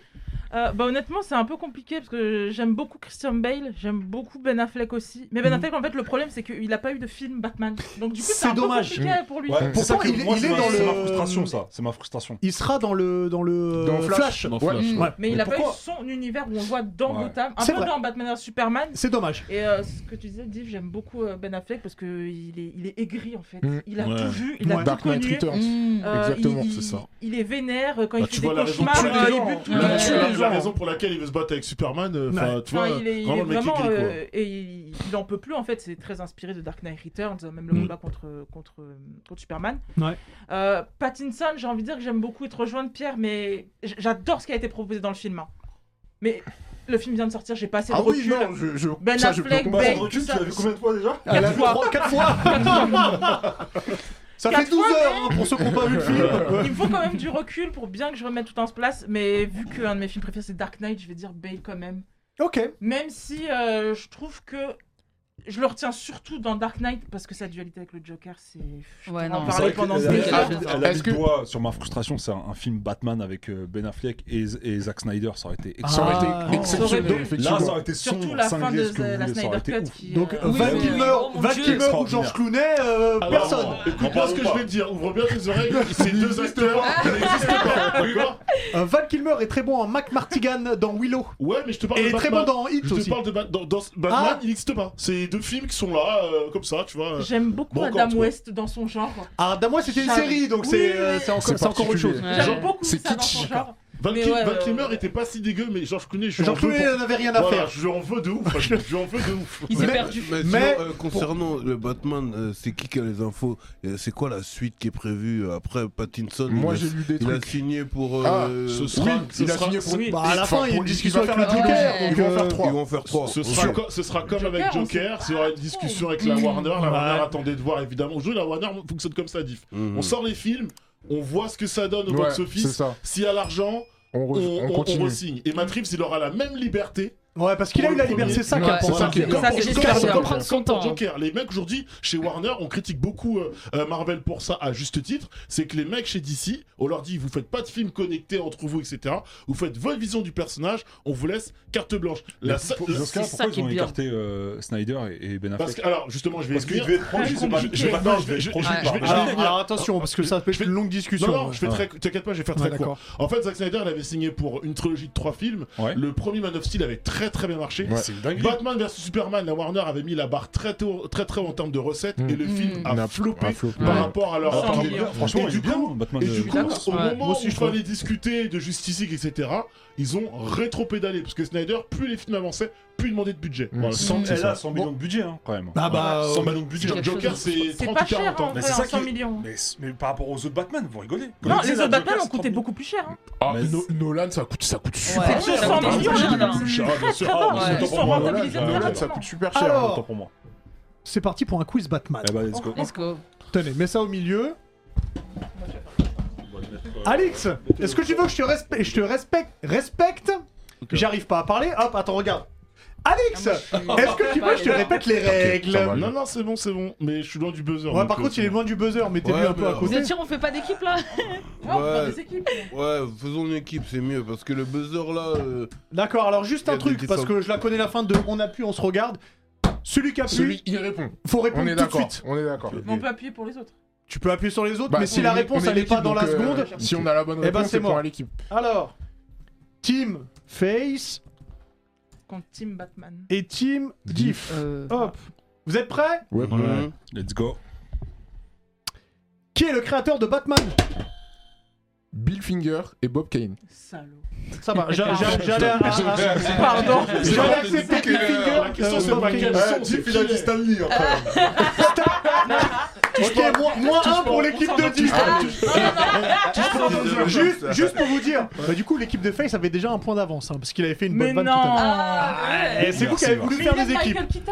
Speaker 8: Euh, bah honnêtement, c'est un peu compliqué parce que j'aime beaucoup Christian Bale, j'aime beaucoup Ben Affleck aussi. Mais Ben
Speaker 1: Mhm.
Speaker 8: Affleck, en fait, le problème c'est qu'il a pas eu de film Batman. Donc du coup,
Speaker 1: C'est
Speaker 8: c'est un peu
Speaker 1: dommage.
Speaker 8: compliqué pour lui.
Speaker 2: Ouais,
Speaker 1: Pourtant,
Speaker 2: c'est ça que
Speaker 1: il est-
Speaker 2: moi,
Speaker 1: il
Speaker 2: c'est
Speaker 1: est
Speaker 2: ma-
Speaker 1: dans
Speaker 2: C'est ma
Speaker 1: le-
Speaker 2: frustration, ça. C'est ma frustration.
Speaker 1: Il sera dans le dans le
Speaker 9: Dans
Speaker 1: euh,
Speaker 9: Flash.
Speaker 1: Flash.
Speaker 9: Ouais.
Speaker 5: Flash.
Speaker 1: Ouais.
Speaker 8: Mais il
Speaker 9: Mais
Speaker 8: a pas eu
Speaker 9: pourquoi
Speaker 8: son univers où on le voit dans
Speaker 2: Ouais.
Speaker 8: Gotham, un
Speaker 1: C'est
Speaker 8: peu
Speaker 1: vrai.
Speaker 8: dans Batman vs Superman.
Speaker 1: C'est dommage.
Speaker 8: Et euh, ce que tu disais, Div, j'aime beaucoup euh, Ben Affleck parce que il est, il est aigri en fait.
Speaker 9: Mhm.
Speaker 8: Il a
Speaker 5: Ouais.
Speaker 8: tout vu, il a
Speaker 1: Ouais.
Speaker 8: tout
Speaker 9: Dark Knight
Speaker 8: connu.
Speaker 9: Returns.
Speaker 4: Mm.
Speaker 8: Euh,
Speaker 9: Exactement,
Speaker 8: il-
Speaker 9: c'est ça.
Speaker 8: Il est vénère euh, quand
Speaker 5: Bah,
Speaker 8: il
Speaker 5: tu
Speaker 8: fait
Speaker 5: vois
Speaker 8: des
Speaker 5: la raison
Speaker 8: cauchemars,
Speaker 5: tous les
Speaker 8: euh,
Speaker 5: gens.
Speaker 8: il bute tout le
Speaker 5: La,
Speaker 8: monde.
Speaker 5: tu-
Speaker 4: Ouais.
Speaker 5: la- la raison pour laquelle il veut se battre avec Superman, euh, 'fin, tu vois,
Speaker 8: Enfin, il est, il
Speaker 5: vraiment
Speaker 8: est
Speaker 5: le mec
Speaker 8: vraiment,
Speaker 5: est gris, quoi.
Speaker 8: euh, et il, il en peut plus en fait. C'est très inspiré de Dark Knight Returns, euh, même le
Speaker 1: Mm.
Speaker 8: combat contre contre euh, contre Superman.
Speaker 1: Ouais.
Speaker 8: Euh, Pattinson, j'ai envie de dire que j'aime beaucoup et te rejoindre Pierre, mais j- j'adore ce qui a été proposé dans le film. hein. Mais le film vient de sortir, j'ai pas assez de
Speaker 9: Ah oui,
Speaker 8: recul.
Speaker 9: non, je, je,
Speaker 8: Ben
Speaker 9: ça, je peux
Speaker 8: Affleck,
Speaker 9: comprendre.
Speaker 2: Bah,
Speaker 8: Ben-
Speaker 2: recul,
Speaker 8: tout
Speaker 2: tu
Speaker 8: ça.
Speaker 2: l'as vu combien de fois déjà
Speaker 1: Elle a vu
Speaker 8: fois.
Speaker 1: trois- quatre fois. Ça fait
Speaker 8: Quatre
Speaker 1: 12
Speaker 8: fois,
Speaker 1: heures hein, pour ceux qui n'ont pas vu le film.
Speaker 8: Il me faut quand même du recul pour bien que je remette tout en place. Mais vu que un de mes films préférés c'est Dark Knight, je vais dire Bale quand même.
Speaker 1: Ok.
Speaker 8: Même si euh, je trouve que je le retiens surtout dans Dark Knight parce que sa dualité avec le Joker, c'est. je
Speaker 4: Ouais,
Speaker 8: pourrais
Speaker 4: non,
Speaker 8: en
Speaker 4: c'est
Speaker 8: parler
Speaker 4: vrai que-
Speaker 8: pendant
Speaker 4: c'est
Speaker 8: des
Speaker 4: vrai qu'elle a
Speaker 8: heures.
Speaker 4: fait-
Speaker 2: Elle a mis
Speaker 9: Est-ce
Speaker 2: le
Speaker 9: que-
Speaker 2: doigt sur ma frustration, c'est un, un film Batman avec euh, Ben Affleck et, et Zack Snyder, ça aurait été
Speaker 9: Ça
Speaker 2: excellent.
Speaker 9: aurait
Speaker 1: Ah.
Speaker 9: été
Speaker 8: Ça aurait
Speaker 9: exceptionnel,
Speaker 8: été-
Speaker 2: Là, ça
Speaker 9: effectivement.
Speaker 2: aurait été sombre,
Speaker 8: Surtout la fin
Speaker 2: cinglé,
Speaker 8: de
Speaker 2: ce que vous
Speaker 8: euh, la
Speaker 2: voulez, ça aurait
Speaker 8: Snyder
Speaker 2: été
Speaker 8: Cut.
Speaker 2: ouf.
Speaker 8: Qui,
Speaker 1: Donc
Speaker 8: euh,
Speaker 4: Oui,
Speaker 1: Val
Speaker 4: mais-
Speaker 1: Kilmer,
Speaker 4: oh mon
Speaker 1: Val
Speaker 4: Dieu.
Speaker 1: Kilmer ou George Clooney, euh,
Speaker 5: Alors,
Speaker 1: personne.
Speaker 5: Écoute bien ce que je vais te dire, ouvre bien tes oreilles, ces deux acteurs n'existent pas, d'accord
Speaker 1: Euh, Val Kilmer est très bon en Mac Martigan dans Willow.
Speaker 5: Ouais, mais je te parle
Speaker 1: Et
Speaker 5: de
Speaker 1: très
Speaker 5: Batman.
Speaker 1: bon dans Hit
Speaker 5: Je te
Speaker 1: aussi.
Speaker 5: parle de Bat- dans- dans- Batman,
Speaker 1: Ah.
Speaker 5: il n'existe pas. C'est deux films qui sont là, euh, comme ça, tu vois.
Speaker 8: J'aime beaucoup
Speaker 5: Bon, encore,
Speaker 8: Adam
Speaker 5: toi.
Speaker 8: West dans son genre.
Speaker 1: Ah, d'un mois c'était une
Speaker 8: Charles.
Speaker 1: série, donc
Speaker 8: Oui,
Speaker 1: c'est
Speaker 8: oui,
Speaker 1: euh,
Speaker 8: oui.
Speaker 1: c'est encore,
Speaker 9: C'est
Speaker 1: c'est encore autre chose.
Speaker 9: particulier.
Speaker 8: J'aime beaucoup
Speaker 9: c'est
Speaker 8: ça dans son
Speaker 9: kitsch.
Speaker 8: genre.
Speaker 5: Val,
Speaker 8: Mais
Speaker 5: Kil-
Speaker 8: ouais,
Speaker 5: Val
Speaker 8: euh,
Speaker 5: Kilmer était pas si dégueu, mais George Clooney, je lui en
Speaker 1: Jean-Claude
Speaker 5: veux pour-
Speaker 1: n'avait rien à
Speaker 5: Voilà,
Speaker 1: faire.
Speaker 5: je lui en veux de ouf, je lui en veux de ouf.
Speaker 4: Il s'est perdu.
Speaker 7: Mais,
Speaker 1: Mais-
Speaker 7: sinon, euh, concernant le Batman, euh, c'est qui qui a les infos Euh, C'est quoi la suite qui est prévue euh, après Pattinson il
Speaker 9: Moi,
Speaker 7: a-
Speaker 9: j'ai lu des
Speaker 7: Il a
Speaker 9: trucs.
Speaker 7: signé pour.
Speaker 9: Ah,
Speaker 7: euh,
Speaker 5: ce
Speaker 9: Oui,
Speaker 5: sera, ce
Speaker 9: il a
Speaker 5: sera-
Speaker 9: signé pour.
Speaker 8: oui.
Speaker 1: Bah, à la
Speaker 9: Enfin,
Speaker 1: fin, il y a
Speaker 9: pour-
Speaker 1: une
Speaker 9: il va
Speaker 1: discussion
Speaker 9: faire
Speaker 1: avec le
Speaker 9: la
Speaker 1: Joker.
Speaker 9: trilogie.
Speaker 1: donc,
Speaker 9: Ils vont en faire
Speaker 1: euh,
Speaker 9: trois.
Speaker 7: Ils vont faire trois.
Speaker 5: Ce
Speaker 7: on
Speaker 5: sera,
Speaker 7: sait.
Speaker 5: co- ce sera comme
Speaker 8: Joker,
Speaker 5: avec
Speaker 8: on
Speaker 5: Joker,
Speaker 8: sait
Speaker 5: il y aura une
Speaker 8: pas.
Speaker 5: discussion avec la Warner. La Warner
Speaker 1: Ah. Ouais.
Speaker 5: attendait de voir, évidemment. Aujourd'hui, la Warner fonctionne comme ça, Diff.
Speaker 7: Mhm.
Speaker 5: On sort les films, on voit ce que ça donne au
Speaker 9: Ouais, c'est
Speaker 5: box-office.
Speaker 9: ça.
Speaker 5: S'il y a l'argent,
Speaker 9: On,
Speaker 5: on,
Speaker 9: re- on
Speaker 5: on- on
Speaker 9: continue.
Speaker 5: re-signe. Et Matrix, il aura la même liberté.
Speaker 1: Ouais, parce qu'il a eu la liberté, c'est ça qui est
Speaker 9: Ouais, c'est ça
Speaker 1: important.
Speaker 9: qui est-
Speaker 5: Comme
Speaker 4: Ça,
Speaker 5: pour- comme-
Speaker 4: c'est juste
Speaker 5: comme-
Speaker 4: pour
Speaker 5: comme-
Speaker 4: prendre son
Speaker 5: comme pour
Speaker 4: temps. hein.
Speaker 5: Joker. Les mecs, aujourd'hui, chez Warner, on critique beaucoup euh, euh, Marvel pour ça, à juste titre. C'est que les mecs chez DC, on leur dit, vous faites pas de films connectés entre vous, etc. Vous faites votre vision du personnage, on vous laisse carte blanche. La seule-
Speaker 2: Pour- Oscar,
Speaker 4: c'est ça
Speaker 2: pourquoi
Speaker 4: qui
Speaker 2: ils ont
Speaker 4: est bien.
Speaker 2: écarté euh, Snyder et, et Ben Affleck
Speaker 5: Parce que, alors, justement, je vais
Speaker 2: Parce qu'il
Speaker 5: écrire.
Speaker 2: devait être proche, ils sont pas-
Speaker 5: Je- je-
Speaker 2: je-
Speaker 5: je-
Speaker 2: maintenant,
Speaker 5: je-
Speaker 2: je vais être
Speaker 5: je-
Speaker 2: proche.
Speaker 5: je- je-
Speaker 2: Pardon.
Speaker 5: je-
Speaker 1: Alors, Ah, alors, attention, parce que ça peut être
Speaker 5: Je vais-
Speaker 1: une longue discussion.
Speaker 5: Non, non, je fais
Speaker 1: ouais.
Speaker 5: très. T'inquiète pas, je vais faire
Speaker 1: Ouais,
Speaker 5: très court.
Speaker 1: d'accord.
Speaker 5: En fait, Zack Snyder, il avait signé pour une trilogie de trois films.
Speaker 2: Ouais.
Speaker 5: Le premier Man of Steel avait très très bien marché.
Speaker 2: C'est une dinguerie.
Speaker 5: Batman vs Superman, la Warner avait mis la barre très tôt- très très haut en termes de recettes
Speaker 9: Mm.
Speaker 5: et le film
Speaker 4: Mm.
Speaker 5: a
Speaker 9: N'a-
Speaker 5: floppé
Speaker 9: a floppé.
Speaker 5: par
Speaker 4: Ouais.
Speaker 5: rapport à leur
Speaker 8: Ah,
Speaker 5: rapport.
Speaker 8: il est bien.
Speaker 2: Franchement,
Speaker 5: et
Speaker 2: il est
Speaker 5: du
Speaker 2: bien,
Speaker 5: coup,
Speaker 2: Batman.
Speaker 5: et
Speaker 2: de-
Speaker 5: du
Speaker 2: de-
Speaker 5: coup,
Speaker 4: d'accord.
Speaker 5: au
Speaker 4: Ouais.
Speaker 5: moment
Speaker 1: Moi aussi,
Speaker 5: où il
Speaker 1: je trouve.
Speaker 5: fallait discuter de Justice League, etc., ils ont rétro-pédalé parce que Snyder, plus les films avançaient, plus il demandait de budget.
Speaker 9: Mm.
Speaker 5: Voilà.
Speaker 2: Cent-
Speaker 9: C'est
Speaker 2: Elle
Speaker 9: ça.
Speaker 2: a 100 millions de budget, hein, quand même.
Speaker 1: Ah bah,
Speaker 2: Ouais,
Speaker 1: euh,
Speaker 2: 100 millions de budget.
Speaker 4: quelque
Speaker 5: Joker,
Speaker 4: chose.
Speaker 5: c'est
Speaker 8: C'est
Speaker 5: 30
Speaker 8: pas
Speaker 5: ou 40
Speaker 8: cher hein. en
Speaker 5: ans.
Speaker 2: Mais
Speaker 8: vrai,
Speaker 2: c'est
Speaker 8: en
Speaker 2: ça qui
Speaker 8: 100
Speaker 2: est-
Speaker 8: millions.
Speaker 2: Mais, mais par rapport aux autres Batman, vous rigolez. Comme
Speaker 8: Non,
Speaker 2: je
Speaker 8: les
Speaker 2: disais,
Speaker 8: autres
Speaker 2: la
Speaker 8: Batman
Speaker 2: Joker,
Speaker 8: ont coûté
Speaker 2: 30
Speaker 8: beaucoup plus cher. hein.
Speaker 9: Ah,
Speaker 2: Mais-
Speaker 9: No- Nolan, ça coûte, ça coûte super
Speaker 4: Ouais.
Speaker 9: cher.
Speaker 4: Ça coûte
Speaker 8: 200 millions,
Speaker 9: Ah,
Speaker 8: là,
Speaker 9: bien sûr.
Speaker 8: Très, très
Speaker 9: Ah,
Speaker 8: bon.
Speaker 9: bien sûr.
Speaker 8: Ouais. Ils sont rentabilisés
Speaker 9: Nolan,
Speaker 8: très
Speaker 9: Nolan, ça
Speaker 8: rapidement.
Speaker 9: coûte super cher.
Speaker 1: Alors,
Speaker 2: Autant pour moi.
Speaker 1: c'est parti pour un quiz Batman.
Speaker 2: Eh bah, let's go.
Speaker 4: Let's go.
Speaker 1: Tenez, mets ça au milieu. Alix, est-ce que tu veux que je te, respecte je te respecte Respecte J'arrive pas à parler. Hop, attends, regarde.
Speaker 4: Ah,
Speaker 1: Alix, est-ce que tu veux que je te répète les règles
Speaker 9: ça va.
Speaker 5: Non, non, c'est bon, c'est bon, mais je suis loin du buzzer.
Speaker 1: Ouais,
Speaker 5: donc,
Speaker 1: par
Speaker 5: euh,
Speaker 1: contre, il est loin du buzzer, mais t'es
Speaker 7: Ouais,
Speaker 1: lui un peu
Speaker 7: mais
Speaker 1: à
Speaker 7: alors-
Speaker 4: Vous
Speaker 1: côté.
Speaker 4: êtes sûr, on fait pas d'équipe là
Speaker 8: Ouais, on prend
Speaker 7: Ouais.
Speaker 8: des équipes.
Speaker 7: Ouais, faisons une équipe, c'est mieux parce que le buzzer là. euh,
Speaker 1: D'accord, alors juste
Speaker 7: Il y
Speaker 1: un
Speaker 7: a des
Speaker 1: truc,
Speaker 7: petites
Speaker 1: parce
Speaker 7: sauces.
Speaker 1: que je la connais la fin de on appuie, on se regarde. Celui qui appuie,
Speaker 9: Celui, il répond.
Speaker 1: faut
Speaker 9: On
Speaker 1: répondre tout
Speaker 9: est
Speaker 1: de
Speaker 9: d'accord.
Speaker 1: suite.
Speaker 9: On est d'accord.
Speaker 8: Mais on peut appuyer pour les autres.
Speaker 1: Tu peux appuyer sur les autres,
Speaker 9: Bah,
Speaker 1: mais
Speaker 9: on
Speaker 1: si la
Speaker 9: est-
Speaker 1: réponse
Speaker 9: on est
Speaker 1: elle est pas
Speaker 9: l'équipe,
Speaker 1: dans la
Speaker 9: donc, euh,
Speaker 1: seconde,
Speaker 9: Si on a la bonne
Speaker 1: Eh ben,
Speaker 9: réponse,
Speaker 1: c'est
Speaker 9: c'est pour
Speaker 1: moi.
Speaker 9: à l'équipe.
Speaker 1: Alors, Team Face
Speaker 8: Contre Team Batman.
Speaker 1: et Team Diff. Hop. Vous êtes prêts
Speaker 9: Ouais,
Speaker 7: Mhm.
Speaker 2: Let's go.
Speaker 1: Qui est le créateur de Batman
Speaker 9: Bill Finger et Bob Kane.
Speaker 8: Salaud.
Speaker 1: Ça va, j'a- j'a- j'allais à- à- à-
Speaker 8: Pardon.
Speaker 1: j'allais accepter que Finger.
Speaker 5: La question,
Speaker 1: euh,
Speaker 5: c'est
Speaker 1: Bob
Speaker 5: pas
Speaker 1: Kane.
Speaker 5: quel
Speaker 1: Euh,
Speaker 5: son, c'est qui est.
Speaker 9: Stanley
Speaker 1: Ok, moins- moins un pour l'équipe de Diff. Juste, juste pour vous dire, bah, du coup, l'équipe de Face avait déjà un point d'avance hein, parce qu'il avait fait une
Speaker 8: Mais
Speaker 1: bonne vanne tout à
Speaker 8: non.
Speaker 1: l'heure.
Speaker 8: Ah,
Speaker 1: Et c'est vous qui
Speaker 2: Merci,
Speaker 1: avez
Speaker 2: Marc.
Speaker 1: voulu
Speaker 8: mais
Speaker 1: faire
Speaker 8: il aime
Speaker 1: des équipes.
Speaker 8: Michael Keaton.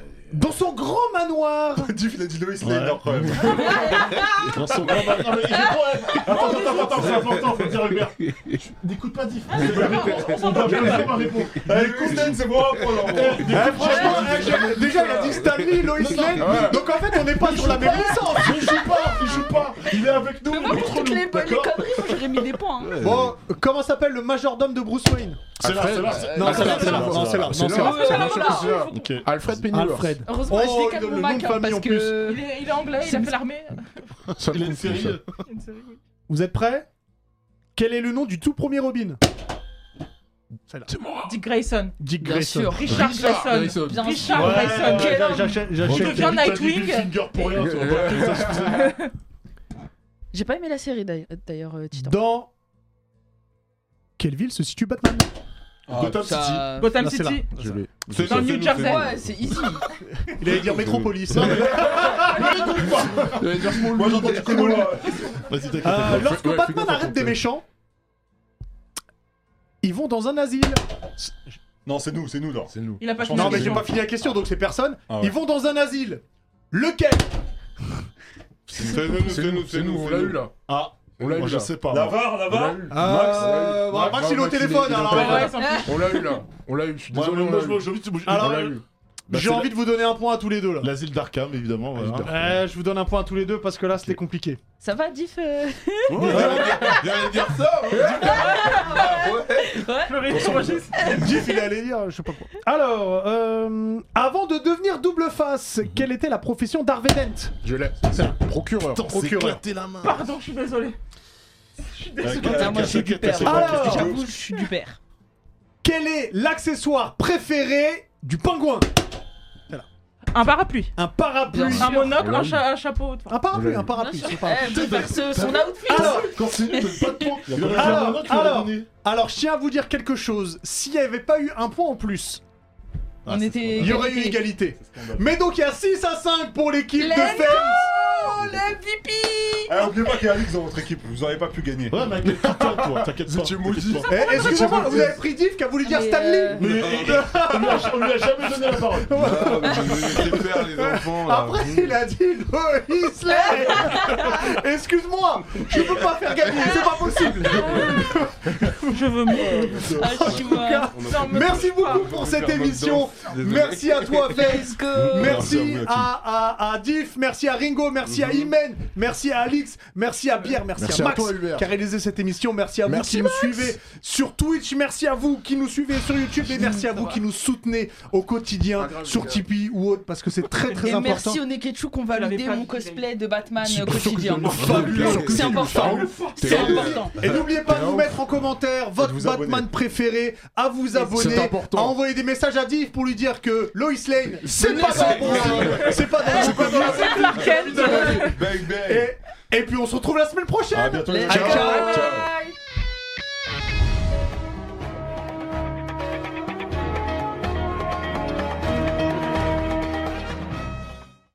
Speaker 1: Dans son grand manoir.
Speaker 2: Diff, il a dit Lois
Speaker 5: Ouais. Dans son grand bar- Non, mais il répond, ouais. Attends, attends, attends, attends, c'est important, faut dire Hubert. N'écoute pas Diff.
Speaker 8: c'est bon, on s'en
Speaker 5: On doit
Speaker 8: fout.
Speaker 5: bien savoir répondre.
Speaker 2: Allez, Coulton, c'est moi.
Speaker 5: Eh, n'écoute
Speaker 1: Eh,
Speaker 5: pas.
Speaker 1: franchement, eh, je- déjà, il a dit Stanley, Lois Lane. Donc en fait, on n'est pas sur la même licence.
Speaker 5: Il joue pas, il joue pas. Il est avec nous,
Speaker 4: Mais
Speaker 5: il
Speaker 4: moi,
Speaker 5: est
Speaker 4: pour
Speaker 5: trop
Speaker 4: toutes les
Speaker 5: lourd,
Speaker 4: bonnes
Speaker 5: d'accord
Speaker 4: conneries, moi, j'aurais mis des points. hein.
Speaker 7: euh,
Speaker 1: Bon, comment s'appelle le majordome de Bruce Wayne
Speaker 5: C'est là,
Speaker 9: Alfred,
Speaker 5: c'est là.
Speaker 9: euh,
Speaker 5: Ah, c'est-
Speaker 1: Non, c'est là, c'est là, non, c'est là, non,
Speaker 9: C'est
Speaker 1: c'est
Speaker 9: là,
Speaker 4: là.
Speaker 9: c'est là,
Speaker 4: Oh
Speaker 9: c'est
Speaker 4: là
Speaker 9: là, c'est là.
Speaker 5: Ok.
Speaker 9: Alfred Pennyworth.
Speaker 1: Alfred.
Speaker 4: Heureusement, je
Speaker 1: Oh,
Speaker 4: dis
Speaker 1: le- le
Speaker 4: quatre
Speaker 1: nom de
Speaker 4: Mac hein,
Speaker 1: famille
Speaker 4: parce
Speaker 1: en
Speaker 4: que.
Speaker 8: Il est il est anglais, il a fait l'armée.
Speaker 9: Ça
Speaker 5: Il a une
Speaker 9: compte,
Speaker 5: série.
Speaker 9: ça.
Speaker 8: Une série, oui.
Speaker 1: Vous êtes prêts Quel est le nom du tout premier Robin
Speaker 8: Dick Grayson.
Speaker 1: Dick
Speaker 4: Bien
Speaker 1: Grayson.
Speaker 4: sûr.
Speaker 8: Richard Grayson.
Speaker 9: Grayson.
Speaker 4: Bien sûr.
Speaker 8: Richard
Speaker 1: Ouais,
Speaker 8: Grayson.
Speaker 1: ouais,
Speaker 8: Quel
Speaker 1: j'a-
Speaker 8: homme.
Speaker 1: j'achète-
Speaker 5: Bon,
Speaker 1: j'achète-
Speaker 8: devient
Speaker 5: t'as dit- t'as dit
Speaker 8: Nightwing.
Speaker 5: Goldfinger pour rien, toi.
Speaker 4: J'ai pas aimé la série d'ailleurs- d'ailleurs, euh, Titan.
Speaker 1: Dans quelle ville se situe Batman
Speaker 5: Gotham City.
Speaker 4: Ça-
Speaker 8: Gotham
Speaker 1: Là, c'est
Speaker 8: City.
Speaker 1: là.
Speaker 9: Je l'ai.
Speaker 7: C'est
Speaker 8: Dans le New Jersey.
Speaker 4: Ouais, c'est easy.
Speaker 1: Il allait dire Métropolis.
Speaker 9: J'allais dire Smallwood.
Speaker 2: Moi, j'ai entendu Colola.
Speaker 5: Vas-y, t'inquiète.
Speaker 1: Euh,
Speaker 9: Ouais,
Speaker 1: lorsque
Speaker 9: fais
Speaker 1: Batman
Speaker 9: gaffe,
Speaker 1: arrête
Speaker 9: raconte,
Speaker 1: des
Speaker 9: ouais.
Speaker 1: méchants, ils vont dans un asile.
Speaker 2: Non, c'est nous, c'est nous, là.
Speaker 9: C'est nous.
Speaker 8: Il a pas fini
Speaker 1: Non,
Speaker 8: la
Speaker 1: mais j'ai
Speaker 8: question.
Speaker 1: pas fini la question, donc c'est personne.
Speaker 2: Ah ouais.
Speaker 1: Ils vont dans un asile. Lequel
Speaker 7: C'est nous, c'est nous, c'est nous.
Speaker 9: on l'a eu là.
Speaker 5: Ah,
Speaker 9: On l'a eu
Speaker 5: Moi, je
Speaker 9: là.
Speaker 5: sais pas.
Speaker 2: La
Speaker 5: moi.
Speaker 2: VAR, la
Speaker 9: On l'a
Speaker 2: VAR
Speaker 9: eu.
Speaker 1: Euh,
Speaker 9: Max,
Speaker 1: Max, il est au
Speaker 9: Max,
Speaker 1: téléphone,
Speaker 9: il est au
Speaker 1: alors.
Speaker 9: téléphone.
Speaker 8: Ouais, sans plus.
Speaker 9: On l'a eu là. On l'a eu. Je suis
Speaker 5: Moi,
Speaker 9: désolé.
Speaker 5: moi,
Speaker 9: on
Speaker 5: je
Speaker 9: l'a
Speaker 5: me-
Speaker 9: eu.
Speaker 5: je me- je me-
Speaker 1: Alors,
Speaker 9: On l'a eu.
Speaker 5: Bah,
Speaker 1: J'ai
Speaker 5: c'est
Speaker 1: envie de vous donner un point à tous les deux là.
Speaker 5: L'asile d'Arkham, évidemment. voilà.
Speaker 9: L'asile
Speaker 1: Ouais, je vous donne un point à tous les deux parce que là c'était compliqué.
Speaker 4: Ça va, Diff euh
Speaker 7: J'allais dire ça
Speaker 1: Ah,
Speaker 8: Fleury sur registre.
Speaker 1: Jeff, il allait dire, je sais pas quoi. Alors, euh, avant de devenir double face, quelle était la profession d'Harvey Dent
Speaker 9: Je l'ai. C'est un procureur.
Speaker 5: Attends, c'est
Speaker 1: procureur.
Speaker 5: éclaté la main.
Speaker 8: Pardon, je suis désolé. Je suis désolé.
Speaker 4: Ah, Moi, je suis du père.
Speaker 1: Alors.
Speaker 4: J'avoue, je suis du père.
Speaker 1: Quel est l'accessoire préféré du pingouin
Speaker 8: Un parapluie,
Speaker 1: Un parapluie.
Speaker 4: Bien
Speaker 8: un
Speaker 4: sûr.
Speaker 8: monocle,
Speaker 9: On l'a
Speaker 8: un,
Speaker 9: eu.
Speaker 8: cha- un chapeau. enfin.
Speaker 1: Un parapluie, un
Speaker 4: Bien
Speaker 1: parapluie.
Speaker 4: sûr.
Speaker 1: c'est pas-
Speaker 4: Eh, faut faire ce- son
Speaker 1: Ah.
Speaker 4: outfit
Speaker 1: Alors,
Speaker 5: Continue, donne pas de points. Il en a
Speaker 1: Alors,
Speaker 5: fait un autre, tu l'as
Speaker 1: alors.
Speaker 5: donné.
Speaker 1: alors, je tiens à vous dire quelque chose. S'il n'y avait pas eu un point en plus,
Speaker 5: Ah,
Speaker 4: On
Speaker 5: c'est
Speaker 4: était-
Speaker 1: il y aurait eu égalité. Mais donc, il y a 6 à 5 pour l'équipe de Fels.
Speaker 4: Oh, le MVP
Speaker 2: Alors, N'oubliez pas qu'il y a Alix dans votre équipe, vous n'aurez pas pu gagner.
Speaker 5: Ouais, mais avec putain, toi, t'inquiète pas.
Speaker 9: Vous étiez
Speaker 5: t'inquiète pas.
Speaker 1: Eh, Excusez-moi, vous avez pris Diff qui a voulu dire
Speaker 4: Mais,
Speaker 1: Stanley
Speaker 4: euh,
Speaker 5: Mais on lui a- on lui a jamais donné la parole.
Speaker 7: Ah, mais vous laissez faire les enfants là.
Speaker 1: Après, il a dit Lois Lane. Excuse-moi, je peux pas faire gagner, c'est pas possible.
Speaker 8: Je veux mieux.
Speaker 4: Ah, je suis mort.
Speaker 1: Merci beaucoup pour cette émission. Merci à toi, Face.
Speaker 4: Let's go
Speaker 1: Merci
Speaker 2: Merci à vous,
Speaker 1: à, à, à Diff, merci à Ringo, merci
Speaker 2: Mhm.
Speaker 1: à Imen, merci à Alix, merci à Pierre, merci,
Speaker 9: Merci
Speaker 1: à
Speaker 9: à
Speaker 1: Max
Speaker 9: toi, Hubert.
Speaker 1: qui a réalisé cette émission, merci à vous qui nous suivez sur Twitch, merci à vous qui nous suivez sur YouTube et merci à vous qui nous soutenez au quotidien
Speaker 9: Pas grave,
Speaker 1: sur
Speaker 9: les gars.
Speaker 1: Tipeee ou autre parce que c'est très très
Speaker 4: Et
Speaker 1: important.
Speaker 4: merci au Neketsu qu'on validé
Speaker 8: l'avais pas
Speaker 4: mon
Speaker 8: dit,
Speaker 4: cosplay de Batman
Speaker 9: C'est pas sûr que
Speaker 4: quotidien.
Speaker 9: t'as le fabuleux
Speaker 4: C'est
Speaker 9: cosplay.
Speaker 4: important. C'est
Speaker 9: T'es-
Speaker 4: important.
Speaker 1: Et n'oubliez pas de nous mettre en commentaire votre Batman préféré, à vous abonner,
Speaker 9: important.
Speaker 1: à envoyer des messages à Div pour lui dire que Lois Lane, c'est pas dans mon- c'est pas dans mon programme.
Speaker 8: C'est Clark Kent.
Speaker 1: Et, et puis on se retrouve la semaine prochaine.
Speaker 2: À bientôt, les
Speaker 1: Allez,
Speaker 2: gars.
Speaker 1: ciao.
Speaker 4: Bye bye.